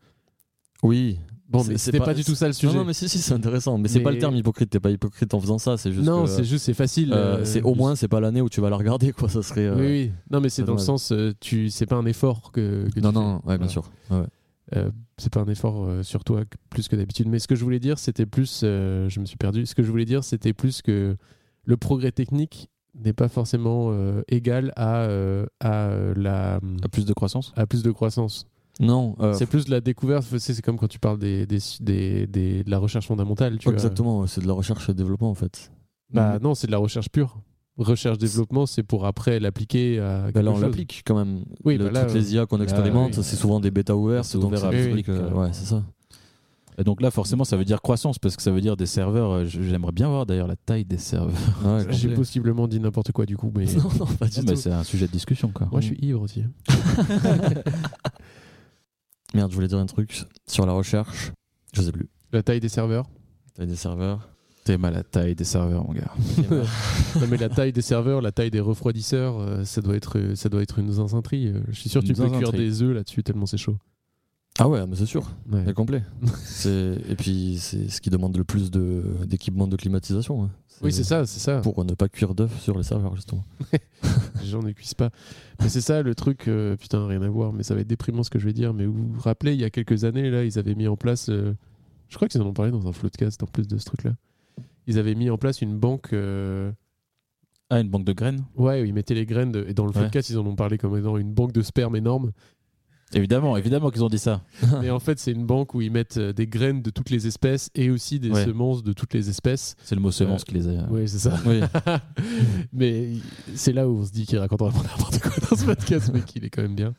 [SPEAKER 4] Oui.
[SPEAKER 1] Bon,
[SPEAKER 4] C'est-
[SPEAKER 1] mais
[SPEAKER 4] c'est
[SPEAKER 1] c'était pas,
[SPEAKER 4] pas-
[SPEAKER 1] du tout ça le
[SPEAKER 4] Non,
[SPEAKER 1] sujet.
[SPEAKER 4] non, mais si, si, c'est intéressant. Mais, c'est
[SPEAKER 1] Mais-
[SPEAKER 4] pas le terme hypocrite, t'es pas hypocrite en faisant ça, c'est juste.
[SPEAKER 1] Non,
[SPEAKER 4] que-
[SPEAKER 1] c'est juste, c'est facile.
[SPEAKER 4] Euh,
[SPEAKER 1] euh,
[SPEAKER 4] c'est au moins c'est pas l'année où tu vas la regarder quoi ça serait euh,
[SPEAKER 1] Oui, oui. Non, mais c'est
[SPEAKER 4] pas
[SPEAKER 1] dans le
[SPEAKER 4] dommage.
[SPEAKER 1] sens, euh, tu, c'est pas un effort que. que
[SPEAKER 4] non
[SPEAKER 1] tu
[SPEAKER 4] non ouais, bien
[SPEAKER 1] Voilà.
[SPEAKER 4] sûr Ouais, ouais.
[SPEAKER 1] fais. Euh, c'est pas un effort euh, sur toi que- plus que d'habitude. Mais ce que je voulais dire, c'était plus, euh, je me suis perdu. Ce que je voulais dire, c'était plus que le progrès technique n'est pas forcément euh, égal à euh, à euh, la
[SPEAKER 3] T'as plus de croissance
[SPEAKER 1] à plus de croissance.
[SPEAKER 4] non euh,
[SPEAKER 1] C'est plus de la découverte, c'est c'est comme quand tu parles des, des, des- des- de la recherche fondamentale. Tu vois.
[SPEAKER 4] exactement ouais, c'est de la recherche et développement en fait
[SPEAKER 1] Bah non, c'est de la recherche pure. Recherche-développement, c'est pour après l'appliquer à quelque
[SPEAKER 4] Bah, là on
[SPEAKER 1] chose.
[SPEAKER 4] l'applique quand même
[SPEAKER 1] Oui,
[SPEAKER 4] Le-
[SPEAKER 1] bah là,
[SPEAKER 4] toutes les IA qu'on expérimente
[SPEAKER 3] oui.
[SPEAKER 4] c'est souvent des bêta ouvertes
[SPEAKER 3] C'est
[SPEAKER 4] donc
[SPEAKER 3] ouvert
[SPEAKER 4] c'est
[SPEAKER 3] à
[SPEAKER 4] des
[SPEAKER 1] oui,
[SPEAKER 4] trucs,
[SPEAKER 3] oui.
[SPEAKER 4] euh, ouais c'est ça
[SPEAKER 3] Et donc là, forcément, ça veut dire croissance, parce que ça veut dire des serveurs. euh, je- J'aimerais bien voir d'ailleurs la taille des serveurs.
[SPEAKER 4] Ah Ouais,
[SPEAKER 1] J'ai
[SPEAKER 4] complet.
[SPEAKER 1] possiblement dit n'importe quoi du coup, mais
[SPEAKER 4] non non pas du
[SPEAKER 3] Non, mais
[SPEAKER 4] tout
[SPEAKER 3] c'est un sujet de discussion, quoi.
[SPEAKER 1] moi je suis ivre aussi. hein.
[SPEAKER 4] merde je voulais dire un truc sur la recherche je sais plus
[SPEAKER 1] La taille des serveurs.
[SPEAKER 4] t'as des serveurs
[SPEAKER 3] T'es mal à la taille des serveurs, mon gars.
[SPEAKER 1] non mais la taille des serveurs, la taille des refroidisseurs, euh, ça doit être, euh, ça doit être une zinzinterie. euh, Je suis sûr que tu
[SPEAKER 3] Une
[SPEAKER 1] peux cuire
[SPEAKER 3] zinzinterie.
[SPEAKER 1] des œufs là-dessus tellement c'est chaud.
[SPEAKER 4] ah ouais mais c'est sûr
[SPEAKER 1] Ouais.
[SPEAKER 4] c'est complet c'est et puis c'est ce qui demande le plus de d'équipement de climatisation hein.
[SPEAKER 1] Oui c'est ça, c'est ça.
[SPEAKER 4] pour ne pas cuire d'œufs sur les serveurs justement
[SPEAKER 1] Les gens ne cuisent pas. Mais c'est ça le truc, euh, putain, rien à voir, mais ça va être déprimant ce que je vais dire. Mais vous vous rappelez, il y a quelques années, là, ils avaient mis en place, euh, je crois qu'ils en ont parlé dans un floodcast en plus de ce truc-là. Ils avaient mis en place une banque, euh,
[SPEAKER 3] Ah, une banque de graines
[SPEAKER 1] ouais, où ils mettaient les graines, de- et dans le
[SPEAKER 3] Ouais.
[SPEAKER 1] floodcast, ils en ont parlé comme dans une banque de sperme énorme.
[SPEAKER 3] Évidemment, évidemment qu'ils ont dit ça.
[SPEAKER 1] Mais en fait, c'est une banque où ils mettent euh, des graines de toutes les espèces et aussi des
[SPEAKER 3] Ouais.
[SPEAKER 1] semences de toutes les espèces.
[SPEAKER 3] C'est le mot semence qui les a.
[SPEAKER 1] Euh, Oui, c'est ça.
[SPEAKER 4] oui
[SPEAKER 1] mais c'est là où on se dit qu'il raconte vraiment n'importe quoi dans ce podcast, mais qu'il est quand même bien.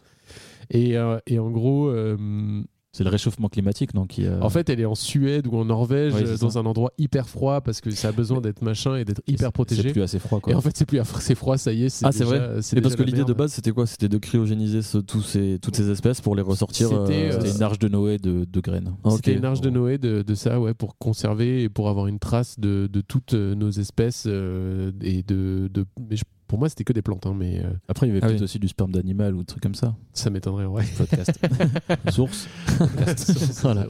[SPEAKER 1] Et, euh, et en gros, euh,
[SPEAKER 3] C'est le réchauffement climatique, non qui, euh,
[SPEAKER 1] en fait, elle est en Suède ou en Norvège,
[SPEAKER 3] Oui, c'est
[SPEAKER 1] euh, dans un endroit hyper froid parce que ça a besoin d'être machin et d'être hyper
[SPEAKER 3] C'est
[SPEAKER 1] protégé.
[SPEAKER 3] plus assez froid, quoi.
[SPEAKER 1] Et en fait, c'est plus affreux, c'est froid, ça y est.
[SPEAKER 4] Ah, c'est
[SPEAKER 1] déjà-
[SPEAKER 4] vrai
[SPEAKER 1] c'est
[SPEAKER 4] Et parce
[SPEAKER 1] déjà
[SPEAKER 4] que
[SPEAKER 1] la
[SPEAKER 4] l'idée de
[SPEAKER 1] merde.
[SPEAKER 4] base, c'était quoi C'était de cryogéniser ce- tous ces, toutes ces espèces pour les ressortir. euh,
[SPEAKER 1] C'était, euh,
[SPEAKER 3] C'était une arche de Noé de, de graines.
[SPEAKER 4] Ah, ok.
[SPEAKER 1] C'était une arche de Noé de, de ça, ouais, pour conserver et pour avoir une trace de, de toutes nos espèces. euh, et de, de- mais je- pour moi, c'était que des plantes, hein, mais euh,
[SPEAKER 3] Après, il y avait
[SPEAKER 4] Ah
[SPEAKER 3] peut-être
[SPEAKER 4] oui.
[SPEAKER 3] aussi du sperme d'animal ou des trucs comme ça.
[SPEAKER 1] ça m'étonnerait, ouais.
[SPEAKER 3] Podcast. Source.
[SPEAKER 1] Voilà.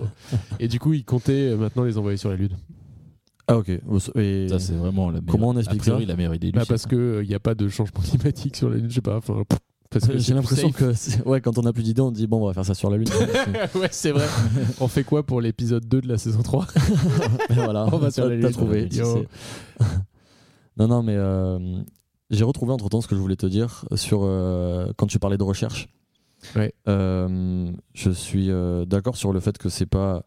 [SPEAKER 1] Et du coup, ils comptaient euh, maintenant les envoyer sur la Lune.
[SPEAKER 4] Ah, ok. Et...
[SPEAKER 3] Ça, c'est vraiment la meilleure-
[SPEAKER 4] Comment on explique
[SPEAKER 3] a priori, la meilleure idée du
[SPEAKER 1] Bah,
[SPEAKER 3] siècle.
[SPEAKER 1] parce qu'il n'y a pas de changement climatique sur la Lune, je sais pas. enfin, pff, parce que c'est
[SPEAKER 4] Euh, J'ai
[SPEAKER 1] plus
[SPEAKER 4] l'impression
[SPEAKER 1] safe.
[SPEAKER 4] que, c'est- ouais, quand on a plus d'idées, on dit bon, on va faire ça sur la Lune.
[SPEAKER 1] ouais, c'est vrai. On fait quoi pour l'épisode 2 de la saison 3
[SPEAKER 4] Mais voilà,
[SPEAKER 1] On va sur
[SPEAKER 4] t'as-
[SPEAKER 1] la
[SPEAKER 4] t'as
[SPEAKER 1] Lune.
[SPEAKER 4] trouvé.
[SPEAKER 1] Yo.
[SPEAKER 4] c'est- non, non, mais euh, j'ai retrouvé entre temps ce que je voulais te dire sur euh, quand tu parlais de recherche.
[SPEAKER 1] Ouais.
[SPEAKER 4] Euh, je suis euh, d'accord sur le fait que c'est pas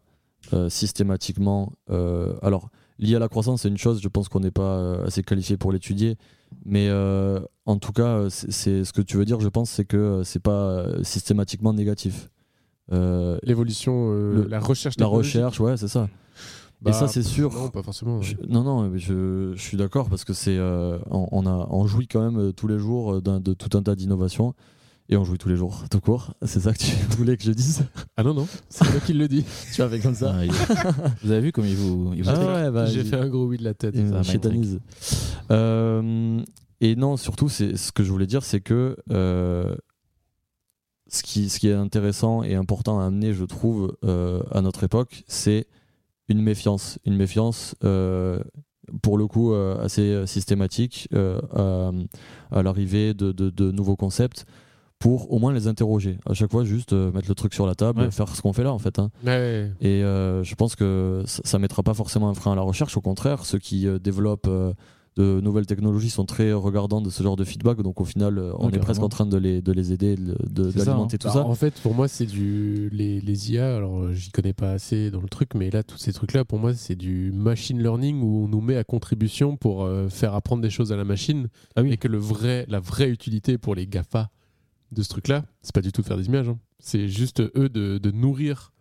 [SPEAKER 4] euh, systématiquement. euh, alors, lié à la croissance, c'est une chose, je pense qu'on n'est pas euh, assez qualifié pour l'étudier. Mais euh, en tout cas, euh, c'est c'est ce que tu veux dire, je pense, c'est que euh, c'est pas euh, systématiquement négatif. Euh,
[SPEAKER 1] L'évolution, euh,
[SPEAKER 4] Le-
[SPEAKER 1] la recherche
[SPEAKER 4] la
[SPEAKER 1] technologique.
[SPEAKER 4] recherche, ouais, c'est ça.
[SPEAKER 1] Bah,
[SPEAKER 4] et ça, c'est sûr.
[SPEAKER 1] Non, pas forcément. ouais.
[SPEAKER 4] Je- non, non, mais je, je suis d'accord parce que c'est. euh, on, on a, on jouit quand même euh, tous les jours euh, d'un- de tout un tas d'innovations et on jouit tous les jours, tout court. C'est ça que tu voulais que je dise
[SPEAKER 1] Ah non, non, c'est toi qui le dit.
[SPEAKER 4] Tu avais comme
[SPEAKER 3] Ah, il- vous avez vu comme il vous, il vous
[SPEAKER 4] Ah
[SPEAKER 3] traite
[SPEAKER 4] ouais, bah,
[SPEAKER 1] J'ai
[SPEAKER 4] il-
[SPEAKER 1] fait un gros oui de la tête.
[SPEAKER 4] il me
[SPEAKER 3] magnifique.
[SPEAKER 4] chitanise. Euh, et non, surtout, c'est ce que je voulais dire, c'est que euh, ce, qui, ce qui est intéressant et important à amener, je trouve, euh, à notre époque, c'est une méfiance. Une méfiance, euh, pour le coup, euh, assez systématique euh, à, à l'arrivée de, de- de nouveaux concepts pour au moins les interroger. À chaque fois, juste euh, mettre le truc sur la table,
[SPEAKER 3] Ouais.
[SPEAKER 4] faire ce qu'on fait là, en fait. hein.
[SPEAKER 1] Ouais,
[SPEAKER 4] Et euh, je pense que ça ça mettra pas forcément un frein à la recherche. Au contraire, ceux qui euh, développent euh, de nouvelles technologies sont très regardants de ce genre de feedback. Donc au final, euh, on
[SPEAKER 3] Ouais,
[SPEAKER 4] est presque
[SPEAKER 3] carrément.
[SPEAKER 4] en train de les, de les aider, de- de-
[SPEAKER 3] C'est ça, hein.
[SPEAKER 4] d'alimenter tout
[SPEAKER 1] Bah,
[SPEAKER 4] ça.
[SPEAKER 1] En fait, pour moi, c'est du les, les IA. Alors, euh, j'y connais pas assez dans le truc, mais là, tous ces trucs-là, pour moi, c'est du machine learning où on nous met à contribution pour euh, faire apprendre des choses à la machine.
[SPEAKER 3] Ah oui.
[SPEAKER 1] Et que le vrai, la vraie utilité pour les Gafa de ce truc-là, c'est pas du tout de faire des images. hein. C'est juste eux de, de nourrir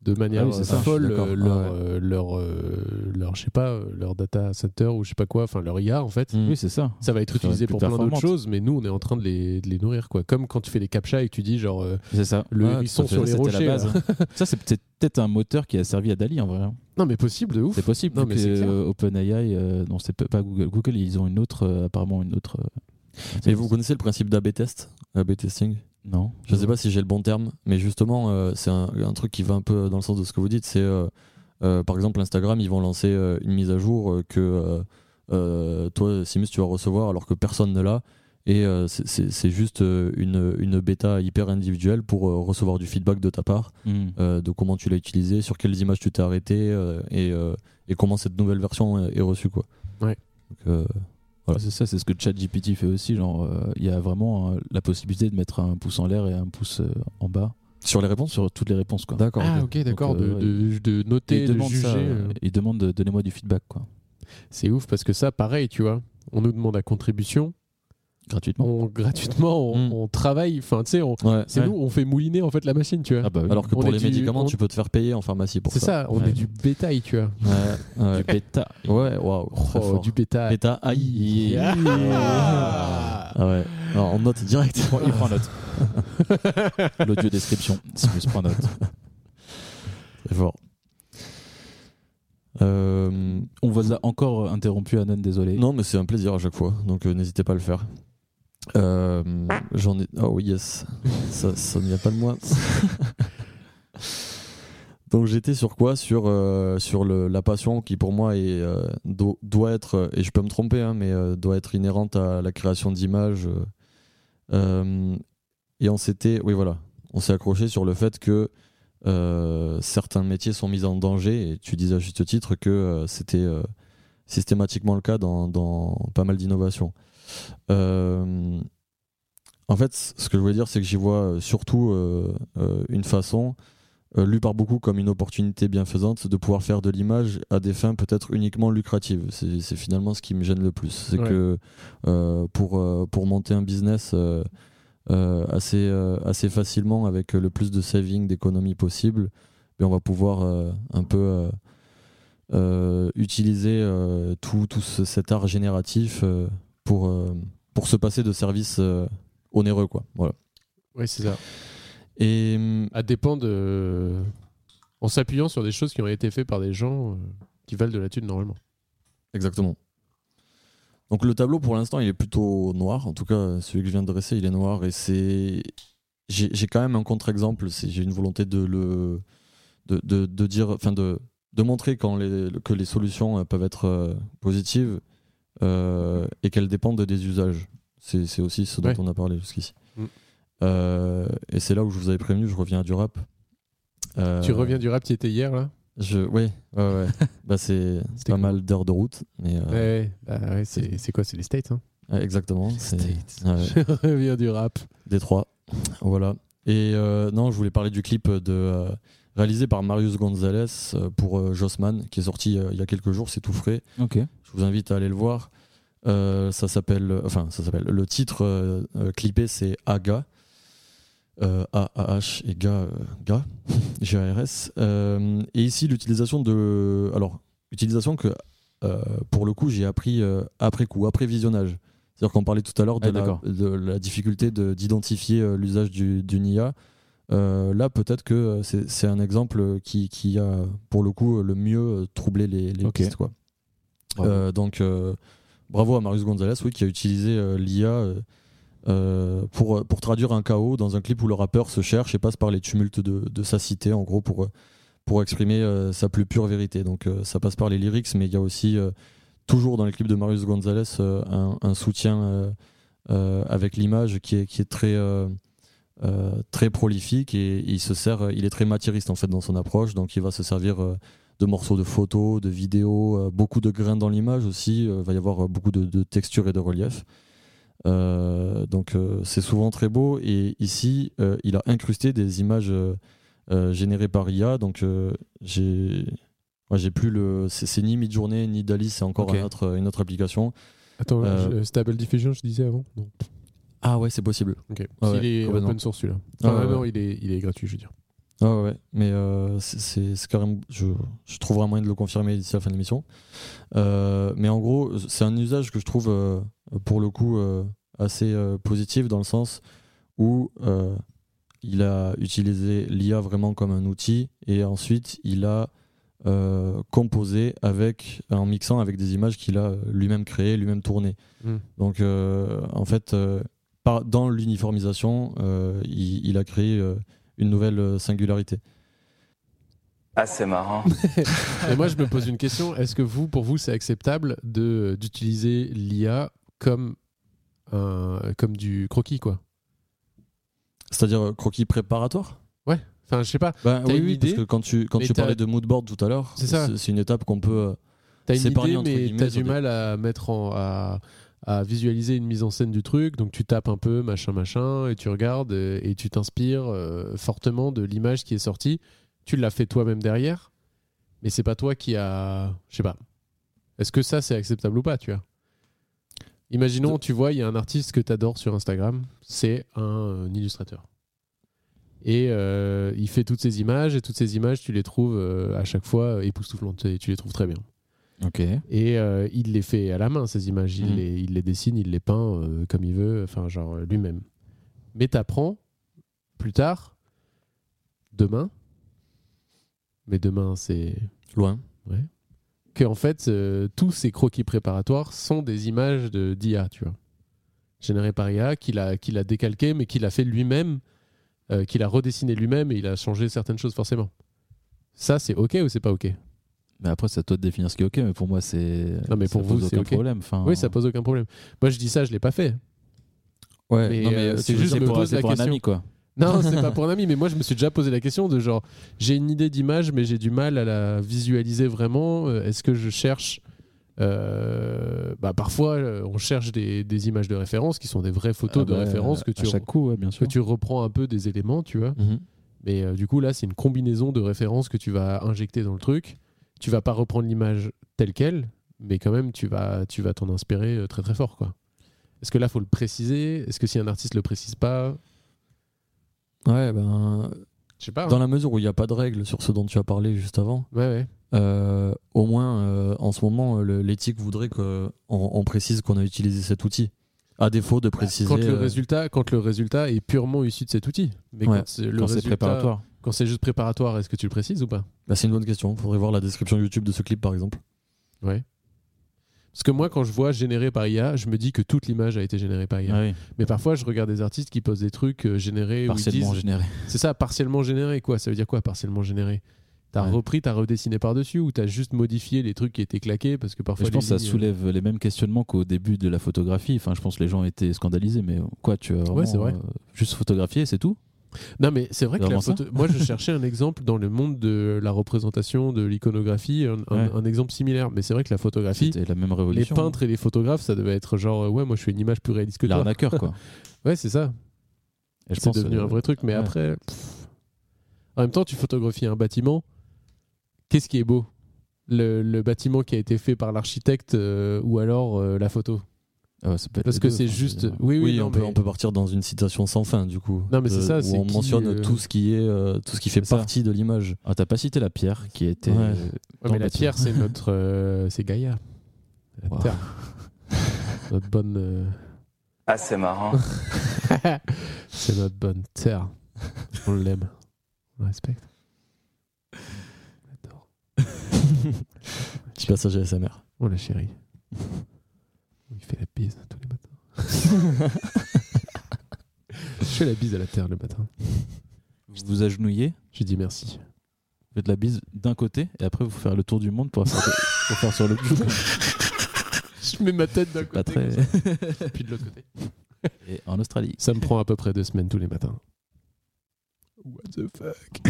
[SPEAKER 1] de manière
[SPEAKER 4] Ah oui, c'est
[SPEAKER 1] euh,
[SPEAKER 4] ça, je
[SPEAKER 1] folle
[SPEAKER 4] suis d'accord.
[SPEAKER 1] euh,
[SPEAKER 4] Ah
[SPEAKER 1] leur,
[SPEAKER 4] ouais.
[SPEAKER 1] euh, leur, euh, leur, je sais pas, euh, leur data center ou je sais pas quoi, enfin leur IA en fait.
[SPEAKER 4] Mm.
[SPEAKER 3] Oui, c'est ça.
[SPEAKER 1] Ça va être
[SPEAKER 3] Ça va
[SPEAKER 1] utilisé
[SPEAKER 3] être plus
[SPEAKER 1] pour plein d'autres
[SPEAKER 3] performante.
[SPEAKER 1] choses, mais nous on est en train de les, de les nourrir quoi. Comme quand tu fais des captcha et que tu dis genre euh,
[SPEAKER 3] C'est ça.
[SPEAKER 1] le
[SPEAKER 4] Ouais,
[SPEAKER 1] hérisson
[SPEAKER 4] Ah, tout à fait.
[SPEAKER 1] sur les
[SPEAKER 3] Ça, c'était
[SPEAKER 1] rochers.
[SPEAKER 3] la
[SPEAKER 1] là.
[SPEAKER 3] base, hein. ça, c'est peut-être peut-être un moteur qui a servi à Dali en vrai. hein.
[SPEAKER 1] Non mais possible de ouf.
[SPEAKER 3] C'est possible.
[SPEAKER 1] Non,
[SPEAKER 3] vu
[SPEAKER 1] mais
[SPEAKER 3] que,
[SPEAKER 1] c'est clair.
[SPEAKER 3] euh, OpenAI, euh, non, c'est p- pas Google. Google, ils ont une autre, euh, apparemment une autre. euh,
[SPEAKER 4] Et vous connaissez le principe d'AB test AB testing
[SPEAKER 3] Non.
[SPEAKER 4] Je sais pas si j'ai le bon terme, mais justement, euh, c'est un, un truc qui va un peu dans le sens de ce que vous dites. C'est euh, euh, par exemple Instagram, ils vont lancer euh, une mise à jour euh, que euh, euh, toi, Simus, tu vas recevoir alors que personne ne l'a. Et euh, c'est- c'est c'est juste euh, une, une bêta hyper individuelle pour euh, recevoir du feedback de ta part,
[SPEAKER 3] Hmm.
[SPEAKER 4] euh, de comment tu l'as utilisé, sur quelles images tu t'es arrêté euh, et, euh, et comment cette nouvelle version euh, est, est reçue. Quoi.
[SPEAKER 1] Ouais.
[SPEAKER 4] Donc, euh, Voilà.
[SPEAKER 3] C'est ça, c'est ce que ChatGPT fait aussi. Genre, euh, il y a vraiment euh, la possibilité de mettre un pouce en l'air et un pouce euh, en bas
[SPEAKER 4] sur les réponses
[SPEAKER 3] sur toutes les réponses. Quoi.
[SPEAKER 4] D'accord.
[SPEAKER 1] Ah
[SPEAKER 4] ok.
[SPEAKER 1] ok d'accord
[SPEAKER 3] Donc,
[SPEAKER 1] de,
[SPEAKER 3] euh,
[SPEAKER 1] de, de noter
[SPEAKER 3] Il
[SPEAKER 1] de
[SPEAKER 3] demande
[SPEAKER 1] juger.
[SPEAKER 3] ça,
[SPEAKER 1] euh.
[SPEAKER 3] il demande de- donnez-moi du feedback quoi.
[SPEAKER 1] C'est ouf parce que ça pareil tu vois. On nous demande à contribution.
[SPEAKER 3] gratuitement.
[SPEAKER 1] on, gratuitement, on,
[SPEAKER 4] Mm.
[SPEAKER 1] on travaille. Enfin, tu sais, on-
[SPEAKER 4] Ouais.
[SPEAKER 1] c'est
[SPEAKER 3] Ouais.
[SPEAKER 1] nous, on fait mouliner en fait la machine, tu vois.
[SPEAKER 3] Ah bah oui.
[SPEAKER 4] Alors que
[SPEAKER 1] On
[SPEAKER 4] pour
[SPEAKER 1] est
[SPEAKER 4] les
[SPEAKER 1] du-
[SPEAKER 4] médicaments,
[SPEAKER 1] on-
[SPEAKER 4] tu peux te faire payer en pharmacie pour
[SPEAKER 1] c'est ça, on
[SPEAKER 3] Ouais.
[SPEAKER 1] est du bétail, tu vois.
[SPEAKER 4] Ouais, ouais.
[SPEAKER 3] du bêta.
[SPEAKER 4] Ouais, waouh. très
[SPEAKER 1] Oh,
[SPEAKER 4] fort.
[SPEAKER 1] du bétail.
[SPEAKER 4] Bêta, aïe.
[SPEAKER 1] Ah.
[SPEAKER 4] Ah ouais. Alors, on note direct.
[SPEAKER 3] Il prend note. L'audio description, si vous prend note.
[SPEAKER 4] Très fort. Euh,
[SPEAKER 3] On vous a encore euh, interrompu, Anon, désolé.
[SPEAKER 4] non, mais c'est un plaisir à chaque fois, donc euh, n'hésitez pas à le faire. Euh, J'en ai. Oh yes, ça, ça ne vient pas de moi. donc j'étais sur quoi Sur, euh, sur le- la passion qui pour moi est, euh, do- doit être, et je peux me tromper, hein, mais euh, doit être inhérente à la création d'images. euh. Euh, et on s'était. Oui, voilà. On s'est accroché sur le fait que euh, certains métiers sont mis en danger, et tu disais à juste titre que euh, c'était. euh, systématiquement le cas dans, dans pas mal d'innovations. Euh, en fait, c- ce que je voulais dire, c'est que j'y vois euh, surtout euh, euh, une façon, euh, lue par beaucoup comme une opportunité bienfaisante, de pouvoir faire de l'image à des fins peut-être uniquement lucratives. C'est c'est finalement ce qui me gêne le plus. C'est
[SPEAKER 1] Ouais.
[SPEAKER 4] que euh, pour, euh, pour monter un business euh, euh, assez, euh, assez facilement, avec euh, le plus de saving, d'économie possible, ben, on va pouvoir euh, un peu... euh, euh, utiliser euh, tout, tout ce- cet art génératif euh, pour, euh, pour se passer de services euh, onéreux. Quoi. Voilà.
[SPEAKER 1] Oui, c'est ça.
[SPEAKER 4] Et hum,
[SPEAKER 1] À dépend de. En s'appuyant sur des choses qui ont été faites par des gens euh, qui valent de la thune normalement.
[SPEAKER 4] Exactement. Donc le tableau pour l'instant il est plutôt noir, en tout cas celui que je viens de dresser il est noir et c'est j'ai j'ai quand même un contre-exemple, c'est- j'ai une volonté de le de, de- de dire enfin de, de montrer quand les, que les solutions euh, peuvent être euh, positives euh, et qu'elles dépendent des usages. C'est c'est aussi ce dont
[SPEAKER 1] Ouais.
[SPEAKER 4] on a parlé jusqu'ici.
[SPEAKER 1] Mm.
[SPEAKER 4] Euh, et c'est là où je vous avais prévenu, je reviens à du rap. Euh,
[SPEAKER 1] Tu reviens du rap, tu étais hier là
[SPEAKER 4] je, ouais, ouais, ouais. bah, c'est c'est pas
[SPEAKER 1] cool.
[SPEAKER 4] mal d'heures de route, mais euh,
[SPEAKER 1] Ouais, bah ouais, c'est c'est quoi C'est les States. Hein
[SPEAKER 4] Ouais, Exactement, c'est
[SPEAKER 1] States.
[SPEAKER 4] ouais,
[SPEAKER 1] Je reviens du rap.
[SPEAKER 4] Détroit. Voilà. Et euh, non, je voulais parler du clip de, euh, réalisé par Marius Gonzalez euh, pour euh, Jossman, qui est sorti euh, il y a quelques jours, c'est tout frais.
[SPEAKER 3] Ok.
[SPEAKER 4] Je vous invite à aller le voir. Euh, ça s'appelle, euh, enfin, ça s'appelle. Le titre euh, euh, clippé, c'est Aga. Euh, A-A-H et Ga, euh, Ga, G-A-R-S. Euh, et ici, l'utilisation de. Alors, utilisation que, euh, pour le coup, j'ai appris euh, après coup, après visionnage. C'est-à-dire qu'on parlait tout à l'heure de,
[SPEAKER 3] Ah,
[SPEAKER 4] la,
[SPEAKER 3] d'accord.
[SPEAKER 4] de la difficulté de- d'identifier euh, l'usage du- d'une IA. Euh, là, peut-être que euh, c'est c'est un exemple qui, qui a, pour le coup, le mieux euh, troublé les, les
[SPEAKER 3] Ok.
[SPEAKER 4] pistes. Quoi.
[SPEAKER 3] Bravo.
[SPEAKER 4] Euh, donc, euh, bravo à Marius Gonzalez, oui, qui a utilisé euh, l'IA euh, euh, pour, pour traduire un chaos dans un clip où le rappeur se cherche et passe par les tumultes de, de sa cité, en gros, pour, euh, pour exprimer euh, sa plus pure vérité. Donc, euh, ça passe par les lyrics, mais il y a aussi, euh, toujours dans les clips de Marius Gonzalez, euh, un, un soutien euh, euh, avec l'image qui est, qui est très. euh, euh, très prolifique et il se sert, euh, il est très matériste en fait dans son approche, donc il va se servir euh, de morceaux de photos, de vidéos, euh, beaucoup de grains dans l'image aussi. euh, va y avoir euh, beaucoup de, de textures et de relief. Euh, donc euh, c'est souvent très beau. Et ici, euh, il a incrusté des images euh, euh, générées par IA. Donc euh, j'ai, ouais, j'ai plus le, c'est, c'est ni Midjourney ni Dali, c'est encore
[SPEAKER 3] Ok.
[SPEAKER 4] un autre- une autre application.
[SPEAKER 1] Attends,
[SPEAKER 4] Euh,
[SPEAKER 1] je- Stable Diffusion, je disais avant Non.
[SPEAKER 4] Ah ouais, c'est possible.
[SPEAKER 1] Ok.
[SPEAKER 4] Ah ouais,
[SPEAKER 1] il est
[SPEAKER 4] complètement.
[SPEAKER 1] open source celui-là. Enfin,
[SPEAKER 4] Ah ouais,
[SPEAKER 1] non, il est, il est gratuit, je veux dire.
[SPEAKER 4] Ah ouais, ouais, mais euh, c'est- c'est c'est carrément. Je, je trouverai un moyen de le confirmer d'ici la fin de l'émission. Euh, mais en gros, c'est un usage que je trouve, euh, pour le coup, euh, assez euh, positif dans le sens où euh, il a utilisé l'IA vraiment comme un outil et ensuite il a euh, composé avec, en mixant avec des images qu'il a euh, lui-même créées, lui-même tournées.
[SPEAKER 1] Mm.
[SPEAKER 4] Donc euh, en fait, euh, par- dans l'uniformisation, euh, il, il a créé. euh, une nouvelle euh, singularité.
[SPEAKER 7] Ah, c'est marrant.
[SPEAKER 1] Et moi, je me pose une question. Est-ce que vous, pour vous, c'est acceptable de d'utiliser l'IA comme un, comme du croquis, quoi
[SPEAKER 4] C'est-à-dire euh, croquis préparatoire
[SPEAKER 1] Enfin, je sais pas.
[SPEAKER 4] Ben
[SPEAKER 1] T'as
[SPEAKER 4] oui,
[SPEAKER 1] une
[SPEAKER 4] oui, parce
[SPEAKER 1] idée
[SPEAKER 4] que quand tu, quand
[SPEAKER 1] Mais
[SPEAKER 4] tu
[SPEAKER 1] t'as-
[SPEAKER 4] parlais de mood board tout à l'heure,
[SPEAKER 1] C'est ça.
[SPEAKER 4] c'est c'est une étape qu'on peut. euh,
[SPEAKER 1] T'as une
[SPEAKER 4] C'est épargné,
[SPEAKER 1] idée,
[SPEAKER 4] entre
[SPEAKER 1] mais
[SPEAKER 4] guillemets,
[SPEAKER 1] t'as
[SPEAKER 4] sur
[SPEAKER 1] du
[SPEAKER 4] des-
[SPEAKER 1] mal à mettre en à, à visualiser une mise en scène du truc. Donc tu tapes un peu, machin, machin, et tu regardes euh, et tu t'inspires euh, fortement de l'image qui est sortie. Tu l'as fait toi-même derrière, mais c'est pas toi qui a, je sais pas. Est-ce que ça c'est acceptable ou pas, tu vois Imaginons, tu vois, il y a un artiste que t'adores sur Instagram, c'est un, euh, illustrateur. Et euh, il fait toutes ces images, et toutes ces images, tu les trouves euh, à chaque fois euh, époustouflantes, et tu les trouves très bien.
[SPEAKER 3] Ok.
[SPEAKER 1] Et euh, il les fait à la main, ces images. Il,
[SPEAKER 4] Mhm.
[SPEAKER 1] les, il les dessine, il les peint euh, comme il veut, enfin, genre euh, lui-même. Mais t'apprends plus tard, demain, mais demain c'est
[SPEAKER 4] Loin.
[SPEAKER 1] que en fait euh, tous ces croquis préparatoires sont des images de d'IA, tu vois, générées par IA, qu'il a qu'il a décalqué, mais qu'il a fait lui-même, euh, qu'il a redessiné lui-même et il a changé certaines choses forcément. Ça c'est ok ou c'est pas ok
[SPEAKER 3] Mais après, c'est à toi de définir ce qui est ok, mais pour moi, c'est.
[SPEAKER 1] Non, mais
[SPEAKER 3] ça
[SPEAKER 1] pour vous,
[SPEAKER 3] pose
[SPEAKER 1] c'est
[SPEAKER 3] aucun
[SPEAKER 1] ok.
[SPEAKER 3] problème. Enfin,
[SPEAKER 1] Oui, ça pose aucun problème. Moi je dis ça, je l'ai pas fait.
[SPEAKER 4] Ouais,
[SPEAKER 1] Mais,
[SPEAKER 4] non, mais
[SPEAKER 1] euh,
[SPEAKER 4] tu
[SPEAKER 1] c'est
[SPEAKER 4] veux
[SPEAKER 1] juste
[SPEAKER 4] dire
[SPEAKER 1] me
[SPEAKER 3] pour,
[SPEAKER 1] pose
[SPEAKER 3] c'est
[SPEAKER 1] la
[SPEAKER 3] pour un
[SPEAKER 1] question.
[SPEAKER 3] ami, quoi.
[SPEAKER 1] Non, c'est pas pour un ami, mais moi je me suis déjà posé la question de genre, j'ai une idée d'image, mais j'ai du mal à la visualiser vraiment. Euh, Est-ce que je cherche. euh, bah, parfois, euh, on cherche des, des images de référence qui sont des vraies photos
[SPEAKER 3] Ah
[SPEAKER 1] de
[SPEAKER 3] bah,
[SPEAKER 1] référence que
[SPEAKER 3] à
[SPEAKER 1] tu,
[SPEAKER 3] chaque coup, ouais, bien
[SPEAKER 1] que
[SPEAKER 3] sûr.
[SPEAKER 1] tu reprends un peu des éléments, tu vois.
[SPEAKER 4] Mhm.
[SPEAKER 1] Mais euh, du coup, là, c'est une combinaison de références que tu vas injecter dans le truc. Tu vas pas reprendre l'image telle qu'elle, mais quand même, tu vas tu vas t'en inspirer euh, très très fort, quoi. Est-ce que là, faut le préciser Est-ce que si un artiste le précise pas
[SPEAKER 4] Ouais, ben,
[SPEAKER 1] Je sais pas. hein.
[SPEAKER 4] dans la mesure où il n'y a pas de règles sur ce dont tu as parlé juste avant,
[SPEAKER 1] Ouais, ouais.
[SPEAKER 4] euh, au moins euh, en ce moment, euh, le- l'éthique voudrait qu'on on précise qu'on a utilisé cet outil. À défaut de préciser.
[SPEAKER 1] Bah, quand le
[SPEAKER 4] euh,
[SPEAKER 1] résultat quand le résultat est purement issu de cet outil mais
[SPEAKER 4] Ouais,
[SPEAKER 1] quand c'est le
[SPEAKER 3] Quand c'est
[SPEAKER 1] résultat-
[SPEAKER 3] préparatoire.
[SPEAKER 1] quand c'est juste préparatoire est-ce que tu le précises ou pas
[SPEAKER 4] bah, c'est une bonne question. Faudrait voir la description YouTube de ce clip par exemple.
[SPEAKER 1] parce que moi quand je vois généré par IA je me dis que toute l'image a été générée par IA
[SPEAKER 3] Ah oui,
[SPEAKER 1] mais parfois je regarde des artistes qui posent des trucs euh, générés où ils
[SPEAKER 3] partiellement
[SPEAKER 1] disent-
[SPEAKER 3] généré.
[SPEAKER 1] c'est ça partiellement généré quoi ça veut dire quoi partiellement généré T'as
[SPEAKER 3] Ouais.
[SPEAKER 1] repris, t'as redessiné par-dessus ou t'as juste modifié les trucs qui étaient claqués parce que parfois.
[SPEAKER 3] je
[SPEAKER 1] les
[SPEAKER 3] pense que ça
[SPEAKER 1] lignes, euh,
[SPEAKER 3] soulève les mêmes questionnements qu'au début de la photographie. Enfin, je pense que les gens étaient scandalisés, mais quoi, tu as vraiment,
[SPEAKER 1] c'est vrai.
[SPEAKER 3] euh, juste photographié, c'est tout
[SPEAKER 1] euh, Non, mais c'est vrai que la
[SPEAKER 3] Vraiment ça
[SPEAKER 1] photo... moi je cherchais un exemple dans le monde de la représentation, de l'iconographie, un, un-
[SPEAKER 3] Ouais.
[SPEAKER 1] un exemple similaire. Mais c'est vrai que la photographie,
[SPEAKER 3] C'était la même
[SPEAKER 1] Ah, Les
[SPEAKER 3] révolution. hein.
[SPEAKER 1] peintres et les photographes, ça devait être genre, euh, ouais, moi je fais une image plus réaliste que toi.
[SPEAKER 3] L'arnaqueur, quoi.
[SPEAKER 1] Ouais, c'est ça.
[SPEAKER 3] Et je
[SPEAKER 1] C'est
[SPEAKER 3] pense,
[SPEAKER 1] devenu
[SPEAKER 3] euh,
[SPEAKER 1] un vrai truc, mais
[SPEAKER 3] ouais.
[SPEAKER 1] après. pff. En même temps, tu photographies un bâtiment. Qu'est-ce qui est beau le, le bâtiment qui a été fait par l'architecte euh, ou alors euh, la photo
[SPEAKER 3] ah ouais, ça peut être
[SPEAKER 1] Parce
[SPEAKER 3] les
[SPEAKER 1] que
[SPEAKER 3] deux,
[SPEAKER 1] c'est
[SPEAKER 3] enfin, je veux
[SPEAKER 1] juste.
[SPEAKER 3] dire.
[SPEAKER 1] Oui, oui,
[SPEAKER 4] Oui,
[SPEAKER 1] non,
[SPEAKER 4] on, peut,
[SPEAKER 1] mais-
[SPEAKER 4] on peut partir dans une citation sans fin, du coup.
[SPEAKER 1] Non, mais c'est
[SPEAKER 4] de-
[SPEAKER 1] ça, c'est
[SPEAKER 4] Où on
[SPEAKER 1] qui,
[SPEAKER 4] mentionne
[SPEAKER 1] euh,
[SPEAKER 4] tout ce qui est, euh, tout ce qui fait
[SPEAKER 1] c'est ça.
[SPEAKER 4] partie de l'image.
[SPEAKER 3] Ah, t'as pas cité la pierre qui était.
[SPEAKER 4] Ouais.
[SPEAKER 1] Ouais,
[SPEAKER 3] euh, dans
[SPEAKER 1] mais
[SPEAKER 3] le
[SPEAKER 1] la
[SPEAKER 3] bâtiment.
[SPEAKER 1] pierre, c'est notre. euh, c'est Gaïa. La
[SPEAKER 3] Wow.
[SPEAKER 1] terre. notre bonne. euh,
[SPEAKER 7] Ah, c'est marrant.
[SPEAKER 1] c'est notre bonne terre. On l'aime. On la respecte.
[SPEAKER 4] Petit passage à SMR.
[SPEAKER 1] On Oh, la chérie. Il fait la bise tous les matins. Je fais la bise à la terre le matin.
[SPEAKER 3] Vous vous agenouillez,
[SPEAKER 1] Je dis merci.
[SPEAKER 3] vous faites la bise d'un côté et après vous faire le tour du monde pour faire, pour faire sur le cul.
[SPEAKER 1] Je mets ma tête d'un
[SPEAKER 3] Pas
[SPEAKER 1] côté,
[SPEAKER 3] très.
[SPEAKER 1] puis de l'autre côté.
[SPEAKER 3] Et en Australie.
[SPEAKER 1] Ça me prend à peu près deux semaines tous les matins. What the fuck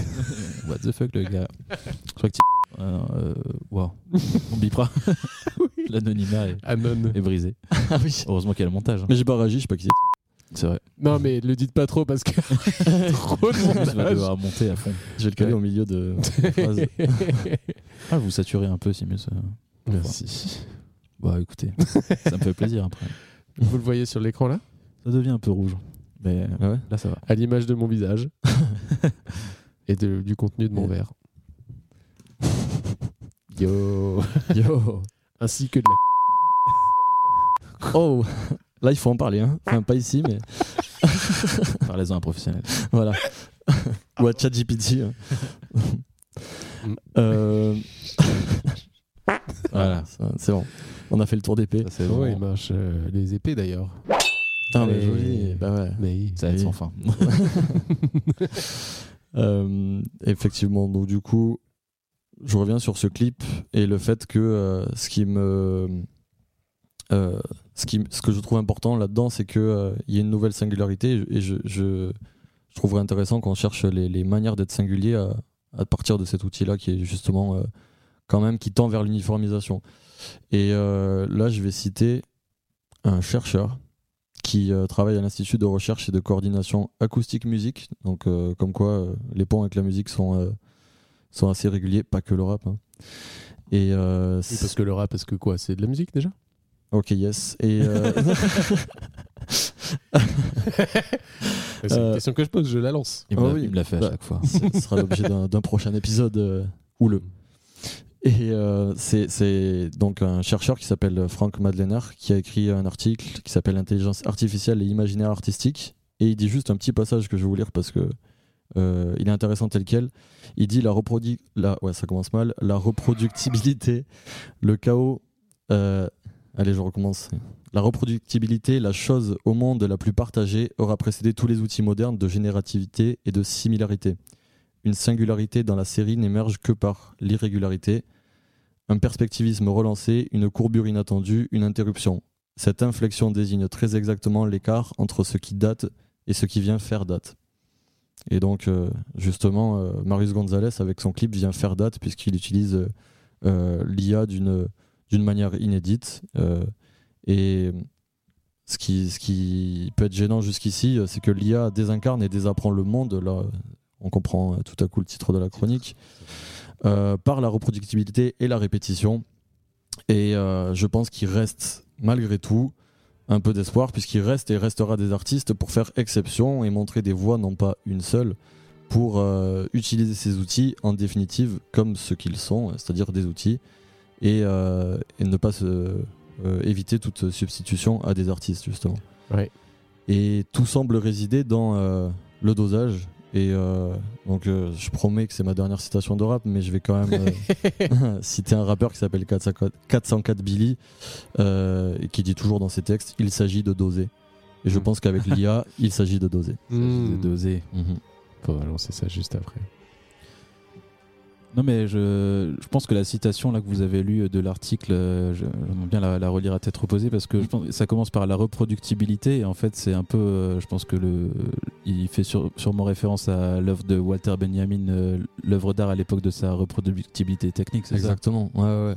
[SPEAKER 3] What the fuck, le gars. Je crois que tu. Ah non, euh, Waouh. On bipera. L'anonymat est,
[SPEAKER 1] Anon.
[SPEAKER 3] est brisé.
[SPEAKER 4] Ah oui.
[SPEAKER 3] Heureusement qu'il y a le montage. hein.
[SPEAKER 4] Mais j'ai pas réagi, je sais pas qui c'est.
[SPEAKER 3] C'est vrai.
[SPEAKER 1] Non mais le dites pas trop parce que trop de
[SPEAKER 3] Tu vas
[SPEAKER 1] montage.
[SPEAKER 3] devoir monter à fond.
[SPEAKER 4] Je vais le caler
[SPEAKER 1] Ouais.
[SPEAKER 4] au milieu de la phrase.
[SPEAKER 3] Ah, vous saturez un peu, Simus. euh.
[SPEAKER 1] Merci.
[SPEAKER 3] Bah écoutez, ça me fait plaisir après.
[SPEAKER 1] Vous le voyez sur l'écran là
[SPEAKER 3] Ça devient un peu rouge. Mais
[SPEAKER 4] Ah ouais
[SPEAKER 3] là, ça va.
[SPEAKER 1] À l'image de mon visage et de- du contenu de mon verre. Yo
[SPEAKER 4] Yo.
[SPEAKER 1] Ainsi que de la...
[SPEAKER 4] Oh. Là, il faut en parler. Hein. Enfin, pas ici, mais
[SPEAKER 3] Parlez-en à un professionnel.
[SPEAKER 4] voilà. Ou à ChatGPT. hein.
[SPEAKER 3] Mm.
[SPEAKER 4] Euh,
[SPEAKER 3] Voilà.
[SPEAKER 4] ça, c'est bon. On a fait le tour d'épée.
[SPEAKER 3] Ça, c'est
[SPEAKER 1] Oh, il
[SPEAKER 3] vraiment-
[SPEAKER 1] marche euh, les épées d'ailleurs.
[SPEAKER 4] Putain, mais
[SPEAKER 1] Et-
[SPEAKER 4] joli. Bah ouais.
[SPEAKER 1] Mais
[SPEAKER 3] ça va être sans fin.
[SPEAKER 4] Euh, effectivement, donc du coup, je reviens sur ce clip et le fait que euh, ce qui me. euh, ce, qui, ce que je trouve important là-dedans, c'est qu'il y a une nouvelle singularité et je, je, je trouverais intéressant qu'on cherche les, les manières d'être singulier à, à partir de cet outil-là qui est justement euh, quand même qui tend vers l'uniformisation. Et euh, là, je vais citer un chercheur qui euh, travaille à l'Institut de recherche et de coordination acoustique musique. Donc, euh, comme quoi, euh, les ponts avec la musique sont, euh, sont assez réguliers, pas que le rap. hein. Et euh,
[SPEAKER 1] Oui, parce que le rap, parce que quoi C'est de la musique déjà
[SPEAKER 4] Ok, yes. Et euh,
[SPEAKER 1] C'est
[SPEAKER 4] Euh,
[SPEAKER 1] une question que je pose, je la lance.
[SPEAKER 3] Il me
[SPEAKER 4] Ah
[SPEAKER 3] l'a-
[SPEAKER 4] oui.
[SPEAKER 3] il me l'a fait à
[SPEAKER 4] Bah.
[SPEAKER 3] chaque fois.
[SPEAKER 4] ce sera l'objet d'un d'un prochain épisode euh, houleux. Et euh, c'est- c'est donc un chercheur qui s'appelle Frank Madlener qui a écrit un article qui s'appelle Intelligence artificielle et imaginaire artistique. Et il dit juste un petit passage que je vais vous lire parce que euh, il est intéressant tel quel. Il dit la, reprodu la, ouais, ça commence mal, la reproductibilité, le chaos. euh, allez, je recommence. La reproductibilité, la chose au monde la plus partagée, aura précédé tous les outils modernes de générativité et de similarité. Une singularité dans la série n'émerge que par l'irrégularité, un perspectivisme relancé, une courbure inattendue, une interruption. Cette inflexion désigne très exactement l'écart entre ce qui date et ce qui vient faire date. Et donc, euh, justement, euh, Marius Gonzalez, avec son clip, vient faire date puisqu'il utilise euh, euh, l'IA d'une d'une manière inédite. euh, et ce qui, ce qui peut être gênant jusqu'ici, euh, c'est que l'IA désincarne et désapprend le monde. Là, on comprend euh, tout à coup le titre de la chronique. euh, par la reproductibilité et la répétition. Et euh, je pense qu'il reste, malgré tout, un peu d'espoir, puisqu'il reste et restera des artistes pour faire exception et montrer des voix, non pas une seule, pour euh, utiliser ces outils en définitive comme ce qu'ils sont, c'est-à-dire des outils, et, euh, et ne pas se, euh, éviter toute substitution à des artistes, justement.
[SPEAKER 1] Ouais.
[SPEAKER 4] Et tout semble résider dans euh, le dosage. Et euh, donc, euh, je promets que c'est ma dernière citation de rap, mais je vais quand même euh, citer un rappeur qui s'appelle 404 404 Billy, euh, et qui dit toujours dans ses textes Il s'agit de doser. Et je
[SPEAKER 1] Mm.
[SPEAKER 4] pense qu'avec l'IA, il s'agit de doser.
[SPEAKER 3] J'ai dosé.
[SPEAKER 1] On va lancer ça juste après.
[SPEAKER 3] Non, mais je, je pense que la citation là que vous avez lue de l'article, euh, je- j'aimerais bien la, la relire à tête reposée parce que je pense, que ça commence par la reproductibilité et en fait c'est un peu, euh, je pense que le, il fait sur- sûrement référence à l'œuvre de Walter Benjamin, euh, l'œuvre d'art à l'époque de sa reproductibilité technique, c'est ça
[SPEAKER 4] Exactement. Ouais, ouais.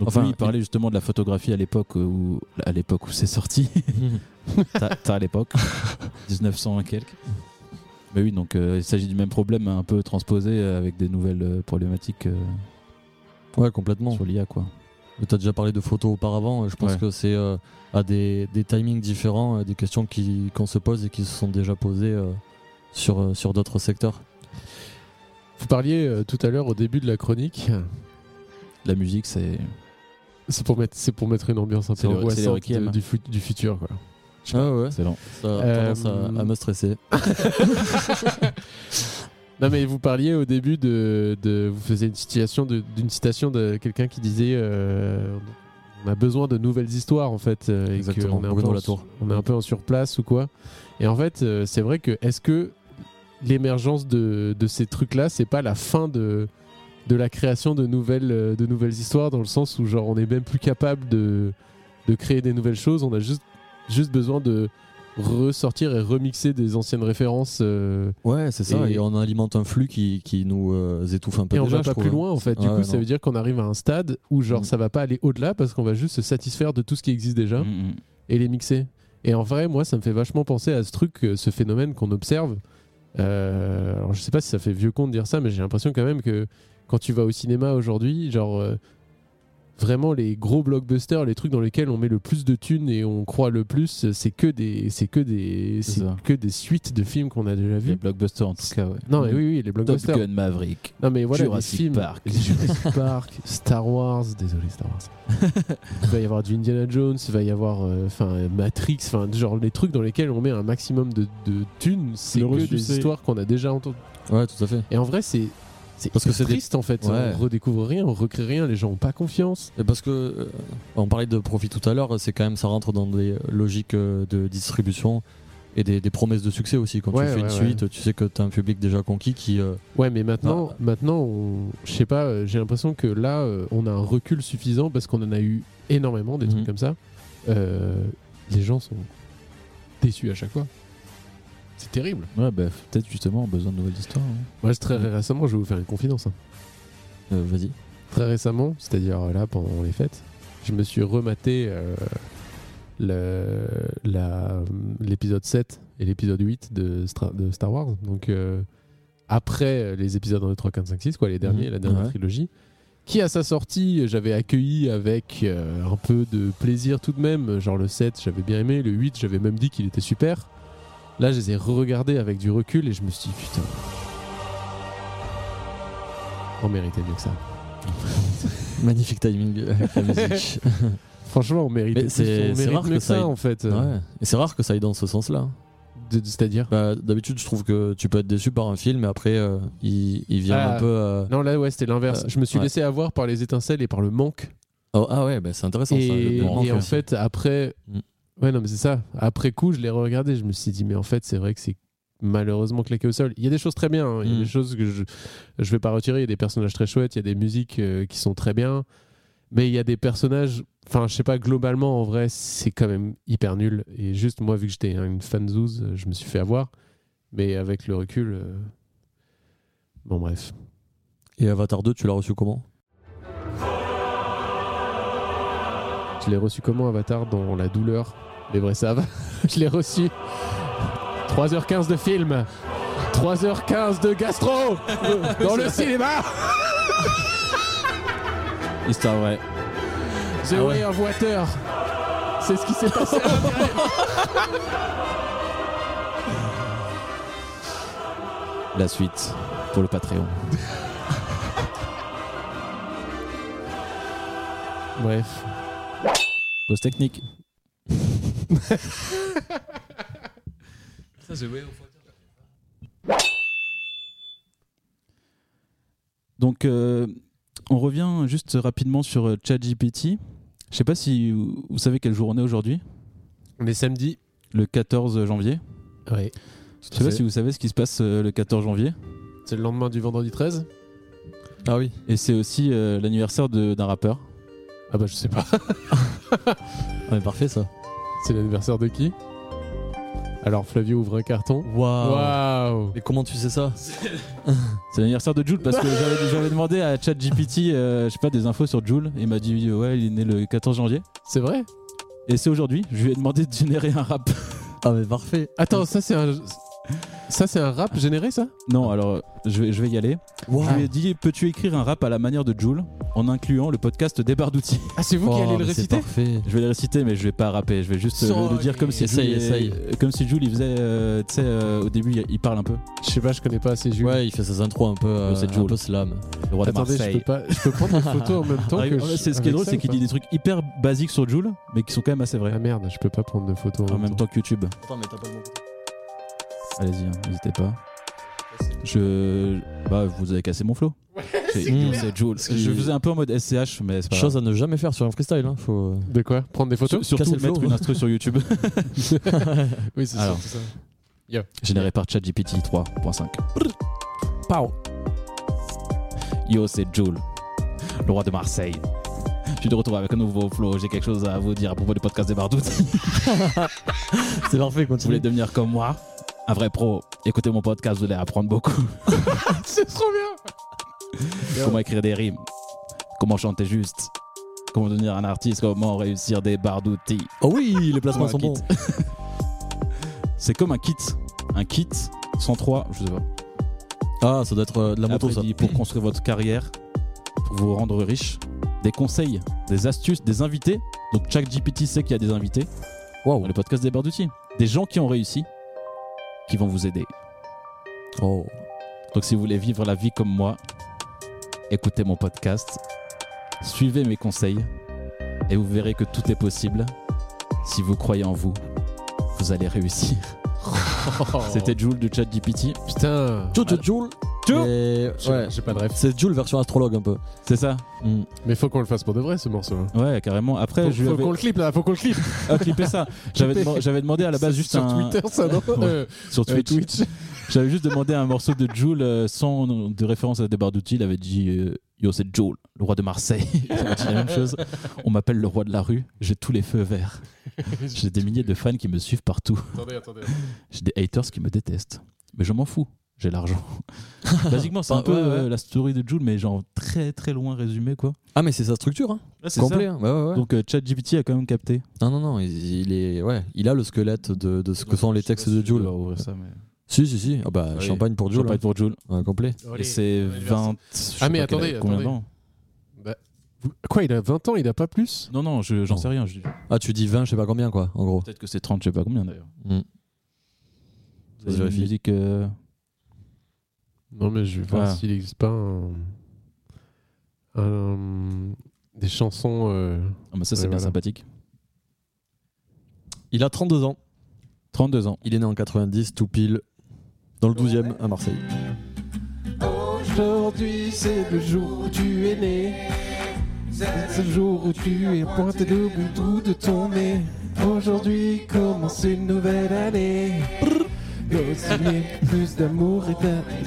[SPEAKER 3] Donc
[SPEAKER 4] Enfin,
[SPEAKER 3] lui, il parlait justement de la photographie à l'époque où, à l'époque où c'est sorti. T'as t'as à l'époque, 1900 et quelques. Mais oui, donc euh, il s'agit du même problème un peu transposé euh, avec des nouvelles euh, problématiques euh,
[SPEAKER 4] Ouais, complètement.
[SPEAKER 3] sur l'IA, quoi.
[SPEAKER 4] Mais T'as déjà parlé de photos auparavant, et je pense
[SPEAKER 3] Ouais.
[SPEAKER 4] que c'est euh, à des, des timings différents, euh, des questions qui- qu'on se pose et qui se sont déjà posées euh, sur, euh, sur d'autres secteurs.
[SPEAKER 1] Vous parliez euh, tout à l'heure au début de la chronique.
[SPEAKER 3] La musique, c'est.
[SPEAKER 1] C'est pour mettre, c'est pour mettre une ambiance un
[SPEAKER 3] C'est
[SPEAKER 1] peu
[SPEAKER 3] le- c'est le
[SPEAKER 1] angoissante
[SPEAKER 3] requiem.
[SPEAKER 1] de- du, fut- du futur. Quoi.
[SPEAKER 4] Ah ouais,
[SPEAKER 3] C'est lent.
[SPEAKER 4] ça a
[SPEAKER 1] Euh,
[SPEAKER 4] tendance à, à me stresser.
[SPEAKER 1] Non mais vous parliez au début de, de- vous faisiez une citation de- d'une citation de quelqu'un qui disait euh, on a besoin de nouvelles histoires en fait euh, et
[SPEAKER 4] Exactement,
[SPEAKER 1] qu'on est un
[SPEAKER 4] Bruno
[SPEAKER 1] peu en-
[SPEAKER 4] Latour.
[SPEAKER 1] on est un peu en surplace ou quoi et en fait euh, c'est vrai que est-ce que l'émergence de, de ces trucs là c'est pas la fin de de la création de nouvelles euh, de nouvelles histoires dans le sens où genre on est même plus capable de de créer des nouvelles choses on a juste juste besoin de ressortir et remixer des anciennes références euh,
[SPEAKER 4] Ouais, c'est ça,
[SPEAKER 1] Et-
[SPEAKER 4] et... on alimente un flux qui, qui nous euh, étouffe un peu
[SPEAKER 1] et on
[SPEAKER 4] déjà,
[SPEAKER 1] va
[SPEAKER 4] je
[SPEAKER 1] pas
[SPEAKER 4] trouve.
[SPEAKER 1] plus loin en fait. Du
[SPEAKER 4] Ouais,
[SPEAKER 1] coup, ça
[SPEAKER 4] non.
[SPEAKER 1] veut dire qu'on arrive à un stade où genre
[SPEAKER 4] Mm.
[SPEAKER 1] ça va pas aller au-delà parce qu'on va juste se satisfaire de tout ce qui existe déjà
[SPEAKER 3] Mm, mm.
[SPEAKER 1] et les mixer. Et en vrai, moi, ça me fait vachement penser à ce truc, euh, ce phénomène qu'on observe. Euh, alors, je sais pas si ça fait vieux con de dire ça, mais j'ai l'impression quand même que quand tu vas au cinéma aujourd'hui, genre euh, vraiment les gros blockbusters, les trucs dans lesquels on met le plus de thunes et on croit le plus, c'est que des, c'est que des,
[SPEAKER 3] C'est
[SPEAKER 1] c'est
[SPEAKER 3] ça.
[SPEAKER 1] que des suites de films qu'on a déjà
[SPEAKER 3] Les
[SPEAKER 1] vus.
[SPEAKER 3] blockbusters, en tout cas, ouais.
[SPEAKER 1] Non, mais
[SPEAKER 4] Mm.
[SPEAKER 1] oui, oui, les
[SPEAKER 3] Top
[SPEAKER 1] blockbusters.
[SPEAKER 3] Gun Maverick.
[SPEAKER 1] Non mais voilà,
[SPEAKER 3] Jurassic
[SPEAKER 1] les films.
[SPEAKER 3] Park.
[SPEAKER 1] Jurassic Park, Star Wars, désolé Star Wars. il va y avoir du Indiana Jones, il va y avoir euh, enfin euh, Matrix, enfin genre les trucs dans lesquels on met un maximum de, de thunes, c'est
[SPEAKER 8] Le
[SPEAKER 1] que
[SPEAKER 8] reçu,
[SPEAKER 1] des
[SPEAKER 8] c'est-
[SPEAKER 1] histoires qu'on a déjà entendues.
[SPEAKER 4] Ouais, tout à fait.
[SPEAKER 1] Et en vrai, c'est c'est
[SPEAKER 4] Parce que
[SPEAKER 1] hyper
[SPEAKER 4] c'est des-
[SPEAKER 1] triste en fait.
[SPEAKER 4] Ouais.
[SPEAKER 1] On redécouvre rien, on recrée rien, les gens ont pas confiance.
[SPEAKER 4] Et parce que euh, on parlait de profit tout à l'heure, c'est quand même ça rentre dans des logiques euh, de distribution et des, des promesses de succès aussi. Quand
[SPEAKER 1] Ouais,
[SPEAKER 4] tu fais
[SPEAKER 1] ouais,
[SPEAKER 4] une
[SPEAKER 1] ouais.
[SPEAKER 4] suite, tu sais que tu as un public déjà conquis qui. euh,
[SPEAKER 1] Ouais, mais maintenant,
[SPEAKER 4] Ah.
[SPEAKER 1] maintenant, on- je sais pas, euh, j'ai l'impression que là, euh, on a un recul suffisant parce qu'on en a eu énormément des
[SPEAKER 4] Mhm.
[SPEAKER 1] trucs comme ça. Euh, les gens sont déçus à chaque fois. C'est terrible.
[SPEAKER 3] Ouais, bah, peut-être justement besoin de nouvelles histoires. hein.
[SPEAKER 1] Moi, je- très récemment, je vais vous faire une confidence. hein.
[SPEAKER 4] euh, Vas-y.
[SPEAKER 1] Très récemment, c'est-à-dire euh, là pendant les fêtes, je me suis rematé euh, le- la- l'épisode 7 et l'épisode 8 de, Stra- de Star Wars. Donc euh, après euh, les épisodes 1, 2, 3, 4, 5, 6, quoi, les derniers,
[SPEAKER 4] Mhm.
[SPEAKER 1] la dernière
[SPEAKER 4] Ouais.
[SPEAKER 1] trilogie, qui à sa sortie, j'avais accueilli avec euh, un peu de plaisir tout de même. Genre le 7, j'avais bien aimé, le 8, j'avais même dit qu'il était super. Là, je les ai regardés avec du recul et je me suis dit, putain, on méritait mieux que ça.
[SPEAKER 4] Magnifique timing euh, avec la musique.
[SPEAKER 1] Franchement, on mérite,
[SPEAKER 4] Mais
[SPEAKER 1] plus-
[SPEAKER 4] c'est-
[SPEAKER 1] on
[SPEAKER 4] c'est
[SPEAKER 1] mérite
[SPEAKER 4] rare
[SPEAKER 1] mieux
[SPEAKER 4] que
[SPEAKER 1] que,
[SPEAKER 4] ça
[SPEAKER 1] ça,
[SPEAKER 4] aille-
[SPEAKER 1] en fait.
[SPEAKER 4] Ouais. Et c'est rare que ça aille dans ce sens-là. hein.
[SPEAKER 1] De- de- C'est-à-dire
[SPEAKER 4] Bah, D'habitude, je trouve que tu peux être déçu par un film, mais après, euh, il, il vient
[SPEAKER 1] Ah.
[SPEAKER 4] un peu. euh,
[SPEAKER 1] Non, là, ouais, c'était l'inverse.
[SPEAKER 4] Euh,
[SPEAKER 1] je me suis
[SPEAKER 4] ouais.
[SPEAKER 1] laissé avoir par les étincelles et par le manque.
[SPEAKER 4] oh, ah ouais, bah, c'est intéressant ça.
[SPEAKER 1] Et,
[SPEAKER 4] le manque
[SPEAKER 1] et en
[SPEAKER 4] aussi.
[SPEAKER 1] fait, après.
[SPEAKER 4] Mm.
[SPEAKER 1] Ouais, non, mais c'est ça. Après coup, je l'ai regardé. Je me suis dit, mais en fait, c'est vrai que c'est malheureusement claqué au sol. Il y a des choses très bien. hein. Il y a
[SPEAKER 4] Mm.
[SPEAKER 1] des choses que je, je vais pas retirer. Il y a des personnages très chouettes. Il y a des musiques euh, qui sont très bien. Mais il y a des personnages. Enfin, je sais pas, globalement, en vrai, c'est quand même hyper nul. Et juste, moi, vu que j'étais hein, une fanzouze, euh, je me suis fait avoir. Mais avec le recul. euh, Bon, bref.
[SPEAKER 4] Et Avatar 2, tu l'as reçu comment
[SPEAKER 1] Je l'ai reçu comment Avatar dans la douleur Les vrais savent. Je l'ai reçu 3h15 de film 3h15 de gastro Dans le cinéma
[SPEAKER 3] Histoire vraie.
[SPEAKER 1] The
[SPEAKER 4] Ah
[SPEAKER 1] Way of Water C'est ce qui s'est passé à l'intérieur.
[SPEAKER 3] La suite pour le Patreon.
[SPEAKER 1] Bref.
[SPEAKER 3] Pause technique. Donc, euh, on revient juste rapidement sur euh, ChatGPT. Je sais pas si vous vous savez quel jour on est aujourd'hui,
[SPEAKER 1] On est samedi.
[SPEAKER 3] le 14 janvier.
[SPEAKER 1] Ouais.
[SPEAKER 3] Je sais pas si vous savez ce qui se passe euh, le 14 janvier.
[SPEAKER 1] C'est le lendemain du vendredi 13
[SPEAKER 4] Ah oui.
[SPEAKER 3] Et c'est aussi euh, l'anniversaire de- d'un rappeur.
[SPEAKER 1] Ah bah je sais pas.
[SPEAKER 4] Ah, mais parfait ça.
[SPEAKER 1] C'est l'anniversaire de qui Alors Flavio ouvre un carton.
[SPEAKER 4] Waouh.
[SPEAKER 1] Waouh
[SPEAKER 4] Mais comment tu sais ça
[SPEAKER 3] C'est l'anniversaire de Jules parce que j'avais j'avais demandé à ChatGPT, euh, je sais pas, des infos sur Jules. Et il m'a dit, ouais, il est né le 14 janvier.
[SPEAKER 1] C'est vrai
[SPEAKER 3] Et c'est aujourd'hui. Je lui ai demandé de générer un rap.
[SPEAKER 4] Ah mais parfait.
[SPEAKER 1] Attends, ça c'est un... Ça c'est un rap généré ça
[SPEAKER 3] Non, alors je vais, je vais y aller.
[SPEAKER 4] Waouh.
[SPEAKER 3] Je lui ai dit, peux-tu écrire un rap à la manière de Jules en incluant le podcast des barres d'outils
[SPEAKER 1] Ah c'est vous qui
[SPEAKER 4] Oh,
[SPEAKER 1] allez le
[SPEAKER 4] mais
[SPEAKER 1] réciter
[SPEAKER 4] C'est parfait.
[SPEAKER 3] Je vais le réciter, mais je vais pas rapper. Je vais juste euh, le, le dire comme si
[SPEAKER 4] Essaye,
[SPEAKER 3] Jules,
[SPEAKER 4] essaye.
[SPEAKER 3] euh, comme si Jules, il faisait, euh, tu sais, euh, au début, il- il parle un peu.
[SPEAKER 1] Je sais pas, je connais pas assez Jules.
[SPEAKER 4] Ouais, il fait ses intros un peu, euh,
[SPEAKER 3] c'est
[SPEAKER 4] un
[SPEAKER 3] Jules.
[SPEAKER 4] peu slam.
[SPEAKER 3] Le roi de
[SPEAKER 1] Attendez, je
[SPEAKER 3] Marseille.
[SPEAKER 1] peux, pas... je peux prendre une photo en même temps
[SPEAKER 3] Ah,
[SPEAKER 1] que
[SPEAKER 3] ouais,
[SPEAKER 1] je-
[SPEAKER 3] c'est ce qui
[SPEAKER 1] avec
[SPEAKER 3] est drôle,
[SPEAKER 1] ça,
[SPEAKER 3] c'est
[SPEAKER 1] ou
[SPEAKER 3] qu'il
[SPEAKER 1] pas
[SPEAKER 3] dit des trucs hyper basiques sur Joule, mais qui sont quand même assez vrais.
[SPEAKER 1] Ah merde, je peux pas prendre de photo
[SPEAKER 3] en même temps que YouTube.
[SPEAKER 4] Attends, mais t'as pas le
[SPEAKER 3] Allez-y, hein, n'hésitez pas. Je. Bah, vous avez cassé mon flow. C'est
[SPEAKER 4] clair.
[SPEAKER 3] c'est Joule.
[SPEAKER 4] Parce que
[SPEAKER 3] Je
[SPEAKER 4] il-
[SPEAKER 3] faisais un peu en mode SCH, mais c'est pas
[SPEAKER 4] Chose
[SPEAKER 3] grave.
[SPEAKER 4] à ne jamais faire sur un freestyle. Hein. Faut...
[SPEAKER 1] De quoi Prendre des
[SPEAKER 3] Sur-
[SPEAKER 1] photos
[SPEAKER 3] Surtout
[SPEAKER 4] casser le
[SPEAKER 3] mettre
[SPEAKER 4] flow.
[SPEAKER 3] une instru sur YouTube,
[SPEAKER 1] Oui, c'est
[SPEAKER 3] Alors.
[SPEAKER 1] surtout ça.
[SPEAKER 3] générée par ChatGPT 3.5.
[SPEAKER 4] Pow.
[SPEAKER 3] Yo, c'est Joule, le roi de Marseille. Je suis de retour avec un nouveau flow. J'ai quelque chose à vous dire à propos du podcast des Bardoutes.
[SPEAKER 4] C'est parfait,
[SPEAKER 3] Vous voulez
[SPEAKER 4] continue.
[SPEAKER 3] devenir comme moi Un vrai pro Écoutez mon podcast, vous allez apprendre beaucoup.
[SPEAKER 1] C'est trop bien
[SPEAKER 3] Comment écrire des rimes Comment chanter juste Comment devenir un artiste Comment réussir des barres d'outils
[SPEAKER 4] Oh oui, les placements
[SPEAKER 3] Ouais,
[SPEAKER 4] sont bons.
[SPEAKER 3] quitte. C'est comme un kit. Un kit 103, je sais pas.
[SPEAKER 4] Ah, ça doit être euh, de la moto,
[SPEAKER 3] Après,
[SPEAKER 4] ça.
[SPEAKER 3] il dit, pour construire votre carrière, pour vous rendre riche, des conseils, des astuces, des invités. Donc chaque GPT sait qu'il y a des invités
[SPEAKER 4] Waouh.
[SPEAKER 3] dans le podcast des barres d'outils. Des gens qui ont réussi, qui vont vous aider.
[SPEAKER 4] Oh.
[SPEAKER 3] Donc si vous voulez vivre la vie comme moi, écoutez mon podcast, suivez mes conseils, et vous verrez que tout est possible. Si vous croyez en vous, vous allez réussir.
[SPEAKER 1] Oh.
[SPEAKER 3] C'était Jules de ChatGPT.
[SPEAKER 1] Putain
[SPEAKER 4] Tchou, tchou, tchou.
[SPEAKER 3] Tchou.
[SPEAKER 4] Et-
[SPEAKER 1] J'ai
[SPEAKER 4] Ouais.
[SPEAKER 1] j'ai pas de ref.
[SPEAKER 4] C'est Jules version astrologue un peu.
[SPEAKER 3] C'est ça Mm.
[SPEAKER 1] Mais faut qu'on le fasse pour de vrai ce morceau. hein.
[SPEAKER 3] Ouais, carrément. Après,
[SPEAKER 1] Faut,
[SPEAKER 3] je
[SPEAKER 1] faut
[SPEAKER 3] lui avais...
[SPEAKER 1] qu'on le clip là, faut qu'on le clip
[SPEAKER 3] Ah, clippez ça. J'avais
[SPEAKER 1] Clippez.
[SPEAKER 3] deman- j'avais demandé à la base juste
[SPEAKER 1] sur
[SPEAKER 3] un...
[SPEAKER 1] Twitter ça non
[SPEAKER 3] Ouais.
[SPEAKER 1] Euh,
[SPEAKER 3] Sur
[SPEAKER 1] euh,
[SPEAKER 3] Twitch. J'avais juste demandé un morceau de Jules euh, sans nom- de référence à des barres d'outils. Il avait dit euh, Yo, c'est Jules, le roi de Marseille. J'avais dit la même chose. On m'appelle le roi de la rue. J'ai tous les feux verts. J'ai des milliers de fans qui me suivent partout.
[SPEAKER 1] Attendez, attendez.
[SPEAKER 3] J'ai des haters qui me détestent. Mais je m'en fous. J'ai l'argent. Basiquement, c'est un
[SPEAKER 4] Bah,
[SPEAKER 3] peu
[SPEAKER 4] ouais, ouais.
[SPEAKER 3] euh, la story de Jules, mais genre très très loin résumé quoi.
[SPEAKER 4] Ah, mais c'est sa structure, hein. Complet. hein. Ouais, ouais, ouais.
[SPEAKER 3] Donc euh, ChatGPT a quand même capté.
[SPEAKER 4] Non, non, non. Il, il est... ouais. il a le squelette de, de ce que sont les textes de Jules.
[SPEAKER 3] ouvrir ça, mais.
[SPEAKER 4] Si, si, si. Ah bah,
[SPEAKER 3] Oui.
[SPEAKER 4] champagne pour Jules.
[SPEAKER 3] J'en parle pour Jules.
[SPEAKER 4] hein. Ouais, complet.
[SPEAKER 3] Et c'est 20. je sais
[SPEAKER 1] Ah, mais
[SPEAKER 3] pas quel-
[SPEAKER 1] attendez,
[SPEAKER 3] combien
[SPEAKER 1] attendez.
[SPEAKER 3] d'ans
[SPEAKER 1] Bah, Quoi, il a 20 ans, il a pas plus
[SPEAKER 3] Non, non, je- j'en sais rien. je-
[SPEAKER 4] Ah, tu dis 20, je sais pas combien, quoi, en gros.
[SPEAKER 3] Peut-être que c'est 30, je sais pas combien d'ailleurs.
[SPEAKER 4] Mm.
[SPEAKER 3] Vous avez
[SPEAKER 4] Ça se
[SPEAKER 3] une
[SPEAKER 4] vérifie.
[SPEAKER 3] musique, euh,
[SPEAKER 1] Non, mais je vais voir
[SPEAKER 3] Ah.
[SPEAKER 1] s'il existe pas un... un- des chansons. euh,
[SPEAKER 3] Ah, mais ça, c'est
[SPEAKER 1] Ouais,
[SPEAKER 3] bien
[SPEAKER 1] voilà.
[SPEAKER 3] sympathique.
[SPEAKER 4] Il a 32 ans.
[SPEAKER 3] 32 ans.
[SPEAKER 4] Il est né en 90, tout pile, dans le 12 e à Marseille.
[SPEAKER 1] Aujourd'hui, c'est le jour où tu es né. C'est le jour où tu es pointé le bout de ton nez. Aujourd'hui commence une nouvelle année. Continuez plus d'amour et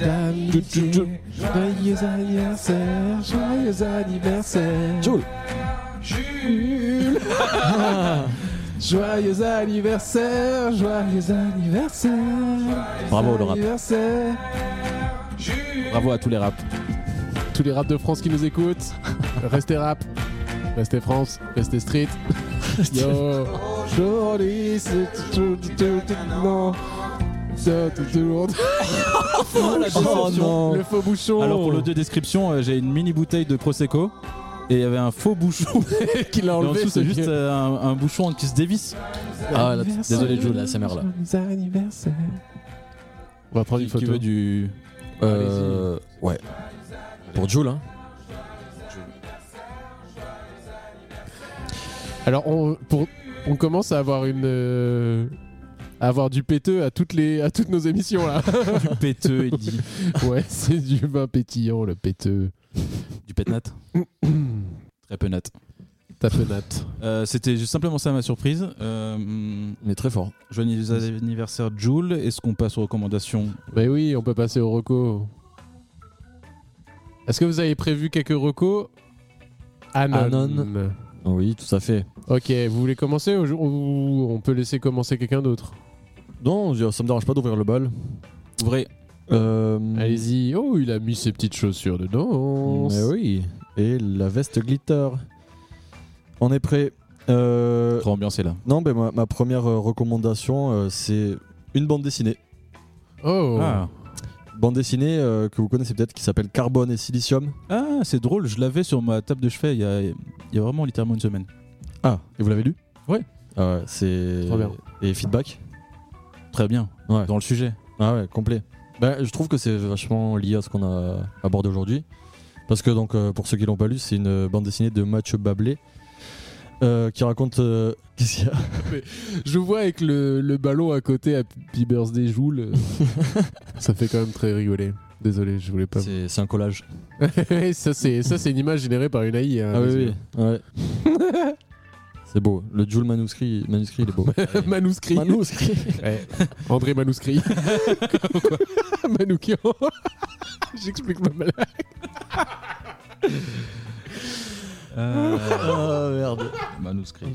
[SPEAKER 1] d'a- d'amitié. Joyeux anniversaire, joyeux anniversaire.
[SPEAKER 4] Jules.
[SPEAKER 1] Jules. joyeux anniversaire, joyeux anniversaire.
[SPEAKER 4] Bravo, le rap.
[SPEAKER 1] Anniversaire.
[SPEAKER 3] Bravo à tous les raps.
[SPEAKER 1] tous les raps de France qui nous écoutent, restez rap, restez France, restez street. Yo, aujourd'hui c'est tout, tout, tout, tout- non. Ça, tout, tout le monde.
[SPEAKER 4] Oh non
[SPEAKER 1] Le faux
[SPEAKER 4] Oh.
[SPEAKER 1] bouchon.
[SPEAKER 3] Alors pour le deux description, euh, j'ai une mini bouteille de Prosecco et il y avait un faux bouchon.
[SPEAKER 1] qui l'a
[SPEAKER 3] Et en
[SPEAKER 1] enlevé,
[SPEAKER 3] dessous, c'est
[SPEAKER 1] ce
[SPEAKER 3] juste
[SPEAKER 1] vieux.
[SPEAKER 3] euh, un, un bouchon qui se dévisse.
[SPEAKER 4] Ah, là, désolé, Jules, la SMR là.
[SPEAKER 1] Joyeux anniversaire. On va prendre une
[SPEAKER 3] Qui- qui
[SPEAKER 1] photo.
[SPEAKER 3] veut du.
[SPEAKER 4] Euh, ouais. Pour Jules, hein.
[SPEAKER 1] Alors on, pour- on commence à avoir une. euh, à avoir du péteux à toutes, les, à toutes nos émissions là.
[SPEAKER 3] Du péteux, il dit.
[SPEAKER 1] ouais, c'est du vin pétillant, le péteux.
[SPEAKER 3] Du pétnat. Très peu nat.
[SPEAKER 1] Tapenate.
[SPEAKER 3] Euh, C'était juste simplement ça ma surprise. Euh,
[SPEAKER 4] Mais très fort.
[SPEAKER 3] joyeux anniversaire Jules. Est-ce qu'on passe aux recommandations
[SPEAKER 1] Mais oui, on peut passer au reco. Est-ce que vous avez prévu quelques recos Anon.
[SPEAKER 4] Anon. Oui, tout à fait.
[SPEAKER 1] Ok, vous voulez commencer ou je- ou on peut laisser commencer quelqu'un d'autre
[SPEAKER 4] Non, je- ça me dérange pas d'ouvrir le bol.
[SPEAKER 3] Ouvrez.
[SPEAKER 4] Euh,
[SPEAKER 1] Allez-y. Oh, il a mis ses petites chaussures dedans.
[SPEAKER 4] mais oui. Et la veste glitter. On est prêt. Euh,
[SPEAKER 3] Trop ambiance est là.
[SPEAKER 4] non, mais ma, ma première euh, recommandation, euh, c'est une bande dessinée.
[SPEAKER 1] Oh.
[SPEAKER 3] Ah,
[SPEAKER 4] Bande dessinée euh, que vous connaissez peut-être qui s'appelle Carbone et Silicium.
[SPEAKER 3] Ah, c'est drôle, je l'avais sur ma table de chevet il y a, il y a vraiment littéralement une semaine.
[SPEAKER 4] Ah, et vous l'avez lu
[SPEAKER 3] Ouais.
[SPEAKER 4] Ah ouais, c'est.
[SPEAKER 1] Trop bien.
[SPEAKER 4] Et feedback
[SPEAKER 3] Très bien,
[SPEAKER 4] Ouais.
[SPEAKER 3] dans le sujet.
[SPEAKER 4] Ah ouais, complet. Ben, je trouve que c'est vachement lié à ce qu'on a abordé aujourd'hui. Parce que, donc, euh, pour ceux qui l'ont pas lu, c'est une bande dessinée de Mathieu Bablé euh, qui raconte. euh, Qu'est-ce qu'il y a
[SPEAKER 1] Je vous vois avec le, le ballon à côté à Happy Birthday Joule. euh, ça fait quand même très rigoler. Désolé, je voulais pas.
[SPEAKER 4] C'est c'est un collage.
[SPEAKER 1] ça c'est ça c'est une image générée par une AI. hein,
[SPEAKER 4] Ah oui,
[SPEAKER 1] désolé.
[SPEAKER 4] oui. Ouais. c'est beau. Le Joule manuscrit, manuscrit, il est beau.
[SPEAKER 1] Manuscrit.
[SPEAKER 4] manuscrit
[SPEAKER 1] Ouais. André Manuscrit. Manoukian. J'explique ma mal.
[SPEAKER 4] Ah merde.
[SPEAKER 3] Euh, Manuscrit.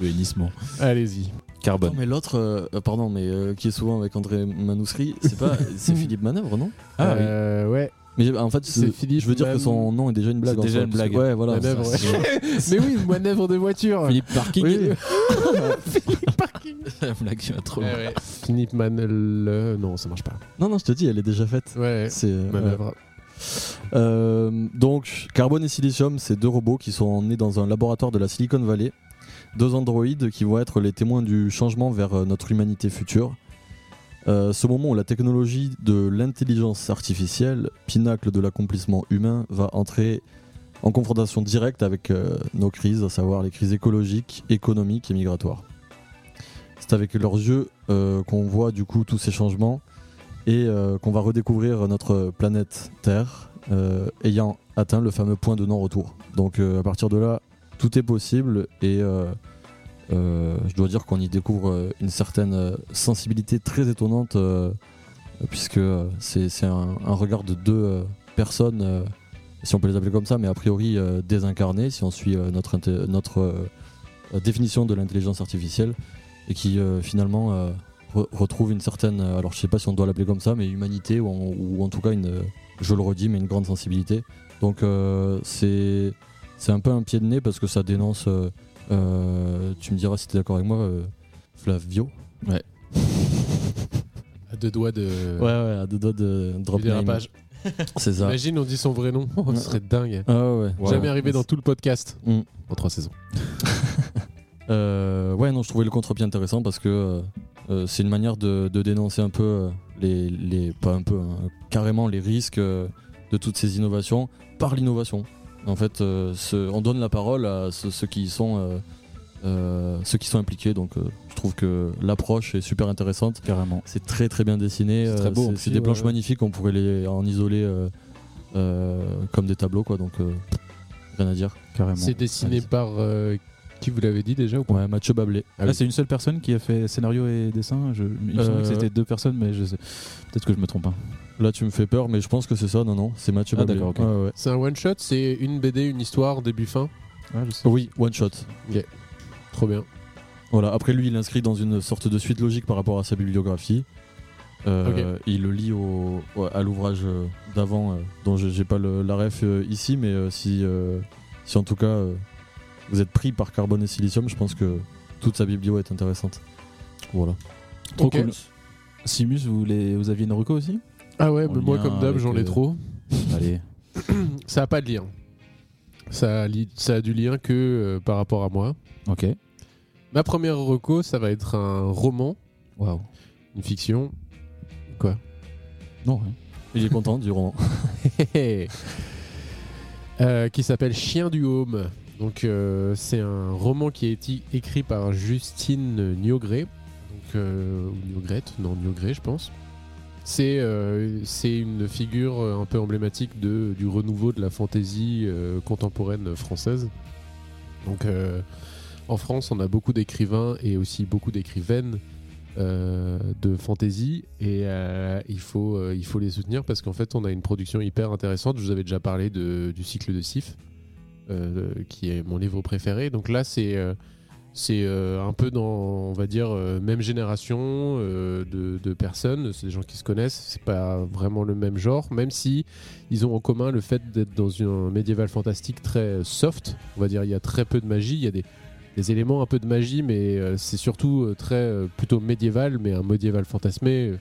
[SPEAKER 3] Le hennissement.
[SPEAKER 1] Allez-y.
[SPEAKER 4] Non,
[SPEAKER 3] Carbone.
[SPEAKER 4] mais l'autre, euh, euh, pardon, mais euh, qui est souvent avec André Manuscrit, c'est pas. c'est Philippe Manœuvre, non
[SPEAKER 3] Ah oui.
[SPEAKER 1] Euh, Ouais.
[SPEAKER 4] Mais en fait,
[SPEAKER 1] C'est
[SPEAKER 4] c'est
[SPEAKER 1] Philippe
[SPEAKER 4] Je veux dire
[SPEAKER 1] Man-
[SPEAKER 4] que son nom est déjà une blague.
[SPEAKER 3] C'est
[SPEAKER 4] en
[SPEAKER 3] déjà
[SPEAKER 4] soi,
[SPEAKER 3] une
[SPEAKER 4] parce que-
[SPEAKER 3] blague.
[SPEAKER 4] Ouais, voilà.
[SPEAKER 1] Manœuvre,
[SPEAKER 4] Ça, c'est-
[SPEAKER 1] Mais oui, manœuvre de voiture.
[SPEAKER 3] Philippe Parking.
[SPEAKER 1] Oui.
[SPEAKER 3] La blague qui va trop
[SPEAKER 1] Ouais,
[SPEAKER 3] loin.
[SPEAKER 1] ouais. Philippe Manel. euh, Non, ça marche pas.
[SPEAKER 4] Non, non, je te dis, elle est déjà faite.
[SPEAKER 1] Ouais.
[SPEAKER 4] C'est euh,
[SPEAKER 1] Manœuvre.
[SPEAKER 4] euh, donc carbone et silicium, c'est deux robots qui sont nés dans un laboratoire de la Silicon Valley, deux androïdes qui vont être les témoins du changement vers euh, notre humanité future. Euh, ce moment où la technologie de l'intelligence artificielle, pinacle de l'accomplissement humain, va entrer en confrontation directe avec euh, nos crises, à savoir les crises écologiques, économiques et migratoires. C'est avec leurs yeux euh, qu'on voit du coup tous ces changements et euh, qu'on va redécouvrir notre planète Terre euh, ayant atteint le fameux point de non-retour. Donc euh, à partir de là, tout est possible et euh, euh, je dois dire qu'on y découvre euh, une certaine euh, sensibilité très étonnante euh, puisque euh, c'est c'est un, un regard de deux euh, personnes, euh, si on peut les appeler comme ça, mais a priori euh, désincarnées si on suit euh, notre, inté- notre euh, définition de l'intelligence artificielle et qui euh, finalement... euh, re- retrouve une certaine, euh, alors je sais pas si on doit l'appeler comme ça, mais humanité, ou en, ou en tout cas, une, euh, je le redis, mais une grande sensibilité. Donc euh, c'est c'est un peu un pied de nez parce que ça dénonce, euh, euh, tu me diras si tu es d'accord avec moi, euh, Flavio.
[SPEAKER 1] À deux doigts de.
[SPEAKER 4] Ouais, ouais, à deux doigts de drop
[SPEAKER 1] du dérapage.
[SPEAKER 4] name. C'est ça.
[SPEAKER 1] Imagine, on dit son vrai nom. Oh, ce serait dingue.
[SPEAKER 4] Ah ouais.
[SPEAKER 3] Ouais. Ah,
[SPEAKER 1] Jamais arrivé dans tout le podcast.
[SPEAKER 4] Mm.
[SPEAKER 1] En trois saisons.
[SPEAKER 4] Euh, ouais, non, je trouvais le contre-pied intéressant parce que euh, euh, c'est une manière de, de dénoncer un peu euh, les, les- pas un peu, hein, carrément les risques euh, de toutes ces innovations par l'innovation. En fait, euh, ce- on donne la parole à ceux, ceux qui y sont, euh, euh, ceux qui sont impliqués. Donc, euh, je trouve que l'approche est super intéressante.
[SPEAKER 3] Carrément.
[SPEAKER 4] C'est très très bien dessiné.
[SPEAKER 3] C'est
[SPEAKER 4] euh,
[SPEAKER 3] très beau, en
[SPEAKER 4] C'est
[SPEAKER 3] plus,
[SPEAKER 4] c'est des
[SPEAKER 3] ouais,
[SPEAKER 4] planches
[SPEAKER 3] ouais.
[SPEAKER 4] magnifiques. On pourrait les en isoler euh, euh, comme des tableaux, quoi. Donc, euh, rien à dire.
[SPEAKER 3] Carrément.
[SPEAKER 1] C'est dessiné
[SPEAKER 4] Allez.
[SPEAKER 1] par. euh, qui vous l'avez dit déjà ou pas
[SPEAKER 4] Ouais, Mathieu Bablé.
[SPEAKER 1] Ah oui.
[SPEAKER 3] Là, c'est une seule personne qui a fait scénario et dessin. Je... Il me semblait que
[SPEAKER 4] Euh,
[SPEAKER 3] c'était deux personnes, mais je sais. Peut-être que je me trompe. hein.
[SPEAKER 4] Là, tu me fais peur, mais je pense que c'est ça. Non, non, c'est Mathieu
[SPEAKER 3] Ah,
[SPEAKER 4] Bablé.
[SPEAKER 3] d'accord, ok.
[SPEAKER 4] Ouais, ouais.
[SPEAKER 1] C'est un one shot, c'est une BD, une histoire, début fin.
[SPEAKER 4] Oui, one shot.
[SPEAKER 1] Trop bien.
[SPEAKER 4] Voilà. Après, lui, il inscrit dans une sorte de suite logique par rapport à sa bibliographie. Euh, Il le lit au, ouais, à l'ouvrage euh, d'avant, euh, dont j'ai j'ai pas le- la ref euh, ici, mais euh, si, euh, si en tout cas euh, vous êtes pris par carbone et silicium, je pense que toute sa biblio est intéressante. Voilà.
[SPEAKER 3] Trop
[SPEAKER 1] Ok.
[SPEAKER 3] cool. Simus, vous, les... vous aviez une reco aussi
[SPEAKER 1] Ah ouais,
[SPEAKER 3] En
[SPEAKER 1] mais moi
[SPEAKER 3] lien
[SPEAKER 1] comme d'hab,
[SPEAKER 3] avec,
[SPEAKER 1] j'en ai
[SPEAKER 3] euh,
[SPEAKER 1] trop.
[SPEAKER 3] Allez.
[SPEAKER 1] Ça a pas de lien. Ça a, li- ça a du lien que euh, par rapport à moi.
[SPEAKER 3] Ok.
[SPEAKER 1] Ma première reco, ça va être un roman,
[SPEAKER 3] Waouh.
[SPEAKER 1] une fiction.
[SPEAKER 3] Non. hein.
[SPEAKER 4] Il est content du roman.
[SPEAKER 1] Euh, qui s'appelle Chien du Home. Donc, euh, c'est un roman qui a été écrit par Justine Niogré. Donc, euh, ou Niogrette, non, Niogré, je pense. C'est euh, c'est une figure euh, un peu emblématique de, du renouveau de la fantaisie euh, contemporaine française. Donc, euh, en France, on a beaucoup d'écrivains et aussi beaucoup d'écrivaines euh, de fantasy et euh, il, faut, euh, il faut les soutenir parce qu'en fait on a une production hyper intéressante. Je vous avais déjà parlé de- du cycle de Sif euh, qui est mon livre préféré. Donc là c'est euh, C'est euh, un peu dans, on va dire, euh, même génération euh, de, de personnes. C'est des gens qui se connaissent. C'est pas vraiment le même genre, même si ils ont en commun le fait d'être dans une- un médiéval fantastique très soft. On va dire, il y a très peu de magie. Il y a des, des éléments un peu de magie, mais euh, c'est surtout euh, très euh, plutôt médiéval, mais un médiéval fantasmé. euh,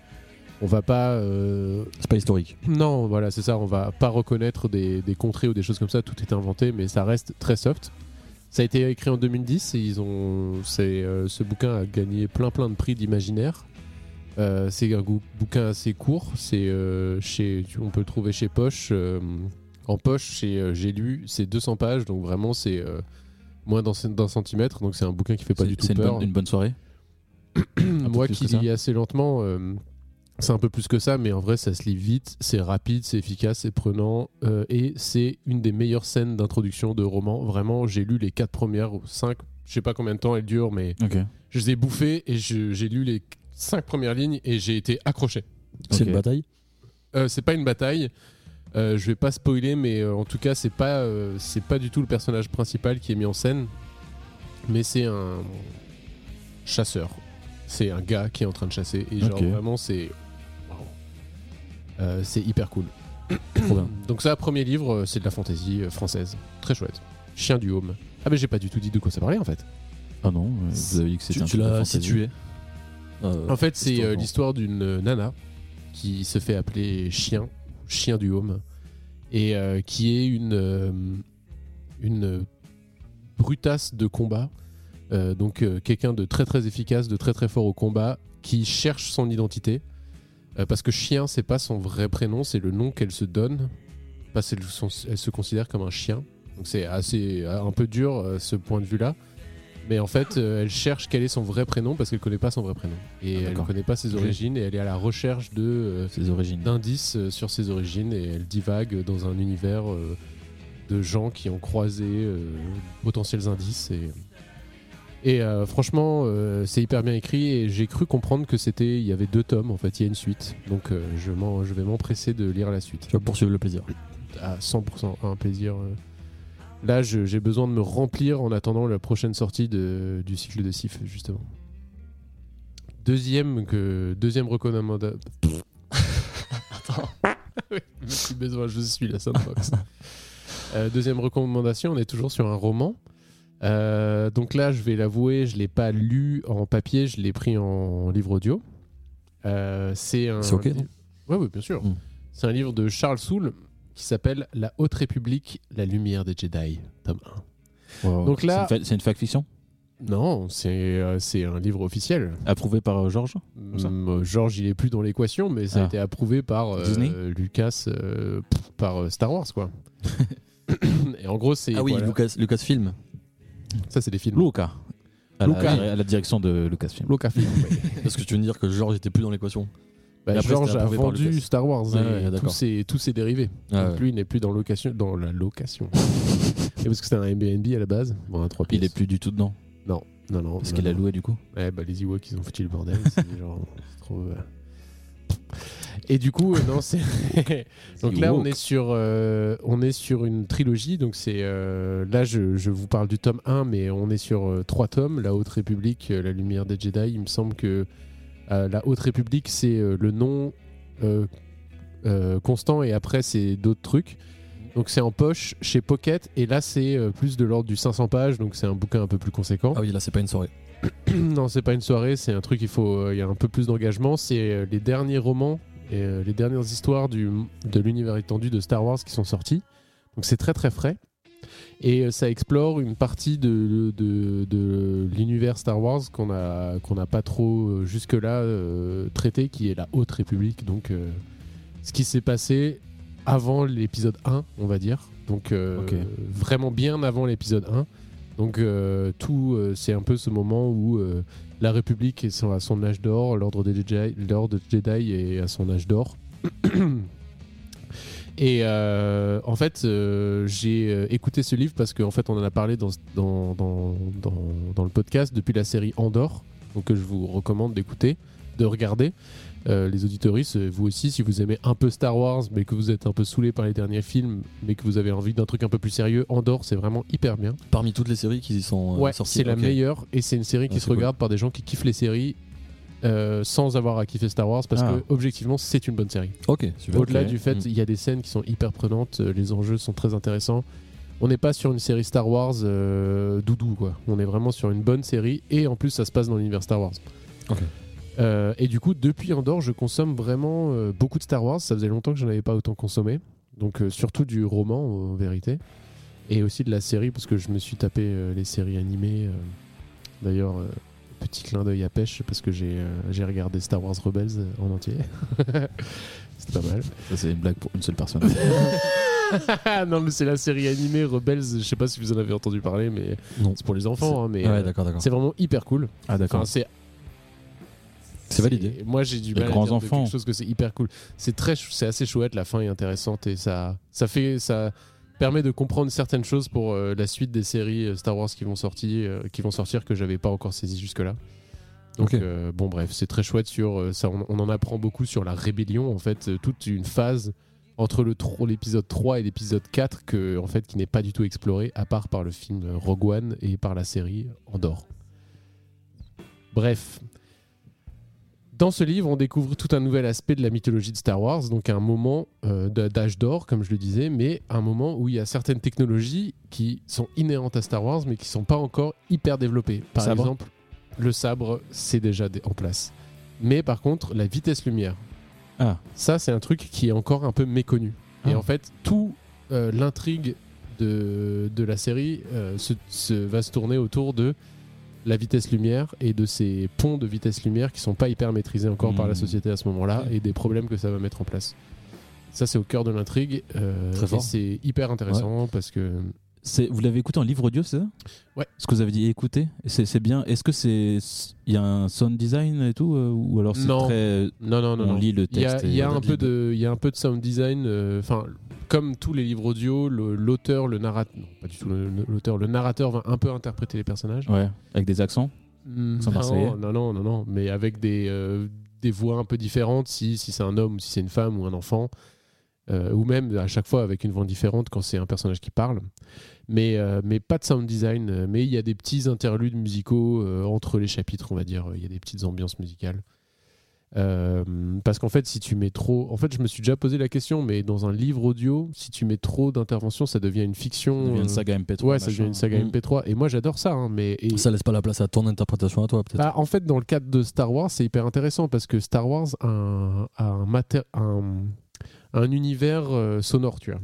[SPEAKER 1] On va pas euh,
[SPEAKER 4] C'est pas historique.
[SPEAKER 1] non, voilà, c'est ça. On va pas reconnaître des, des contrées ou des choses comme ça. Tout est inventé, mais ça reste très soft. Ça a été écrit en 2010 et ils ont. c'est, euh, ce bouquin a gagné plein plein de prix d'imaginaire. Euh, c'est un gou- bouquin assez court. C'est euh, chez, tu- on peut le trouver chez Poche. euh, en poche, chez, euh, j'ai lu. C'est 200 pages, donc vraiment c'est euh, moins d'un cent- d'un centimètre. Donc c'est un bouquin qui fait pas
[SPEAKER 3] C'est-
[SPEAKER 1] du tout
[SPEAKER 3] C'est une
[SPEAKER 1] peur.
[SPEAKER 3] bonne, une bonne soirée. peu
[SPEAKER 1] Hmm, Moi
[SPEAKER 3] plus
[SPEAKER 1] qui
[SPEAKER 3] que ça.
[SPEAKER 1] lis assez lentement, euh, c'est un peu plus que ça, mais en vrai, ça se lit vite, c'est rapide, c'est efficace, c'est prenant, euh, et c'est une des meilleures scènes d'introduction de roman. Vraiment, j'ai lu les quatre premières ou cinq, je sais pas combien de temps elles durent, mais
[SPEAKER 3] Ok.
[SPEAKER 1] je les ai bouffées et je- j'ai lu les cinq premières lignes et j'ai été accroché.
[SPEAKER 4] C'est
[SPEAKER 3] Ok.
[SPEAKER 4] une bataille.
[SPEAKER 1] Euh, c'est pas une bataille. Euh, je vais pas spoiler, mais euh, en tout cas, c'est pas, euh, c'est pas du tout le personnage principal qui est mis en scène. Mais c'est un chasseur. C'est un gars qui est en train de chasser. Et genre,
[SPEAKER 3] Ok.
[SPEAKER 1] vraiment, c'est. Waouh. Euh, c'est hyper cool.
[SPEAKER 3] Trop bien.
[SPEAKER 1] Donc, ça, premier livre, euh, c'est de la fantaisie euh, française. Très chouette. Chien du home. Ah, mais j'ai pas du tout dit de quoi ça parlait en fait.
[SPEAKER 3] Ah non, euh, vous avez dit que c'était
[SPEAKER 4] Tu,
[SPEAKER 3] un
[SPEAKER 4] tu
[SPEAKER 3] truc de
[SPEAKER 4] l'as
[SPEAKER 3] fantasy.
[SPEAKER 4] situé. Ah.
[SPEAKER 1] En fait, c'est
[SPEAKER 4] Histoire
[SPEAKER 1] euh,
[SPEAKER 4] de-
[SPEAKER 1] l'histoire d'une euh, nana qui se fait appeler chien, chien du home, et euh, qui est une, euh, une brutasse de combat. Euh, donc, euh, quelqu'un de très très efficace, de très très fort au combat, qui cherche son identité. Euh, parce que chien, c'est pas son vrai prénom, c'est le nom qu'elle se donne. Parce qu'elle son- elle se considère comme un chien. Donc, c'est assez euh, un peu dur euh, ce point de vue-là. Mais en fait, euh, elle cherche quel est son vrai prénom parce qu'elle connaît pas son vrai prénom. Et
[SPEAKER 3] Ah,
[SPEAKER 1] elle
[SPEAKER 3] d'accord.
[SPEAKER 1] connaît pas ses
[SPEAKER 3] Ok.
[SPEAKER 1] origines et elle est à la recherche de euh,
[SPEAKER 3] Ses origines.
[SPEAKER 1] d'indices euh, sur ses origines et elle divague dans un univers euh, de gens qui ont croisé euh, potentiels indices et et euh, franchement euh, c'est hyper bien écrit et j'ai cru comprendre que c'était il y avait deux tomes en fait il y a une suite donc euh, je m'en- je vais m'empresser de lire la suite
[SPEAKER 4] Tu vas poursuivre le plaisir.
[SPEAKER 1] à 100% un plaisir euh. là je- j'ai besoin de me remplir en attendant la prochaine sortie de- du cycle de Sif justement deuxième que deuxième recommandation
[SPEAKER 4] Attends.
[SPEAKER 1] Petit besoin, je suis la sandbox. Euh, deuxième recommandation, on est toujours sur un roman. Euh, donc là, je vais l'avouer, je l'ai pas lu en papier, je l'ai pris en livre audio. Euh, c'est un.
[SPEAKER 4] C'est ok, non
[SPEAKER 1] Ouais, ouais, bien sûr.
[SPEAKER 4] Mm.
[SPEAKER 1] C'est un livre de Charles Soule qui s'appelle La Haute République, la lumière des Jedi, tome 1. Donc là-
[SPEAKER 3] C'est une fa- c'est une fac-fiction
[SPEAKER 1] Non, c'est euh, c'est un livre officiel.
[SPEAKER 3] approuvée par euh, Georges ça
[SPEAKER 1] Mm, euh, George, il est plus dans l'équation, mais ça a
[SPEAKER 3] Ah.
[SPEAKER 1] été approuvé par euh,
[SPEAKER 3] Disney
[SPEAKER 1] Lucas, euh, pff, par euh, Star Wars, quoi. Et en gros, c'est
[SPEAKER 4] Ah oui,
[SPEAKER 1] voilà.
[SPEAKER 4] Lucas, Lucasfilm.
[SPEAKER 1] ça, c'est des films.
[SPEAKER 3] Luca. À la-
[SPEAKER 1] Luca.
[SPEAKER 3] À, la, direction de Lucasfilm.
[SPEAKER 1] Lucasfilm.
[SPEAKER 4] Parce que tu veux me dire que George était plus dans l'équation.
[SPEAKER 1] Bah,
[SPEAKER 4] Et après,
[SPEAKER 1] George
[SPEAKER 4] c'était
[SPEAKER 1] a
[SPEAKER 4] approuvé par
[SPEAKER 1] vendu
[SPEAKER 4] Lucas.
[SPEAKER 1] Star Wars
[SPEAKER 4] Ouais,
[SPEAKER 1] et
[SPEAKER 4] ouais,
[SPEAKER 1] tous,
[SPEAKER 4] d'accord.
[SPEAKER 1] ses, tous ses dérivés.
[SPEAKER 4] Ah
[SPEAKER 1] Donc
[SPEAKER 4] ouais.
[SPEAKER 1] lui, il n'est plus dans location, dans la location. et parce que c'était un Airbnb à la base. Bon, un 3
[SPEAKER 3] Il est plus du tout dedans.
[SPEAKER 1] Non, non.
[SPEAKER 3] Parce
[SPEAKER 1] non,
[SPEAKER 3] qu'il a
[SPEAKER 1] non.
[SPEAKER 3] loué du coup.
[SPEAKER 1] Ouais, bah les Ewoks, ils ont foutu le bordel. c'est genre, c'est trop, euh. Et du coup, euh, non, c'est. donc là, on est sur, euh, on est sur une trilogie. Donc c'est euh, là, je, je vous parle du tome 1, mais on est sur euh, trois tomes. La Haute République, euh, La Lumière des Jedi. Il me semble que euh, la Haute République, c'est euh, le nom euh, euh, constant, et après, c'est d'autres trucs. Donc c'est en poche chez Pocket, et là, c'est euh, plus de l'ordre du 500 pages. Donc c'est un bouquin un peu plus conséquent.
[SPEAKER 4] Ah oui, là, c'est pas une soirée.
[SPEAKER 1] Non, c'est pas une soirée, c'est un truc, il faut, euh, il y a un peu plus d'engagement. C'est euh, les derniers romans et euh, les dernières histoires du, de l'univers étendu de Star Wars qui sont sortis. Donc c'est très très frais. Et euh, ça explore une partie de, de, de l'univers Star Wars qu'on a- qu'on n'a pas trop euh, jusque-là euh, traité, qui est la Haute République. Donc euh, ce qui s'est passé avant l'épisode 1, on va dire. Donc euh,
[SPEAKER 3] Ok.
[SPEAKER 1] vraiment bien avant l'épisode 1. Donc euh, tout, euh, c'est un peu ce moment où euh, la République est son- à son âge d'or, l'ordre des Jedi, l'ordre Jedi est à son âge d'or. Et euh, en fait, euh, j'ai euh, écouté ce livre parce qu'en fait, on en a parlé dans, dans, dans, dans- dans le podcast depuis la série Andorre, donc que je vous recommande d'écouter. de regarder. Euh, les auditoristes, euh, vous aussi, si vous aimez un peu Star Wars, mais que vous êtes un peu saoulé par les derniers films, mais que vous avez envie d'un truc un peu plus sérieux, Andorre, c'est vraiment hyper bien.
[SPEAKER 4] Parmi toutes les séries qui y sont euh,
[SPEAKER 1] ouais,
[SPEAKER 4] sorties.
[SPEAKER 1] c'est la
[SPEAKER 4] ok.
[SPEAKER 1] meilleure et c'est une série qui
[SPEAKER 4] Ah,
[SPEAKER 1] se
[SPEAKER 4] c'est cool.
[SPEAKER 1] regarde par des gens qui kiffent les séries euh, sans avoir à kiffer Star Wars parce
[SPEAKER 3] Ah.
[SPEAKER 1] que objectivement c'est une bonne série.
[SPEAKER 4] Ok, super.
[SPEAKER 1] Au-delà
[SPEAKER 3] Ok.
[SPEAKER 1] du fait,
[SPEAKER 4] Mm.
[SPEAKER 1] il y a des scènes qui sont hyper prenantes, euh, les enjeux sont très intéressants. On n'est pas sur une série Star Wars euh, doudou, quoi. On est vraiment sur une bonne série et en plus, ça se passe dans l'univers Star Wars.
[SPEAKER 4] Ok.
[SPEAKER 1] Euh, et du coup, depuis Andorre, je consomme vraiment euh, beaucoup de Star Wars. Ça faisait longtemps que je n'avais pas autant consommé. Donc, euh, surtout du roman, en vérité. Et aussi de la série, parce que je me suis tapé euh, les séries animées. euh. D'ailleurs, euh, petit clin d'œil à pêche, parce que j'ai euh, j'ai regardé Star Wars Rebels euh, en entier. C'était pas mal.
[SPEAKER 3] Ça, c'est une blague pour une seule personne.
[SPEAKER 1] Ah non, mais c'est la série animée Rebels. Je sais pas si vous en avez entendu parler, mais
[SPEAKER 4] Non.
[SPEAKER 1] c'est pour les enfants. hein, mais
[SPEAKER 4] Ouais,
[SPEAKER 1] euh,
[SPEAKER 4] d'accord, d'accord.
[SPEAKER 1] c'est vraiment hyper cool.
[SPEAKER 3] Ah,
[SPEAKER 1] Enfin,
[SPEAKER 3] d'accord.
[SPEAKER 1] c'est
[SPEAKER 4] C'est validé.
[SPEAKER 1] c'est- Moi, j'ai du
[SPEAKER 3] Les
[SPEAKER 1] mal à
[SPEAKER 3] grands
[SPEAKER 1] dire de
[SPEAKER 3] enfants.
[SPEAKER 1] quelque chose que c'est hyper cool. C'est très, chou- c'est assez chouette. La fin est intéressante et ça, ça fait, ça permet de comprendre certaines choses pour euh, la suite des séries euh, Star Wars qui vont sortir, euh, qui vont sortir que j'avais pas encore saisi jusque là. Donc
[SPEAKER 4] Ok.
[SPEAKER 1] euh, bon, bref, c'est très chouette sur euh, ça. On, on en apprend beaucoup sur la rébellion en fait, euh, toute une phase entre le tro- l'épisode 3 et l'épisode 4 que en fait qui n'est pas du tout exploré à part par le film euh, Rogue One et par la série Andorre. Bref, dans ce livre, on découvre tout un nouvel aspect de la mythologie de Star Wars, donc un moment euh, d- d'âge d'or, comme je le disais, mais un moment où il y a certaines technologies qui sont inhérentes à Star Wars, mais qui sont pas encore hyper développées. Par
[SPEAKER 3] Sabre.
[SPEAKER 1] exemple, le sabre, c'est déjà dé- en place. Mais par contre, la vitesse lumière,
[SPEAKER 3] Ah.
[SPEAKER 1] ça c'est un truc qui est encore un peu méconnu. Et
[SPEAKER 3] Ah.
[SPEAKER 1] en fait, tout euh, l'intrigue de, de la série euh, se- se- va se tourner autour de la vitesse lumière et de ces ponts de vitesse lumière qui sont pas hyper maîtrisés encore par la
[SPEAKER 3] Mmh.
[SPEAKER 1] société à ce moment-là et des problèmes que ça va mettre en place. Ça, c'est au cœur de l'intrigue. euh,
[SPEAKER 4] Très
[SPEAKER 1] et
[SPEAKER 4] fort.
[SPEAKER 1] C'est hyper intéressant parce que.
[SPEAKER 3] C'est- Vous l'avez écouté en livre audio, c'est ça
[SPEAKER 1] Ouais.
[SPEAKER 3] Ce que vous avez dit, écoutez, c'est c'est bien. Est-ce que c'est il y a un sound design et tout euh, ou alors c'est
[SPEAKER 1] Non.
[SPEAKER 3] très euh,
[SPEAKER 1] Non, non, non.
[SPEAKER 3] on
[SPEAKER 1] non.
[SPEAKER 3] lit le
[SPEAKER 1] Il y a,
[SPEAKER 3] texte
[SPEAKER 1] il y a
[SPEAKER 3] et
[SPEAKER 1] un peu de, il y a un peu de sound design. euh, Enfin, comme tous les livres audio, le- l'auteur, le narrateur, non, pas du tout le- le- l'auteur, le narrateur va un peu interpréter les personnages.
[SPEAKER 3] ouais avec des accents.
[SPEAKER 1] Mm,
[SPEAKER 3] Sans Marseillais.
[SPEAKER 1] non, non, non, non, non, mais avec des, euh, des voix un peu différentes, si, si c'est un homme ou si c'est une femme ou un enfant, euh, ou même à chaque fois avec une voix différente quand c'est un personnage qui parle. Mais, euh, mais pas de sound design, euh, mais il y a des petits interludes musicaux euh, entre les chapitres, on va dire, il y a des petites ambiances musicales. Euh, parce qu'en fait, si tu mets trop. En fait, je me suis déjà posé la question, mais dans un livre audio, si tu mets trop d'interventions, ça devient une fiction.
[SPEAKER 3] Ça devient une
[SPEAKER 1] euh,
[SPEAKER 3] saga MP3.
[SPEAKER 1] Ouais, ça
[SPEAKER 3] machin.
[SPEAKER 1] devient une saga
[SPEAKER 4] Mm.
[SPEAKER 1] MP3. Et moi, j'adore ça, hein, mais. et-
[SPEAKER 4] Ça laisse pas la place à ton interprétation à toi, peut-être.
[SPEAKER 1] bah, en fait, dans le cadre de Star Wars, c'est hyper intéressant parce que Star Wars a un, a un, maté- un- un univers euh, sonore, tu vois.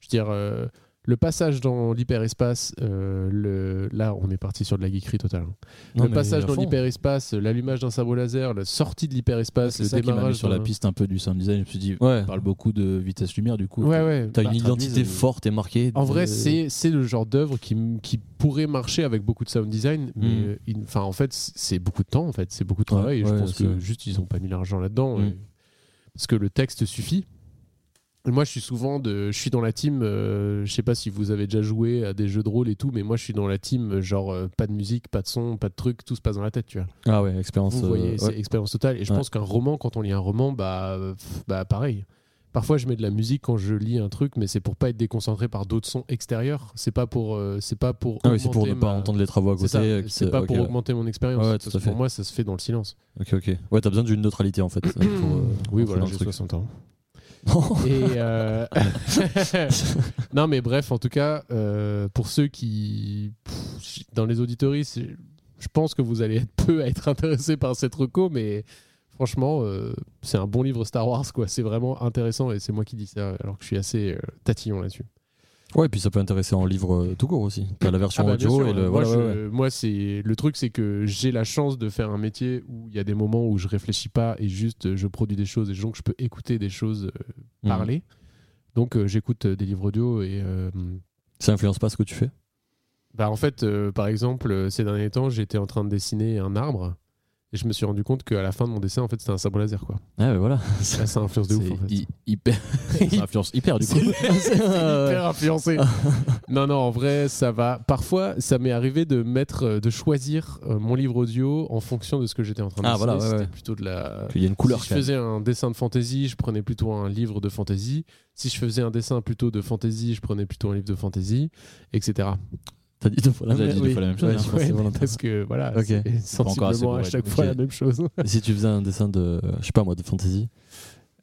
[SPEAKER 1] Je veux dire, euh, le passage dans l'hyperespace, euh, le... là, on est parti sur de la geekerie totale. hein.
[SPEAKER 4] Non,
[SPEAKER 1] le
[SPEAKER 4] mais
[SPEAKER 1] passage
[SPEAKER 4] à
[SPEAKER 1] dans
[SPEAKER 4] fond.
[SPEAKER 1] l'hyperespace, l'allumage d'un sabre laser, la sortie de l'hyperespace,
[SPEAKER 3] C'est
[SPEAKER 1] le
[SPEAKER 3] ça qui m'a mis
[SPEAKER 1] démarrage
[SPEAKER 3] sur la
[SPEAKER 1] d'un-
[SPEAKER 3] piste un peu du sound design. Je me suis dit,
[SPEAKER 4] Ouais.
[SPEAKER 3] on parle beaucoup de vitesse lumière du coup.
[SPEAKER 1] Ouais, ouais.
[SPEAKER 4] T'as
[SPEAKER 1] Bah,
[SPEAKER 4] une identité
[SPEAKER 3] traduisent, euh,
[SPEAKER 4] forte et marquée.
[SPEAKER 1] En
[SPEAKER 4] de-
[SPEAKER 1] vrai, c'est c'est le genre d'œuvre qui, m- qui pourrait marcher avec beaucoup de sound design, mais
[SPEAKER 4] Mm.
[SPEAKER 1] euh, il- enfin en fait, c- c'est beaucoup de temps, en fait, c'est beaucoup de travail.
[SPEAKER 4] Ouais,
[SPEAKER 1] et je
[SPEAKER 4] ouais,
[SPEAKER 1] pense
[SPEAKER 4] c'est
[SPEAKER 1] que
[SPEAKER 4] vrai.
[SPEAKER 1] juste ils n'ont pas mis l'argent là-dedans,
[SPEAKER 4] Mm.
[SPEAKER 1] euh, parce que le texte suffit. Et moi, je suis souvent de, je suis dans la team. euh, je sais pas si vous avez déjà joué à des jeux de rôle et tout, mais moi, je suis dans la team euh, genre euh, pas de musique, pas de son, pas de truc, tout se passe dans la tête, tu vois.
[SPEAKER 4] Ah ouais, expérience.
[SPEAKER 1] Vous
[SPEAKER 4] euh,
[SPEAKER 1] voyez,
[SPEAKER 4] ouais.
[SPEAKER 1] c'est expérience totale. Et je
[SPEAKER 4] Ouais.
[SPEAKER 1] pense qu'un roman, quand on lit un roman, bah, euh, pff, bah pareil. Parfois, je mets de la musique quand je lis un truc, mais c'est pour pas être déconcentré par d'autres sons extérieurs. C'est pas pour, euh, c'est pas pour.
[SPEAKER 4] Ah oui, c'est pour ne
[SPEAKER 1] augmenter
[SPEAKER 4] pas
[SPEAKER 1] ma-
[SPEAKER 4] entendre les travaux à
[SPEAKER 1] C'est
[SPEAKER 4] côté.
[SPEAKER 1] ça,
[SPEAKER 4] euh, qui
[SPEAKER 1] c'est
[SPEAKER 4] te-
[SPEAKER 1] pas
[SPEAKER 4] ok,
[SPEAKER 1] pour
[SPEAKER 4] ouais.
[SPEAKER 1] augmenter mon expérience.
[SPEAKER 4] Ouais, tout
[SPEAKER 1] Parce que
[SPEAKER 4] à fait.
[SPEAKER 1] Pour moi, ça se fait dans le silence.
[SPEAKER 4] Ok, ok. Ouais, t'as besoin d'une neutralité en fait. euh, pour, euh,
[SPEAKER 1] oui,
[SPEAKER 4] entrer
[SPEAKER 1] voilà,
[SPEAKER 4] dans le
[SPEAKER 1] j'ai
[SPEAKER 4] truc.
[SPEAKER 1] 60 ans. Et euh, non, mais bref, en tout cas, euh, pour ceux qui. pff, dans les auditories, c'est- je pense que vous allez être peu à être intéressés par cette reco, mais franchement, euh, c'est un bon livre Star Wars, quoi. C'est vraiment intéressant et c'est moi qui dis ça, alors que je suis assez euh, tatillon là-dessus.
[SPEAKER 4] Ouais, et puis ça peut intéresser en livre euh, tout court aussi. T'as la version
[SPEAKER 1] Ah bah, bien
[SPEAKER 4] audio
[SPEAKER 1] sûr,
[SPEAKER 4] et le.
[SPEAKER 1] hein.
[SPEAKER 4] voilà,
[SPEAKER 1] moi,
[SPEAKER 4] ouais,
[SPEAKER 1] je- moi, c'est le truc, c'est que j'ai la chance de faire un métier où il y a des moments où je réfléchis pas et juste euh, je produis des choses et donc je peux écouter des choses euh,
[SPEAKER 4] ouais.
[SPEAKER 1] parler. Donc euh, j'écoute euh, des livres audio et euh,
[SPEAKER 4] Ça influence pas ce que tu fais
[SPEAKER 1] bah en fait, euh, par exemple, euh, ces derniers temps, j'étais en train de dessiner un arbre Et je me suis rendu compte qu'à la fin de mon dessin, en fait, c'était un sabre laser, quoi.
[SPEAKER 4] Ah, bah voilà.
[SPEAKER 1] Là, ça influence de ouf, en fait.
[SPEAKER 3] hi- hyper. ça influence hyper, du coup.
[SPEAKER 4] Ah
[SPEAKER 1] Hyper influencé. non, non, en vrai, ça va. Parfois, ça m'est arrivé de mettre, euh, de choisir euh, mon livre audio en fonction de ce que j'étais en train de
[SPEAKER 4] Ah, voilà,
[SPEAKER 1] dessiner.
[SPEAKER 4] ouais,
[SPEAKER 1] C'était plutôt de la.
[SPEAKER 4] Il y a une couleur.
[SPEAKER 1] si
[SPEAKER 4] quand
[SPEAKER 1] je
[SPEAKER 4] même.
[SPEAKER 1] faisais un dessin de fantasy, je prenais plutôt un livre de fantasy. Si je faisais un dessin plutôt de fantasy, je prenais plutôt un livre de fantasy, etc.
[SPEAKER 4] T'as dit deux fois la
[SPEAKER 3] Vous avez
[SPEAKER 4] même.
[SPEAKER 3] dit deux fois la même chose,
[SPEAKER 4] Ouais,
[SPEAKER 3] hein.
[SPEAKER 4] je pensais
[SPEAKER 1] Ouais,
[SPEAKER 4] volontairement.
[SPEAKER 1] parce que voilà,
[SPEAKER 4] Ok.
[SPEAKER 1] c'est
[SPEAKER 3] encore
[SPEAKER 1] sensiblement
[SPEAKER 3] assez bourré
[SPEAKER 1] à
[SPEAKER 3] de
[SPEAKER 1] chaque fois la
[SPEAKER 3] budget.
[SPEAKER 1] même chose.
[SPEAKER 4] Et Si tu faisais un dessin de, je sais pas moi, de fantasy.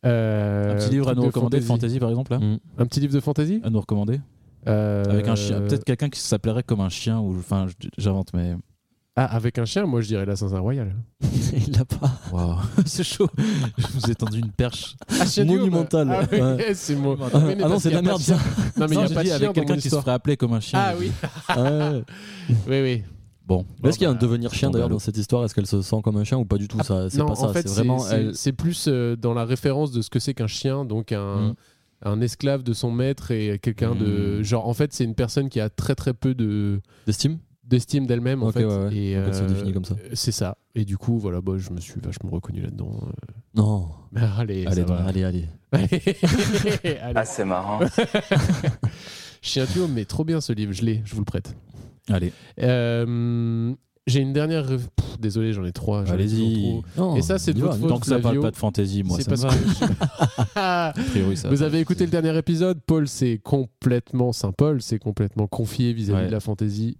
[SPEAKER 1] Euh,
[SPEAKER 3] Un petit livre à
[SPEAKER 1] truc
[SPEAKER 3] nous
[SPEAKER 1] de
[SPEAKER 3] recommander,
[SPEAKER 1] fantasy.
[SPEAKER 3] Fantasy, par exemple, là
[SPEAKER 4] Mm.
[SPEAKER 1] Un petit livre de fantasy
[SPEAKER 3] À nous recommander
[SPEAKER 1] Euh,
[SPEAKER 3] Avec un chien. Peut-être quelqu'un qui s'appellerait comme un chien, ou. Enfin, j- j'invente, mais.
[SPEAKER 1] Ah, avec un chien, moi je dirais l'assassin royal.
[SPEAKER 4] Il l'a pas.
[SPEAKER 3] Waouh, c'est chaud. Je vous ai tendu une perche.
[SPEAKER 1] Ah, chien du homme.
[SPEAKER 4] Monumental.
[SPEAKER 1] Ah, oui,
[SPEAKER 4] Ouais.
[SPEAKER 1] c'est mon-
[SPEAKER 4] Ah
[SPEAKER 1] Oui, mais
[SPEAKER 4] non,
[SPEAKER 1] parce
[SPEAKER 4] c'est de
[SPEAKER 1] qu'il y a pas
[SPEAKER 4] la merde
[SPEAKER 1] chien.
[SPEAKER 4] ça.
[SPEAKER 1] Non, mais il
[SPEAKER 3] Non,
[SPEAKER 1] n'y a
[SPEAKER 3] j'ai
[SPEAKER 1] pas
[SPEAKER 3] dit
[SPEAKER 1] de chien
[SPEAKER 3] avec
[SPEAKER 1] dans mon
[SPEAKER 3] quelqu'un qui se
[SPEAKER 1] histoire.
[SPEAKER 3] ferait appeler comme un chien.
[SPEAKER 1] Ah oui,
[SPEAKER 4] Ouais.
[SPEAKER 1] oui, oui.
[SPEAKER 3] Bon.
[SPEAKER 4] Mais Est-ce qu'il y a un
[SPEAKER 1] bah,
[SPEAKER 4] devenir chien
[SPEAKER 3] bon,
[SPEAKER 4] d'ailleurs
[SPEAKER 3] bah,
[SPEAKER 4] dans cette histoire Est-ce qu'elle se sent comme un chien ou pas du tout ça C'est
[SPEAKER 1] Non,
[SPEAKER 4] pas
[SPEAKER 1] en
[SPEAKER 4] ça.
[SPEAKER 1] fait,
[SPEAKER 4] C'est vraiment.
[SPEAKER 1] c'est-
[SPEAKER 4] elle-
[SPEAKER 1] c'est plus euh, dans la référence de ce que c'est qu'un chien, donc un,
[SPEAKER 3] Mm.
[SPEAKER 1] un esclave de son maître et quelqu'un de.
[SPEAKER 3] Mm.
[SPEAKER 1] Genre, en fait, c'est une personne qui a très très peu de
[SPEAKER 4] D'estime
[SPEAKER 1] d'estime d'elle-même en
[SPEAKER 4] Ok,
[SPEAKER 1] fait.
[SPEAKER 4] ouais, ouais.
[SPEAKER 1] Et,
[SPEAKER 4] Donc, elle se
[SPEAKER 1] euh,
[SPEAKER 4] définit comme ça.
[SPEAKER 1] C'est ça. Et du coup, voilà, bah, je me suis vachement reconnu là-dedans. Euh,
[SPEAKER 4] Non.
[SPEAKER 1] mais Allez,
[SPEAKER 4] Allez,
[SPEAKER 1] ça va.
[SPEAKER 4] donc, allez, allez.
[SPEAKER 1] Allez.
[SPEAKER 7] Ah, c'est marrant.
[SPEAKER 1] Chien du homme, mais trop bien ce livre, je l'ai, je vous le prête.
[SPEAKER 3] Allez,
[SPEAKER 1] Euh, J'ai une dernière. ref- Pff, désolé, j'en ai trois. j'en ai toujours trop.
[SPEAKER 3] allez-y.
[SPEAKER 4] Non,
[SPEAKER 1] Et ça, c'est de
[SPEAKER 4] il y
[SPEAKER 1] votre
[SPEAKER 4] va,
[SPEAKER 1] faute.
[SPEAKER 3] Tant que ça parle
[SPEAKER 1] Flavio,
[SPEAKER 3] pas de fantasy, moi,
[SPEAKER 1] C'est
[SPEAKER 3] ça me
[SPEAKER 1] parce
[SPEAKER 3] va.
[SPEAKER 1] que-
[SPEAKER 3] A priori, ça
[SPEAKER 1] Vous
[SPEAKER 3] va.
[SPEAKER 1] avez écouté le dernier épisode, Paul s'est complètement Saint Paul, s'est complètement confié vis-à-vis
[SPEAKER 3] Ouais.
[SPEAKER 1] de la fantaisie.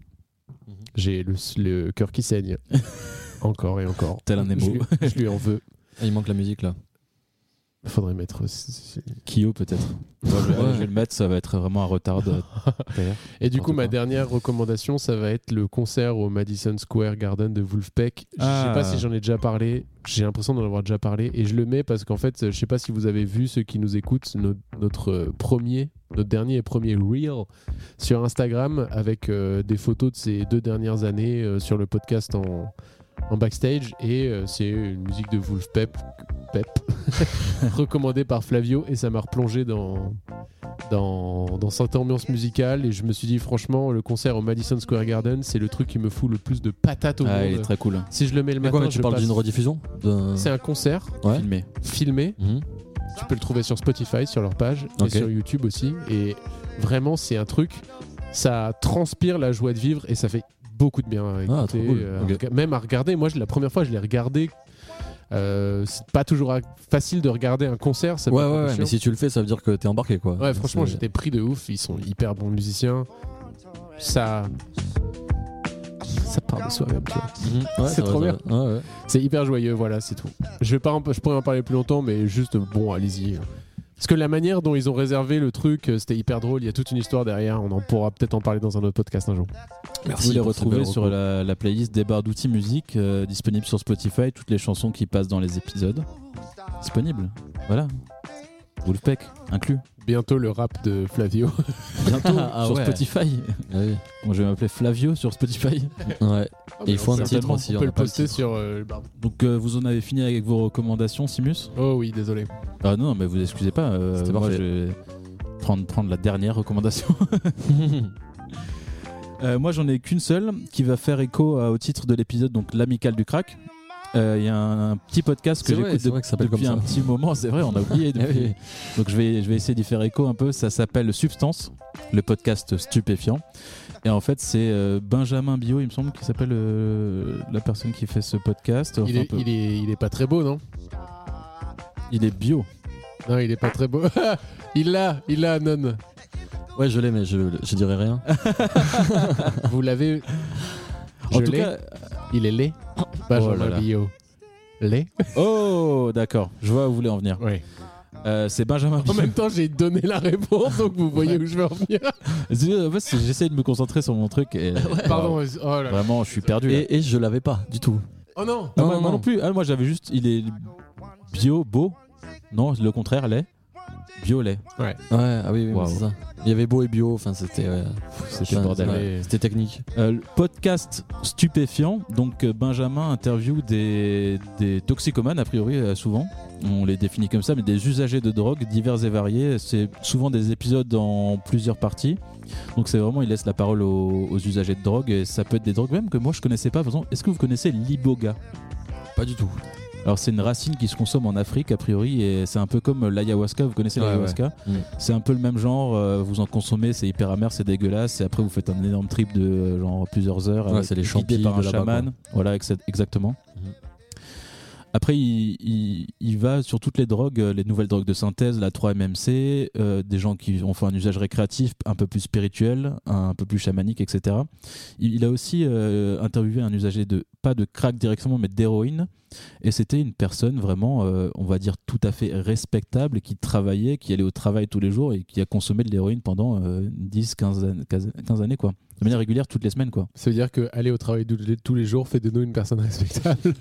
[SPEAKER 1] J'ai le, le cœur qui saigne. encore et encore.
[SPEAKER 3] Tel un émo.
[SPEAKER 1] Je, lui- je lui en veux.
[SPEAKER 4] Ah, Il manque la musique là.
[SPEAKER 1] Faudrait mettre. c- c-
[SPEAKER 3] Kyo, peut-être. Ouais, je, vais- je vais le mettre, ça va être vraiment un
[SPEAKER 4] Ah,
[SPEAKER 3] retard. de- d'ailleurs.
[SPEAKER 1] Et du
[SPEAKER 3] N'importe
[SPEAKER 1] coup, ma
[SPEAKER 3] quoi.
[SPEAKER 1] dernière recommandation, ça va être le concert au Madison Square Garden de Wolfpack. Je
[SPEAKER 3] Ah.
[SPEAKER 1] sais pas si j'en ai déjà parlé. J'ai l'impression d'en avoir déjà parlé. Et je le mets parce qu'en fait, je sais pas si vous avez vu ceux qui nous écoutent, no- notre euh, premier, notre dernier et premier reel sur Instagram avec euh, des photos de ces deux dernières années euh, sur le podcast en, en backstage. Et euh, c'est une musique de Wolfpack Pep, recommandée par Flavio. Et ça m'a replongé dans dans, dans cette ambiance musicale et je me suis dit franchement le concert au Madison Square Garden c'est le truc qui me fout le plus de patates au
[SPEAKER 3] Ah, il est
[SPEAKER 1] monde.
[SPEAKER 3] très cool.
[SPEAKER 1] Si je le mets le
[SPEAKER 4] Mais
[SPEAKER 1] matin,
[SPEAKER 4] quoi, mais tu
[SPEAKER 1] je
[SPEAKER 4] parles
[SPEAKER 1] passe-
[SPEAKER 4] d'une rediffusion D'un-
[SPEAKER 1] C'est un concert
[SPEAKER 4] Ouais.
[SPEAKER 3] Filmé.
[SPEAKER 1] filmé,
[SPEAKER 4] Mhm.
[SPEAKER 1] tu peux le trouver sur Spotify, sur leur page
[SPEAKER 4] Ok.
[SPEAKER 1] et sur YouTube aussi et vraiment c'est un truc ça transpire la joie de vivre et ça fait beaucoup de bien à écouter,
[SPEAKER 4] Ah, trop cool.
[SPEAKER 1] euh,
[SPEAKER 4] Ok.
[SPEAKER 1] rega- même à regarder. Moi je- la première fois je l'ai regardé euh, c'est pas toujours à- facile de regarder un concert, ça peut
[SPEAKER 4] Ouais,
[SPEAKER 1] être un peu
[SPEAKER 4] ouais, ouais.
[SPEAKER 1] chiant.
[SPEAKER 4] Mais si tu le fais, ça veut dire que t'es embarqué quoi.
[SPEAKER 1] Ouais, franchement,
[SPEAKER 4] C'est-
[SPEAKER 1] j'étais pris de ouf. Ils sont hyper bons musiciens. Ça. Ça parle de soi-même, tu vois.
[SPEAKER 4] Mhm. Ouais,
[SPEAKER 1] C'est
[SPEAKER 4] ça
[SPEAKER 1] trop
[SPEAKER 4] va,
[SPEAKER 1] bien.
[SPEAKER 4] ça va. Ouais, ouais.
[SPEAKER 1] C'est hyper joyeux, voilà, c'est tout. Je, vais pas en- je pourrais en parler plus longtemps, mais juste, bon, allez-y. Parce que la manière dont ils ont réservé le truc, euh, c'était hyper drôle. Il y a toute une histoire derrière. On en pourra peut-être en parler dans un autre podcast un jour.
[SPEAKER 4] Merci
[SPEAKER 3] Vous les
[SPEAKER 4] pour ces belles
[SPEAKER 3] retrouvez sur
[SPEAKER 4] recos.
[SPEAKER 3] la, la playlist des barres d'outils musique euh, disponible sur Spotify, toutes les chansons qui passent dans les épisodes. Disponible. Voilà. Wolfpack, inclus.
[SPEAKER 1] Bientôt le rap de Flavio.
[SPEAKER 3] Bientôt
[SPEAKER 4] Ah
[SPEAKER 3] sur
[SPEAKER 4] ouais.
[SPEAKER 3] Spotify.
[SPEAKER 4] Ah oui.
[SPEAKER 3] Bon, je vais m'appeler Flavio sur Spotify.
[SPEAKER 4] Ouais. Et il faut un titre
[SPEAKER 3] certainement,
[SPEAKER 4] aussi.
[SPEAKER 1] On
[SPEAKER 4] on
[SPEAKER 1] peut
[SPEAKER 4] a
[SPEAKER 1] le
[SPEAKER 4] pas
[SPEAKER 1] poster
[SPEAKER 4] titre.
[SPEAKER 1] sur. euh, le bar-
[SPEAKER 3] Donc euh, vous en avez fini avec vos recommandations, Simus
[SPEAKER 1] Oh oui, désolé.
[SPEAKER 3] Ah non, mais vous excusez pas. euh,
[SPEAKER 4] C'était
[SPEAKER 3] moi,
[SPEAKER 4] parfait.
[SPEAKER 3] je vais prendre, prendre la dernière recommandation. Euh, moi, j'en ai qu'une seule qui va faire écho euh, au titre de l'épisode, donc l'amical du crack. Euh, Il y a un, un petit podcast que
[SPEAKER 4] C'est vrai,
[SPEAKER 3] j'écoute
[SPEAKER 4] c'est vrai que ça s'appelle
[SPEAKER 3] depuis
[SPEAKER 4] comme
[SPEAKER 3] un
[SPEAKER 4] ça.
[SPEAKER 3] petit moment. C'est vrai, on a oublié.
[SPEAKER 4] Ah
[SPEAKER 3] depuis.
[SPEAKER 4] oui.
[SPEAKER 3] Donc je vais, je vais essayer d'y faire écho un peu. Ça s'appelle Substance, le podcast stupéfiant. Et en fait, c'est euh, Benjamin Bio, il me semble, qui s'appelle euh, la personne qui fait ce podcast. Enfin,
[SPEAKER 1] Il
[SPEAKER 3] un
[SPEAKER 1] est,
[SPEAKER 3] peu-
[SPEAKER 1] il, est, il est pas très beau, non
[SPEAKER 3] il est bio.
[SPEAKER 1] Non, il est pas très beau. il l'a, il l'a, non.
[SPEAKER 4] Ouais, je l'ai, mais je, je dirais rien.
[SPEAKER 1] Vous l'avez.
[SPEAKER 3] En
[SPEAKER 1] Je
[SPEAKER 3] tout
[SPEAKER 1] l'ai.
[SPEAKER 3] cas,
[SPEAKER 1] Il est laid.
[SPEAKER 3] Oh
[SPEAKER 1] Benjamin
[SPEAKER 3] là là.
[SPEAKER 1] Bio. Laid
[SPEAKER 3] oh, d'accord, je vois où vous voulez en venir.
[SPEAKER 1] Oui.
[SPEAKER 4] Ah.
[SPEAKER 3] Euh, c'est Benjamin
[SPEAKER 4] Oh,
[SPEAKER 3] Bio.
[SPEAKER 1] En même temps, j'ai donné la réponse, donc vous voyez où je veux en venir.
[SPEAKER 3] En fait, c'est- j'essaie de me concentrer sur mon truc. Et...
[SPEAKER 1] Pardon. Oh là là.
[SPEAKER 3] Vraiment, je suis perdu. là.
[SPEAKER 4] Et, et je l'avais pas du tout.
[SPEAKER 1] Oh non.
[SPEAKER 3] Ah,
[SPEAKER 4] Non,
[SPEAKER 3] moi,
[SPEAKER 4] non,
[SPEAKER 3] moi
[SPEAKER 4] non.
[SPEAKER 3] non plus. Ah, moi j'avais juste, il est bio, beau. Non, le contraire, lait. Bio, lait.
[SPEAKER 4] Ouais, ah oui, oui,
[SPEAKER 3] Waouh.
[SPEAKER 4] mais c'est ça. Il y avait beau et bio, enfin c'était. ouais.
[SPEAKER 3] C'était le
[SPEAKER 4] Enfin,
[SPEAKER 3] bordel.
[SPEAKER 4] ouais, C'était technique.
[SPEAKER 3] Euh, le podcast stupéfiant. Donc euh, Benjamin interview des, des toxicomanes, a priori euh, souvent. On les définit comme ça, mais des usagers de drogue divers et variés. C'est souvent des épisodes en plusieurs parties. Donc c'est vraiment, il laisse la parole aux, aux usagers de drogue. Et ça peut être des drogues même que moi je connaissais pas. Par exemple, Est-ce que vous connaissez l'iboga
[SPEAKER 4] Pas du tout.
[SPEAKER 3] Alors c'est une racine qui se consomme en Afrique a priori et c'est un peu comme l'ayahuasca, vous connaissez
[SPEAKER 4] Ouais,
[SPEAKER 3] l'ayahuasca
[SPEAKER 4] ouais. Mm.
[SPEAKER 3] C'est un peu le même genre, euh, vous en consommez, c'est hyper amer, c'est dégueulasse et après vous faites un énorme trip de euh, genre plusieurs heures
[SPEAKER 4] Ouais,
[SPEAKER 3] avec-
[SPEAKER 4] c'est les
[SPEAKER 3] guidé
[SPEAKER 4] champis
[SPEAKER 3] par un
[SPEAKER 4] de là-bas,
[SPEAKER 3] chaman,
[SPEAKER 4] quoi.
[SPEAKER 3] voilà ex- exactement.
[SPEAKER 4] Mhm.
[SPEAKER 3] Après il, il- il va sur toutes les drogues, euh, les nouvelles drogues de synthèse, la 3-MMC, euh, des gens qui ont fait un usage récréatif un peu plus spirituel, un peu plus chamanique, etc. Il, il a aussi euh, interviewé un usager de, pas de crack directement, mais d'héroïne. Et c'était une personne vraiment, euh, on va dire, tout à fait respectable, qui travaillait, qui allait au travail tous les jours et qui a consommé de l'héroïne pendant euh, 10, 15, an- 15 15 années, quoi. De manière régulière, toutes les semaines, quoi.
[SPEAKER 1] Ça veut dire que aller au travail tous les- tous les jours fait de nous une personne respectable.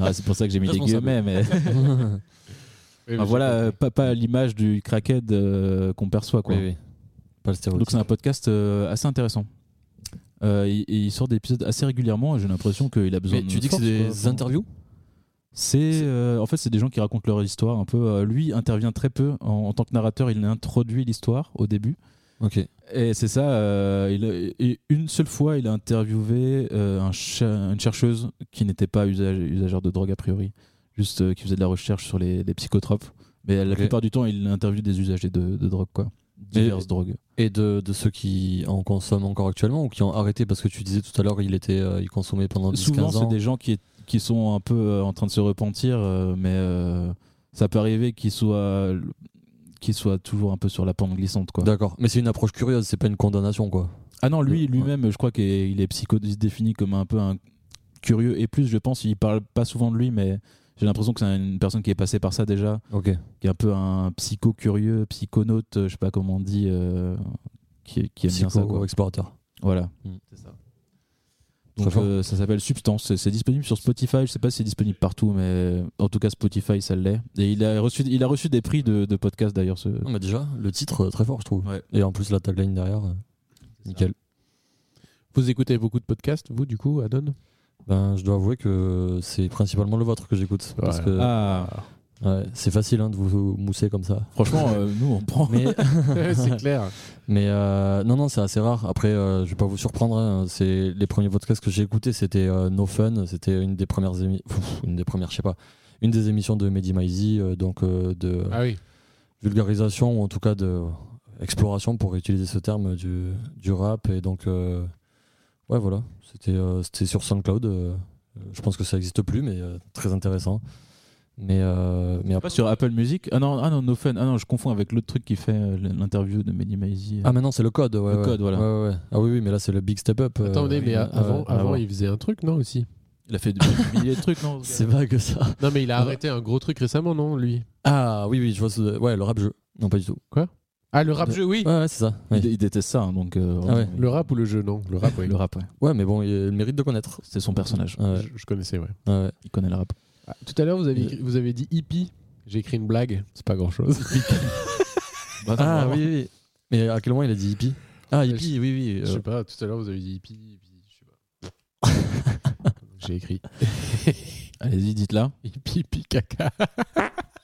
[SPEAKER 3] Ah, c'est pour ça que j'ai mis des
[SPEAKER 4] Responsable.
[SPEAKER 3] guillemets, mais Ah, voilà, euh, pas, pas l'image du crackhead euh, qu'on perçoit, quoi.
[SPEAKER 4] Oui, oui. Pas le stéréotype.
[SPEAKER 3] Donc c'est un podcast euh, assez intéressant. Euh, et, et il sort des épisodes assez régulièrement et j'ai l'impression qu'il a besoin
[SPEAKER 4] Mais
[SPEAKER 3] de
[SPEAKER 4] tu dis que c'est
[SPEAKER 3] force, quoi.
[SPEAKER 4] des
[SPEAKER 3] Enfin,
[SPEAKER 4] interviews
[SPEAKER 3] C'est euh, en fait c'est des gens qui racontent leur histoire un peu. Euh, lui intervient très peu en, en tant que narrateur. Il introduit l'histoire au début.
[SPEAKER 4] Ok.
[SPEAKER 3] Et c'est ça. euh, il a- et une seule fois, il a interviewé euh, un cher- une chercheuse qui n'était pas usage- usagère de drogue a priori, juste euh, qui faisait de la recherche sur les, les psychotropes. Mais la
[SPEAKER 4] Ok.
[SPEAKER 3] plupart du temps, il interviewe des usagers de, de drogue quoi, diverses drogues.
[SPEAKER 4] Et de, de ceux qui en consomment encore actuellement ou qui ont arrêté parce que tu disais tout à l'heure il était euh, il consommait pendant 10
[SPEAKER 3] Souvent,
[SPEAKER 4] 15
[SPEAKER 3] c'est
[SPEAKER 4] ans.
[SPEAKER 3] des gens qui, qui sont un peu euh, en train de se repentir, euh, mais euh, ça peut arriver qu'ils soient, qu'ils soient toujours un peu sur la pente glissante. Quoi.
[SPEAKER 4] D'accord, mais c'est une approche curieuse, c'est pas une condamnation quoi.
[SPEAKER 3] Ah non, lui,
[SPEAKER 4] Ouais.
[SPEAKER 3] lui-même, je crois qu'il est, il est psycho, il se définit comme un peu un curieux et plus, je pense. Il parle pas souvent de lui, mais j'ai l'impression que c'est une personne qui est passée par ça déjà,
[SPEAKER 4] Ok.
[SPEAKER 3] qui est un peu un psycho-curieux, psychonaute, euh, je sais pas comment on dit, euh, qui, qui aime bien ça. Quoi.
[SPEAKER 4] explorateur.
[SPEAKER 3] Voilà.
[SPEAKER 4] Mm.
[SPEAKER 3] C'est ça.
[SPEAKER 4] Très
[SPEAKER 3] Donc
[SPEAKER 4] fort.
[SPEAKER 3] euh, ça s'appelle Substance, C'est- c'est disponible sur Spotify, je sais pas si c'est disponible partout, mais en tout cas Spotify ça l'est. Et il a reçu, il a reçu des prix de, de podcast d'ailleurs. Ce...
[SPEAKER 4] Non, mais déjà le titre euh, très fort je trouve.
[SPEAKER 3] Ouais.
[SPEAKER 4] Et en plus la tagline derrière euh, nickel.
[SPEAKER 1] Vous écoutez beaucoup de podcasts, vous, du coup, Adon
[SPEAKER 4] Ben je dois avouer que c'est principalement le vôtre que j'écoute parce
[SPEAKER 1] Voilà.
[SPEAKER 4] que
[SPEAKER 3] Ah,
[SPEAKER 4] ouais, c'est facile hein, de vous mousser comme ça.
[SPEAKER 3] franchement, euh, nous on prend.
[SPEAKER 4] Mais
[SPEAKER 1] C'est clair.
[SPEAKER 4] Mais euh, non, non, c'est assez rare. Après, euh, je vais pas vous surprendre. hein. C'est les premiers podcasts que j'ai écoutés, c'était euh, No Fun. C'était une des premières émissions, une des premières, je sais pas, une des émissions de Mehdi Maizi, euh, donc euh, de
[SPEAKER 1] Ah oui.
[SPEAKER 4] vulgarisation ou en tout cas de exploration pour utiliser ce terme du, du rap. Et donc, euh, ouais, voilà. C'était euh, c'était sur SoundCloud. euh, je pense que ça n'existe plus, mais euh, très intéressant. Mais euh, mais après,
[SPEAKER 3] Pas sur Apple Music. Ah non, ah non, No Fun. Ah non, je confonds avec l'autre truc qui fait euh, l'interview de Mehdi Maizi.
[SPEAKER 4] ah maintenant c'est le code. Ouais,
[SPEAKER 3] Le
[SPEAKER 4] ouais.
[SPEAKER 3] code, voilà.
[SPEAKER 4] Ouais, ouais, ouais. Ah oui, oui, mais là c'est le big step up. euh,
[SPEAKER 1] Attendez, mais a-
[SPEAKER 4] ouais,
[SPEAKER 1] avant,
[SPEAKER 4] ouais,
[SPEAKER 1] avant
[SPEAKER 4] ouais.
[SPEAKER 1] il faisait un truc, non, aussi
[SPEAKER 3] Il a fait des milliers de trucs, non
[SPEAKER 4] C'est vague ça.
[SPEAKER 1] Non, mais il a arrêté un gros truc récemment, non, lui
[SPEAKER 4] Ah oui, oui, je vois ce. Ouais, le rap jeu. Non, pas du tout.
[SPEAKER 1] Ah, le rap-jeu, oui
[SPEAKER 4] Ouais, ouais, c'est ça.
[SPEAKER 3] Il,
[SPEAKER 4] Ouais.
[SPEAKER 3] il déteste ça, hein, donc. euh,
[SPEAKER 4] Ah ouais.
[SPEAKER 3] vraiment,
[SPEAKER 1] Le rap ou le jeu, non Le rap, oui.
[SPEAKER 3] il- le rap, ouais.
[SPEAKER 4] Ouais, mais bon, il a le mérite de connaître.
[SPEAKER 3] C'est son personnage.
[SPEAKER 4] Ouais, ouais,
[SPEAKER 1] Je, je connaissais, ouais.
[SPEAKER 4] ouais.
[SPEAKER 3] Il connaît le rap.
[SPEAKER 1] Ah, tout à l'heure, vous avez, écrit- vous avez dit hippie. J'ai écrit une blague. C'est pas grand-chose.
[SPEAKER 4] Ah oui, oui, oui. Mais à quel moment il a dit hippie Ah,
[SPEAKER 1] Je-
[SPEAKER 4] hippie, oui, oui.
[SPEAKER 1] je
[SPEAKER 4] euh,
[SPEAKER 1] sais pas, tout à l'heure, vous avez dit hippie, hippie, je sais pas. J'ai écrit
[SPEAKER 3] Allez-y, dites-la.
[SPEAKER 1] hippie, hippie, caca.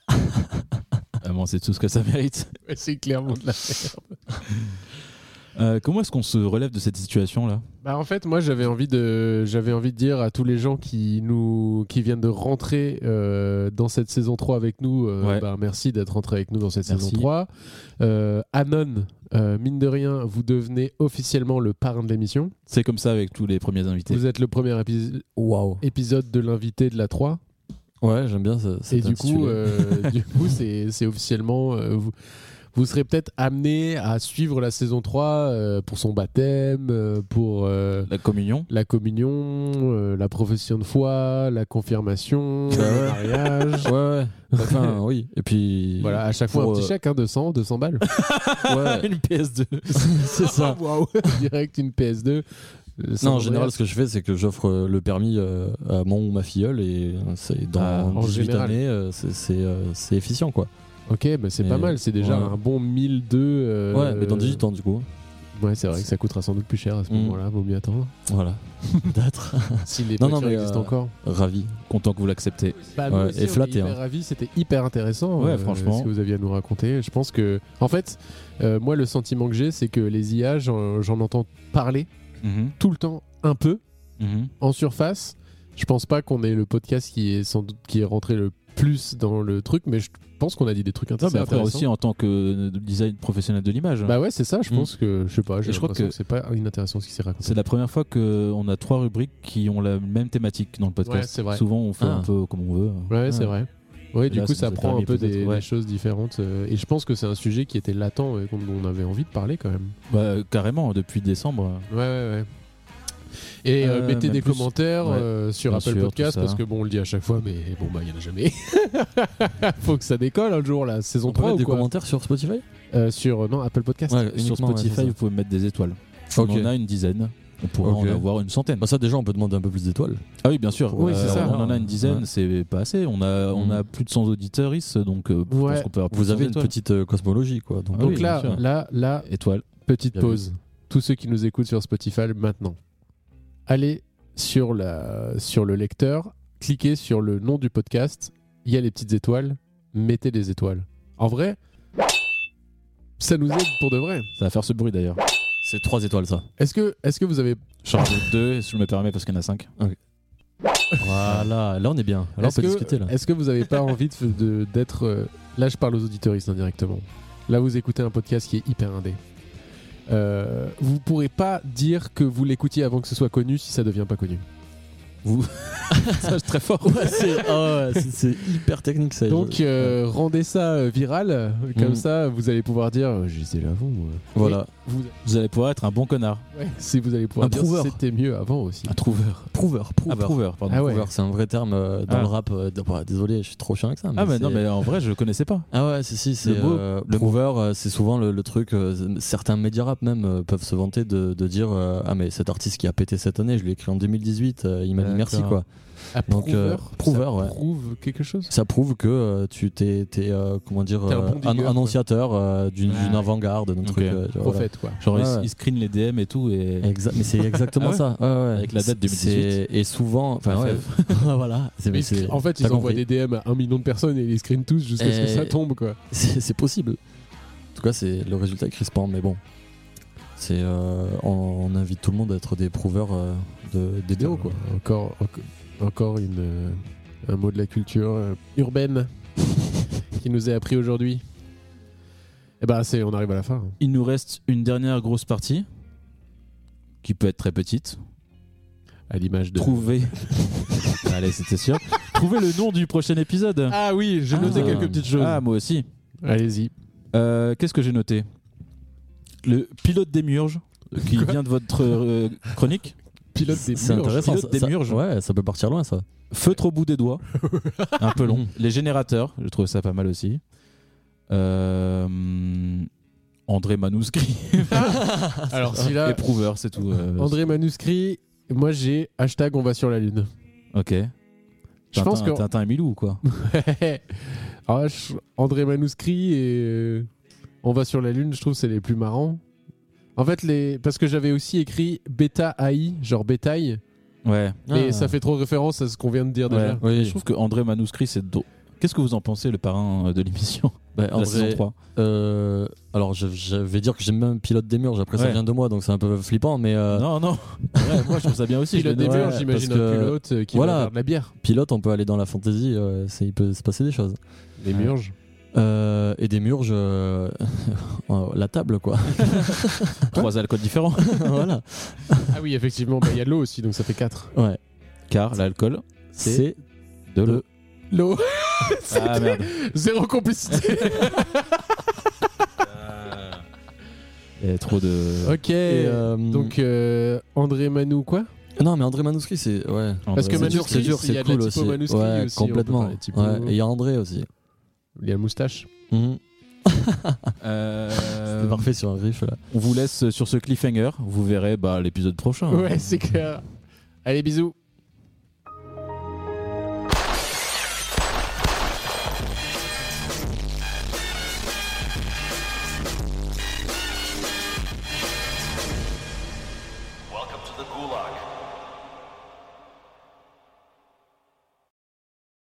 [SPEAKER 3] Ah bon, c'est tout ce que ça mérite.
[SPEAKER 1] Ouais, C'est clairement de la merde.
[SPEAKER 3] Euh, comment est-ce qu'on se relève de cette situation là
[SPEAKER 1] Bah en fait, moi j'avais envie de j'avais envie de dire à tous les gens qui nous qui viennent de rentrer euh, dans cette saison 3 avec nous, euh,
[SPEAKER 3] Ouais.
[SPEAKER 1] bah, merci d'être rentré avec nous dans cette
[SPEAKER 3] Merci.
[SPEAKER 1] saison 3. Euh, Anon, euh, mine de rien, vous devenez officiellement le parrain de l'émission.
[SPEAKER 3] C'est comme ça avec tous les premiers invités.
[SPEAKER 1] Vous êtes le premier épi-
[SPEAKER 4] Waouh.
[SPEAKER 1] épisode de l'invité de la 3
[SPEAKER 4] Ouais, j'aime bien ça.
[SPEAKER 1] et du coup, euh, du coup c'est c'est officiellement euh, vous, vous serez peut-être amené à suivre la saison 3 euh, pour son baptême, euh, pour euh,
[SPEAKER 3] La communion.
[SPEAKER 1] la communion, euh, la profession de foi, la confirmation,
[SPEAKER 4] Bah
[SPEAKER 1] le
[SPEAKER 4] ouais.
[SPEAKER 1] mariage.
[SPEAKER 4] Ouais, ouais. Enfin, Ah oui. Et puis.
[SPEAKER 1] Voilà, à chaque fois
[SPEAKER 4] Pour,
[SPEAKER 1] un petit
[SPEAKER 4] euh,
[SPEAKER 1] chèque, hein, 200, 200 balles.
[SPEAKER 4] Ouais.
[SPEAKER 1] euh,
[SPEAKER 3] Une PS2.
[SPEAKER 4] c'est ça.
[SPEAKER 1] Waouh, direct une PS2. Euh,
[SPEAKER 4] Non, en
[SPEAKER 1] Saint-Andréas.
[SPEAKER 4] général, ce que je fais, c'est que j'offre euh, le permis euh, à mon ou ma filleule et euh, c'est dans
[SPEAKER 3] Ah,
[SPEAKER 1] en
[SPEAKER 4] 18
[SPEAKER 1] général.
[SPEAKER 4] années, euh, c'est- c'est euh, c'est efficient quoi.
[SPEAKER 1] Ok, bah c'est pas
[SPEAKER 4] Mais-
[SPEAKER 1] mal, c'est déjà
[SPEAKER 4] ouais.
[SPEAKER 1] un bon 1002. euh,
[SPEAKER 4] Ouais, mais dans 18 ans du coup.
[SPEAKER 1] Ouais, c'est vrai que ça coûtera sans doute plus cher à ce
[SPEAKER 4] Mm.
[SPEAKER 1] moment-là, vaut mieux attendre.
[SPEAKER 4] Voilà. D'être
[SPEAKER 1] Si les
[SPEAKER 4] Non, non,
[SPEAKER 1] voitures
[SPEAKER 4] mais,
[SPEAKER 1] existent
[SPEAKER 4] euh,
[SPEAKER 1] encore.
[SPEAKER 4] ravi.
[SPEAKER 3] Content que vous l'acceptez.
[SPEAKER 1] Bah,
[SPEAKER 4] Ouais,
[SPEAKER 1] nous aussi,
[SPEAKER 4] et
[SPEAKER 1] on est
[SPEAKER 4] flatté,
[SPEAKER 1] hyper
[SPEAKER 4] hein.
[SPEAKER 1] ravis, c'était hyper intéressant. euh,
[SPEAKER 3] Ouais, franchement.
[SPEAKER 1] Ce que vous aviez à nous raconter. Je pense que, en fait, euh, moi, le sentiment que j'ai, c'est que les IA,
[SPEAKER 4] Mhm,
[SPEAKER 1] j'en j'en entends parler tout le temps un peu en surface, Je pense pas qu'on ait le podcast qui est sans doute qui est rentré le plus dans le truc, mais je pense qu'on a dit des trucs
[SPEAKER 3] Non, mais
[SPEAKER 1] intéressants.
[SPEAKER 3] après aussi en tant que euh, design professionnel de l'image.
[SPEAKER 1] Bah ouais, c'est ça. Je
[SPEAKER 3] Mm.
[SPEAKER 1] pense que je sais pas.
[SPEAKER 3] Et
[SPEAKER 1] Je
[SPEAKER 3] je crois
[SPEAKER 1] crois que,
[SPEAKER 3] que-
[SPEAKER 1] c'est pas inintéressant ce qui s'est raconté.
[SPEAKER 3] C'est la première fois qu'on a trois rubriques qui ont la même thématique dans le podcast.
[SPEAKER 1] Ouais, c'est vrai.
[SPEAKER 3] Souvent, on fait
[SPEAKER 4] Ah.
[SPEAKER 3] un peu comme on veut.
[SPEAKER 1] Ouais, c'est vrai. Ouais,
[SPEAKER 3] Et
[SPEAKER 1] du
[SPEAKER 3] là,
[SPEAKER 1] coup,
[SPEAKER 3] ça
[SPEAKER 1] ça
[SPEAKER 3] nous a
[SPEAKER 1] prend un
[SPEAKER 3] permis
[SPEAKER 1] peu
[SPEAKER 3] peut-être,
[SPEAKER 1] des,
[SPEAKER 3] ouais.
[SPEAKER 1] des choses différentes. euh, et je pense que c'est un sujet qui était latent et qu'on dont on avait envie de parler quand même.
[SPEAKER 3] Bah, carrément, depuis décembre.
[SPEAKER 1] Ouais, ouais, ouais. Et euh,
[SPEAKER 3] Euh,
[SPEAKER 1] mettez
[SPEAKER 3] même
[SPEAKER 1] des
[SPEAKER 3] plus.
[SPEAKER 1] commentaires
[SPEAKER 3] Ouais.
[SPEAKER 1] euh, sur
[SPEAKER 3] Bien
[SPEAKER 1] Apple
[SPEAKER 3] sûr, tout
[SPEAKER 1] Podcast
[SPEAKER 3] ça.
[SPEAKER 1] parce que bon, on le dit à chaque fois, mais bon, bah, il y en a jamais. Faut que ça décolle un jour, la saison
[SPEAKER 4] On peut
[SPEAKER 1] 3
[SPEAKER 4] mettre
[SPEAKER 1] ou
[SPEAKER 4] des
[SPEAKER 1] quoi
[SPEAKER 4] commentaires sur Spotify
[SPEAKER 1] Euh, Sur, euh, non, Apple Podcast.
[SPEAKER 4] Ouais,
[SPEAKER 3] Sur
[SPEAKER 4] uniquement, ouais,
[SPEAKER 3] Spotify,
[SPEAKER 4] c'est ça.
[SPEAKER 3] vous pouvez mettre des étoiles.
[SPEAKER 4] Ok.
[SPEAKER 3] On en a une dizaine. On pourrait
[SPEAKER 4] Ok.
[SPEAKER 3] en avoir une centaine.
[SPEAKER 4] Bah ça déjà on peut demander un peu plus d'étoiles.
[SPEAKER 3] Ah oui, bien sûr.
[SPEAKER 1] Oui, c'est ça.
[SPEAKER 3] On en a une dizaine,
[SPEAKER 4] Ouais.
[SPEAKER 3] c'est pas assez. On a, on
[SPEAKER 4] Mhm.
[SPEAKER 3] a plus de 100 auditeurs, donc euh, je
[SPEAKER 1] Ouais.
[SPEAKER 3] pense qu'on peut avoir plus
[SPEAKER 4] Vous
[SPEAKER 3] de 100
[SPEAKER 4] avez une
[SPEAKER 3] étoiles.
[SPEAKER 4] petite euh, cosmologie quoi. Donc, euh,
[SPEAKER 3] Ah
[SPEAKER 1] Donc
[SPEAKER 3] oui,
[SPEAKER 1] là,
[SPEAKER 3] bien sûr.
[SPEAKER 1] là, là,
[SPEAKER 3] étoile.
[SPEAKER 1] petite
[SPEAKER 4] Bien vu.
[SPEAKER 1] pause. Tous ceux qui nous écoutent sur Spotify maintenant, allez sur, la, sur le lecteur, cliquez sur le nom du podcast, il y a les petites étoiles, mettez des étoiles. En vrai, ça nous aide pour de vrai.
[SPEAKER 3] Ça va faire ce bruit d'ailleurs.
[SPEAKER 4] C'est trois étoiles ça.
[SPEAKER 1] Est-ce que, est que vous avez.
[SPEAKER 3] Je rajoute deux, si je me permets, parce qu'il y en a cinq.
[SPEAKER 4] Voilà, Ah, là on est bien. Là on
[SPEAKER 1] Est-ce
[SPEAKER 4] peut discuter
[SPEAKER 1] que,
[SPEAKER 4] là.
[SPEAKER 1] est-ce que vous avez pas envie de- de- d'être. euh, là, je parle aux auditeuristes indirectement. Là, vous écoutez un podcast qui est hyper indé. Euh, vous pourrez pas dire que vous l'écoutiez avant que ce soit connu si ça devient pas connu.
[SPEAKER 3] Ça, c'est très fort.
[SPEAKER 4] Ouais, c'est ah ouais, c'est- c'est hyper technique ça.
[SPEAKER 1] Donc
[SPEAKER 4] Je-
[SPEAKER 1] euh, rendez ça euh, viral, euh, comme
[SPEAKER 4] Mm.
[SPEAKER 1] ça vous allez pouvoir dire euh, j'étais là avant. moi.
[SPEAKER 4] voilà.
[SPEAKER 1] Vous,
[SPEAKER 3] Vous allez pouvoir être un bon connard.
[SPEAKER 1] ouais, si vous allez pouvoir
[SPEAKER 4] Un
[SPEAKER 1] dire
[SPEAKER 4] prouveur.
[SPEAKER 1] c'était mieux avant aussi.
[SPEAKER 3] Un trouveur.
[SPEAKER 4] Prouveur,
[SPEAKER 3] Un
[SPEAKER 4] prouveur.
[SPEAKER 3] prouveur, pardon.
[SPEAKER 1] Ah ouais.
[SPEAKER 4] Prouveur, c'est un vrai terme euh, dans
[SPEAKER 3] bah, Ah.
[SPEAKER 4] le rap. euh, d- bah, désolé, je suis trop chiant avec ça.
[SPEAKER 3] Ah, mais non,
[SPEAKER 4] c'est-
[SPEAKER 3] mais en vrai, je connaissais pas.
[SPEAKER 4] Ah ouais, si, si, c'est.
[SPEAKER 3] Le mot,
[SPEAKER 4] euh, prouveur, euh, c'est souvent le, le truc. euh, certains médias rap même euh, peuvent se vanter de, de dire euh, Ah, mais cet artiste qui a pété cette année, je l'ai écrit en 2018, euh, il m'a dit
[SPEAKER 3] D'accord.
[SPEAKER 4] merci quoi.
[SPEAKER 1] Ah,
[SPEAKER 4] Donc, euh,
[SPEAKER 1] ça
[SPEAKER 4] prouveur, ouais.
[SPEAKER 1] prouve quelque chose.
[SPEAKER 4] Ça prouve que euh, tu t'es, t'es, euh, comment dire,
[SPEAKER 1] T'es un
[SPEAKER 4] euh,
[SPEAKER 1] bon digger,
[SPEAKER 4] an-
[SPEAKER 1] quoi.
[SPEAKER 4] annonciateur euh, d'une,
[SPEAKER 3] Ah
[SPEAKER 4] d'une
[SPEAKER 3] ouais.
[SPEAKER 4] avant-garde, d'un
[SPEAKER 3] Ok.
[SPEAKER 4] truc. euh, genre, voilà.
[SPEAKER 1] Prophète quoi.
[SPEAKER 3] Genre,
[SPEAKER 4] Ouais,
[SPEAKER 3] ils-
[SPEAKER 4] ouais.
[SPEAKER 3] ils screenent les DM et tout. Et...
[SPEAKER 4] Exact- mais c'est exactement
[SPEAKER 3] Ah ouais
[SPEAKER 4] ça. Ouais, ouais.
[SPEAKER 3] Avec la date
[SPEAKER 4] C'est-
[SPEAKER 3] 2018.
[SPEAKER 4] Et souvent,
[SPEAKER 3] Ah
[SPEAKER 4] enfin, ouais, voilà. C'est,
[SPEAKER 1] Mais
[SPEAKER 4] mais Eh ben, c'est-
[SPEAKER 1] en fait
[SPEAKER 4] t'as
[SPEAKER 1] ils envoient
[SPEAKER 4] compris.
[SPEAKER 1] des DM à un million de personnes et ils les screenent tous jusqu'à ce que
[SPEAKER 4] Et-
[SPEAKER 1] ça tombe quoi.
[SPEAKER 4] C'est c'est possible. En tout cas, c'est le résultat est crispant, mais bon. C'est euh, on, on invite tout le monde à être des prouveurs euh, de, des BO quoi.
[SPEAKER 1] Encore, enco- encore une, euh, un mot de la culture euh, urbaine qui nous est appris aujourd'hui. Et ben c'est on arrive à la fin. hein.
[SPEAKER 3] Il nous reste une dernière grosse partie qui peut être très petite.
[SPEAKER 1] À l'image de.
[SPEAKER 3] Trouver. Allez, c'était sûr. Trouver le nom du prochain épisode.
[SPEAKER 1] Ah oui, j'ai
[SPEAKER 3] Ah.
[SPEAKER 1] noté quelques petites choses.
[SPEAKER 3] Ah, moi aussi.
[SPEAKER 1] Allez-y.
[SPEAKER 3] Euh, Qu'est-ce que j'ai noté Le pilote des Murges, qui vient de votre euh, chronique.
[SPEAKER 1] Pilote des
[SPEAKER 4] C'est
[SPEAKER 1] murs.
[SPEAKER 4] intéressant.
[SPEAKER 3] pilote
[SPEAKER 4] ça-
[SPEAKER 3] des murges.
[SPEAKER 4] ça, ouais, ça peut partir loin ça.
[SPEAKER 3] Feutre au bout des doigts. Un peu
[SPEAKER 4] Mhm.
[SPEAKER 3] long. Les générateurs, je trouve ça pas mal aussi. Euh, André Manuscrit.
[SPEAKER 1] Alors
[SPEAKER 4] Ah.
[SPEAKER 1] celui-là,
[SPEAKER 3] Éprouveur, c'est tout. euh,
[SPEAKER 1] André Manuscrit, moi j'ai hashtag on va sur la lune.
[SPEAKER 3] Ok.
[SPEAKER 1] Je pense que
[SPEAKER 3] Tintin- Tintin et Milou, quoi.
[SPEAKER 1] Ah, je- André Manuscrit et euh, on va sur la lune, je trouve c'est les plus marrants. En fait, les... parce que j'avais aussi écrit bêta AI, genre bétail,
[SPEAKER 3] Ouais.
[SPEAKER 1] mais
[SPEAKER 4] Ah.
[SPEAKER 1] ça fait trop référence à ce qu'on vient de dire déjà.
[SPEAKER 4] Oui.
[SPEAKER 3] Je trouve que André Manuscrit, c'est drôle. Qu'est-ce que vous en pensez, le parrain euh, de l'émission
[SPEAKER 4] Bah,
[SPEAKER 3] de
[SPEAKER 4] en
[SPEAKER 3] la
[SPEAKER 4] vrai,
[SPEAKER 3] saison 3
[SPEAKER 4] euh, alors je, je vais dire que j'aime même pilote des murges. Après ça
[SPEAKER 3] Ouais.
[SPEAKER 4] vient de moi donc c'est un peu flippant, mais euh,
[SPEAKER 3] Non, non. Ouais, moi, je trouve ça bien aussi. je
[SPEAKER 1] Pilote
[SPEAKER 3] le
[SPEAKER 1] des
[SPEAKER 3] dis.
[SPEAKER 4] ouais,
[SPEAKER 1] murs, j'imagine
[SPEAKER 4] parce
[SPEAKER 1] un
[SPEAKER 4] que-
[SPEAKER 1] pilote euh, qui
[SPEAKER 4] Voilà.
[SPEAKER 1] va faire de la bière.
[SPEAKER 4] pilote on peut aller dans la fantaisie, euh, c'est- il peut se passer des choses.
[SPEAKER 1] Les
[SPEAKER 3] Ouais.
[SPEAKER 1] murges.
[SPEAKER 4] Euh, et des murges, euh, la table quoi.
[SPEAKER 3] Trois alcools différents.
[SPEAKER 4] voilà.
[SPEAKER 1] Ah oui, effectivement, bah, il y a de l'eau aussi, donc ça fait 4.
[SPEAKER 4] Ouais.
[SPEAKER 3] Car l'alcool,
[SPEAKER 4] C'est
[SPEAKER 3] de l'eau.
[SPEAKER 1] L'eau,
[SPEAKER 3] Ah merde.
[SPEAKER 1] zéro complicité.
[SPEAKER 3] Et trop de.
[SPEAKER 1] ok,
[SPEAKER 4] Et, euh,
[SPEAKER 1] donc euh, André Manou, quoi
[SPEAKER 4] non mais André Manuscrit c'est ouais.
[SPEAKER 1] Parce que
[SPEAKER 4] C'est
[SPEAKER 3] André-
[SPEAKER 1] Manuscrit,
[SPEAKER 4] dur, c'est dur,
[SPEAKER 1] il y a
[SPEAKER 4] c'est
[SPEAKER 1] de la
[SPEAKER 4] cool aussi.
[SPEAKER 1] typo manuscrit
[SPEAKER 4] Ouais,
[SPEAKER 1] aussi, on peut
[SPEAKER 4] complètement.
[SPEAKER 1] parler de typo.
[SPEAKER 4] Ouais, Et il y a André aussi.
[SPEAKER 1] Il y a la moustache.
[SPEAKER 3] Euh,
[SPEAKER 4] C'est parfait sur un riff là. Oh.
[SPEAKER 3] On vous laisse sur ce cliffhanger. Vous verrez bah, l'épisode prochain.
[SPEAKER 1] Ouais, c'est clair. Allez, bisous.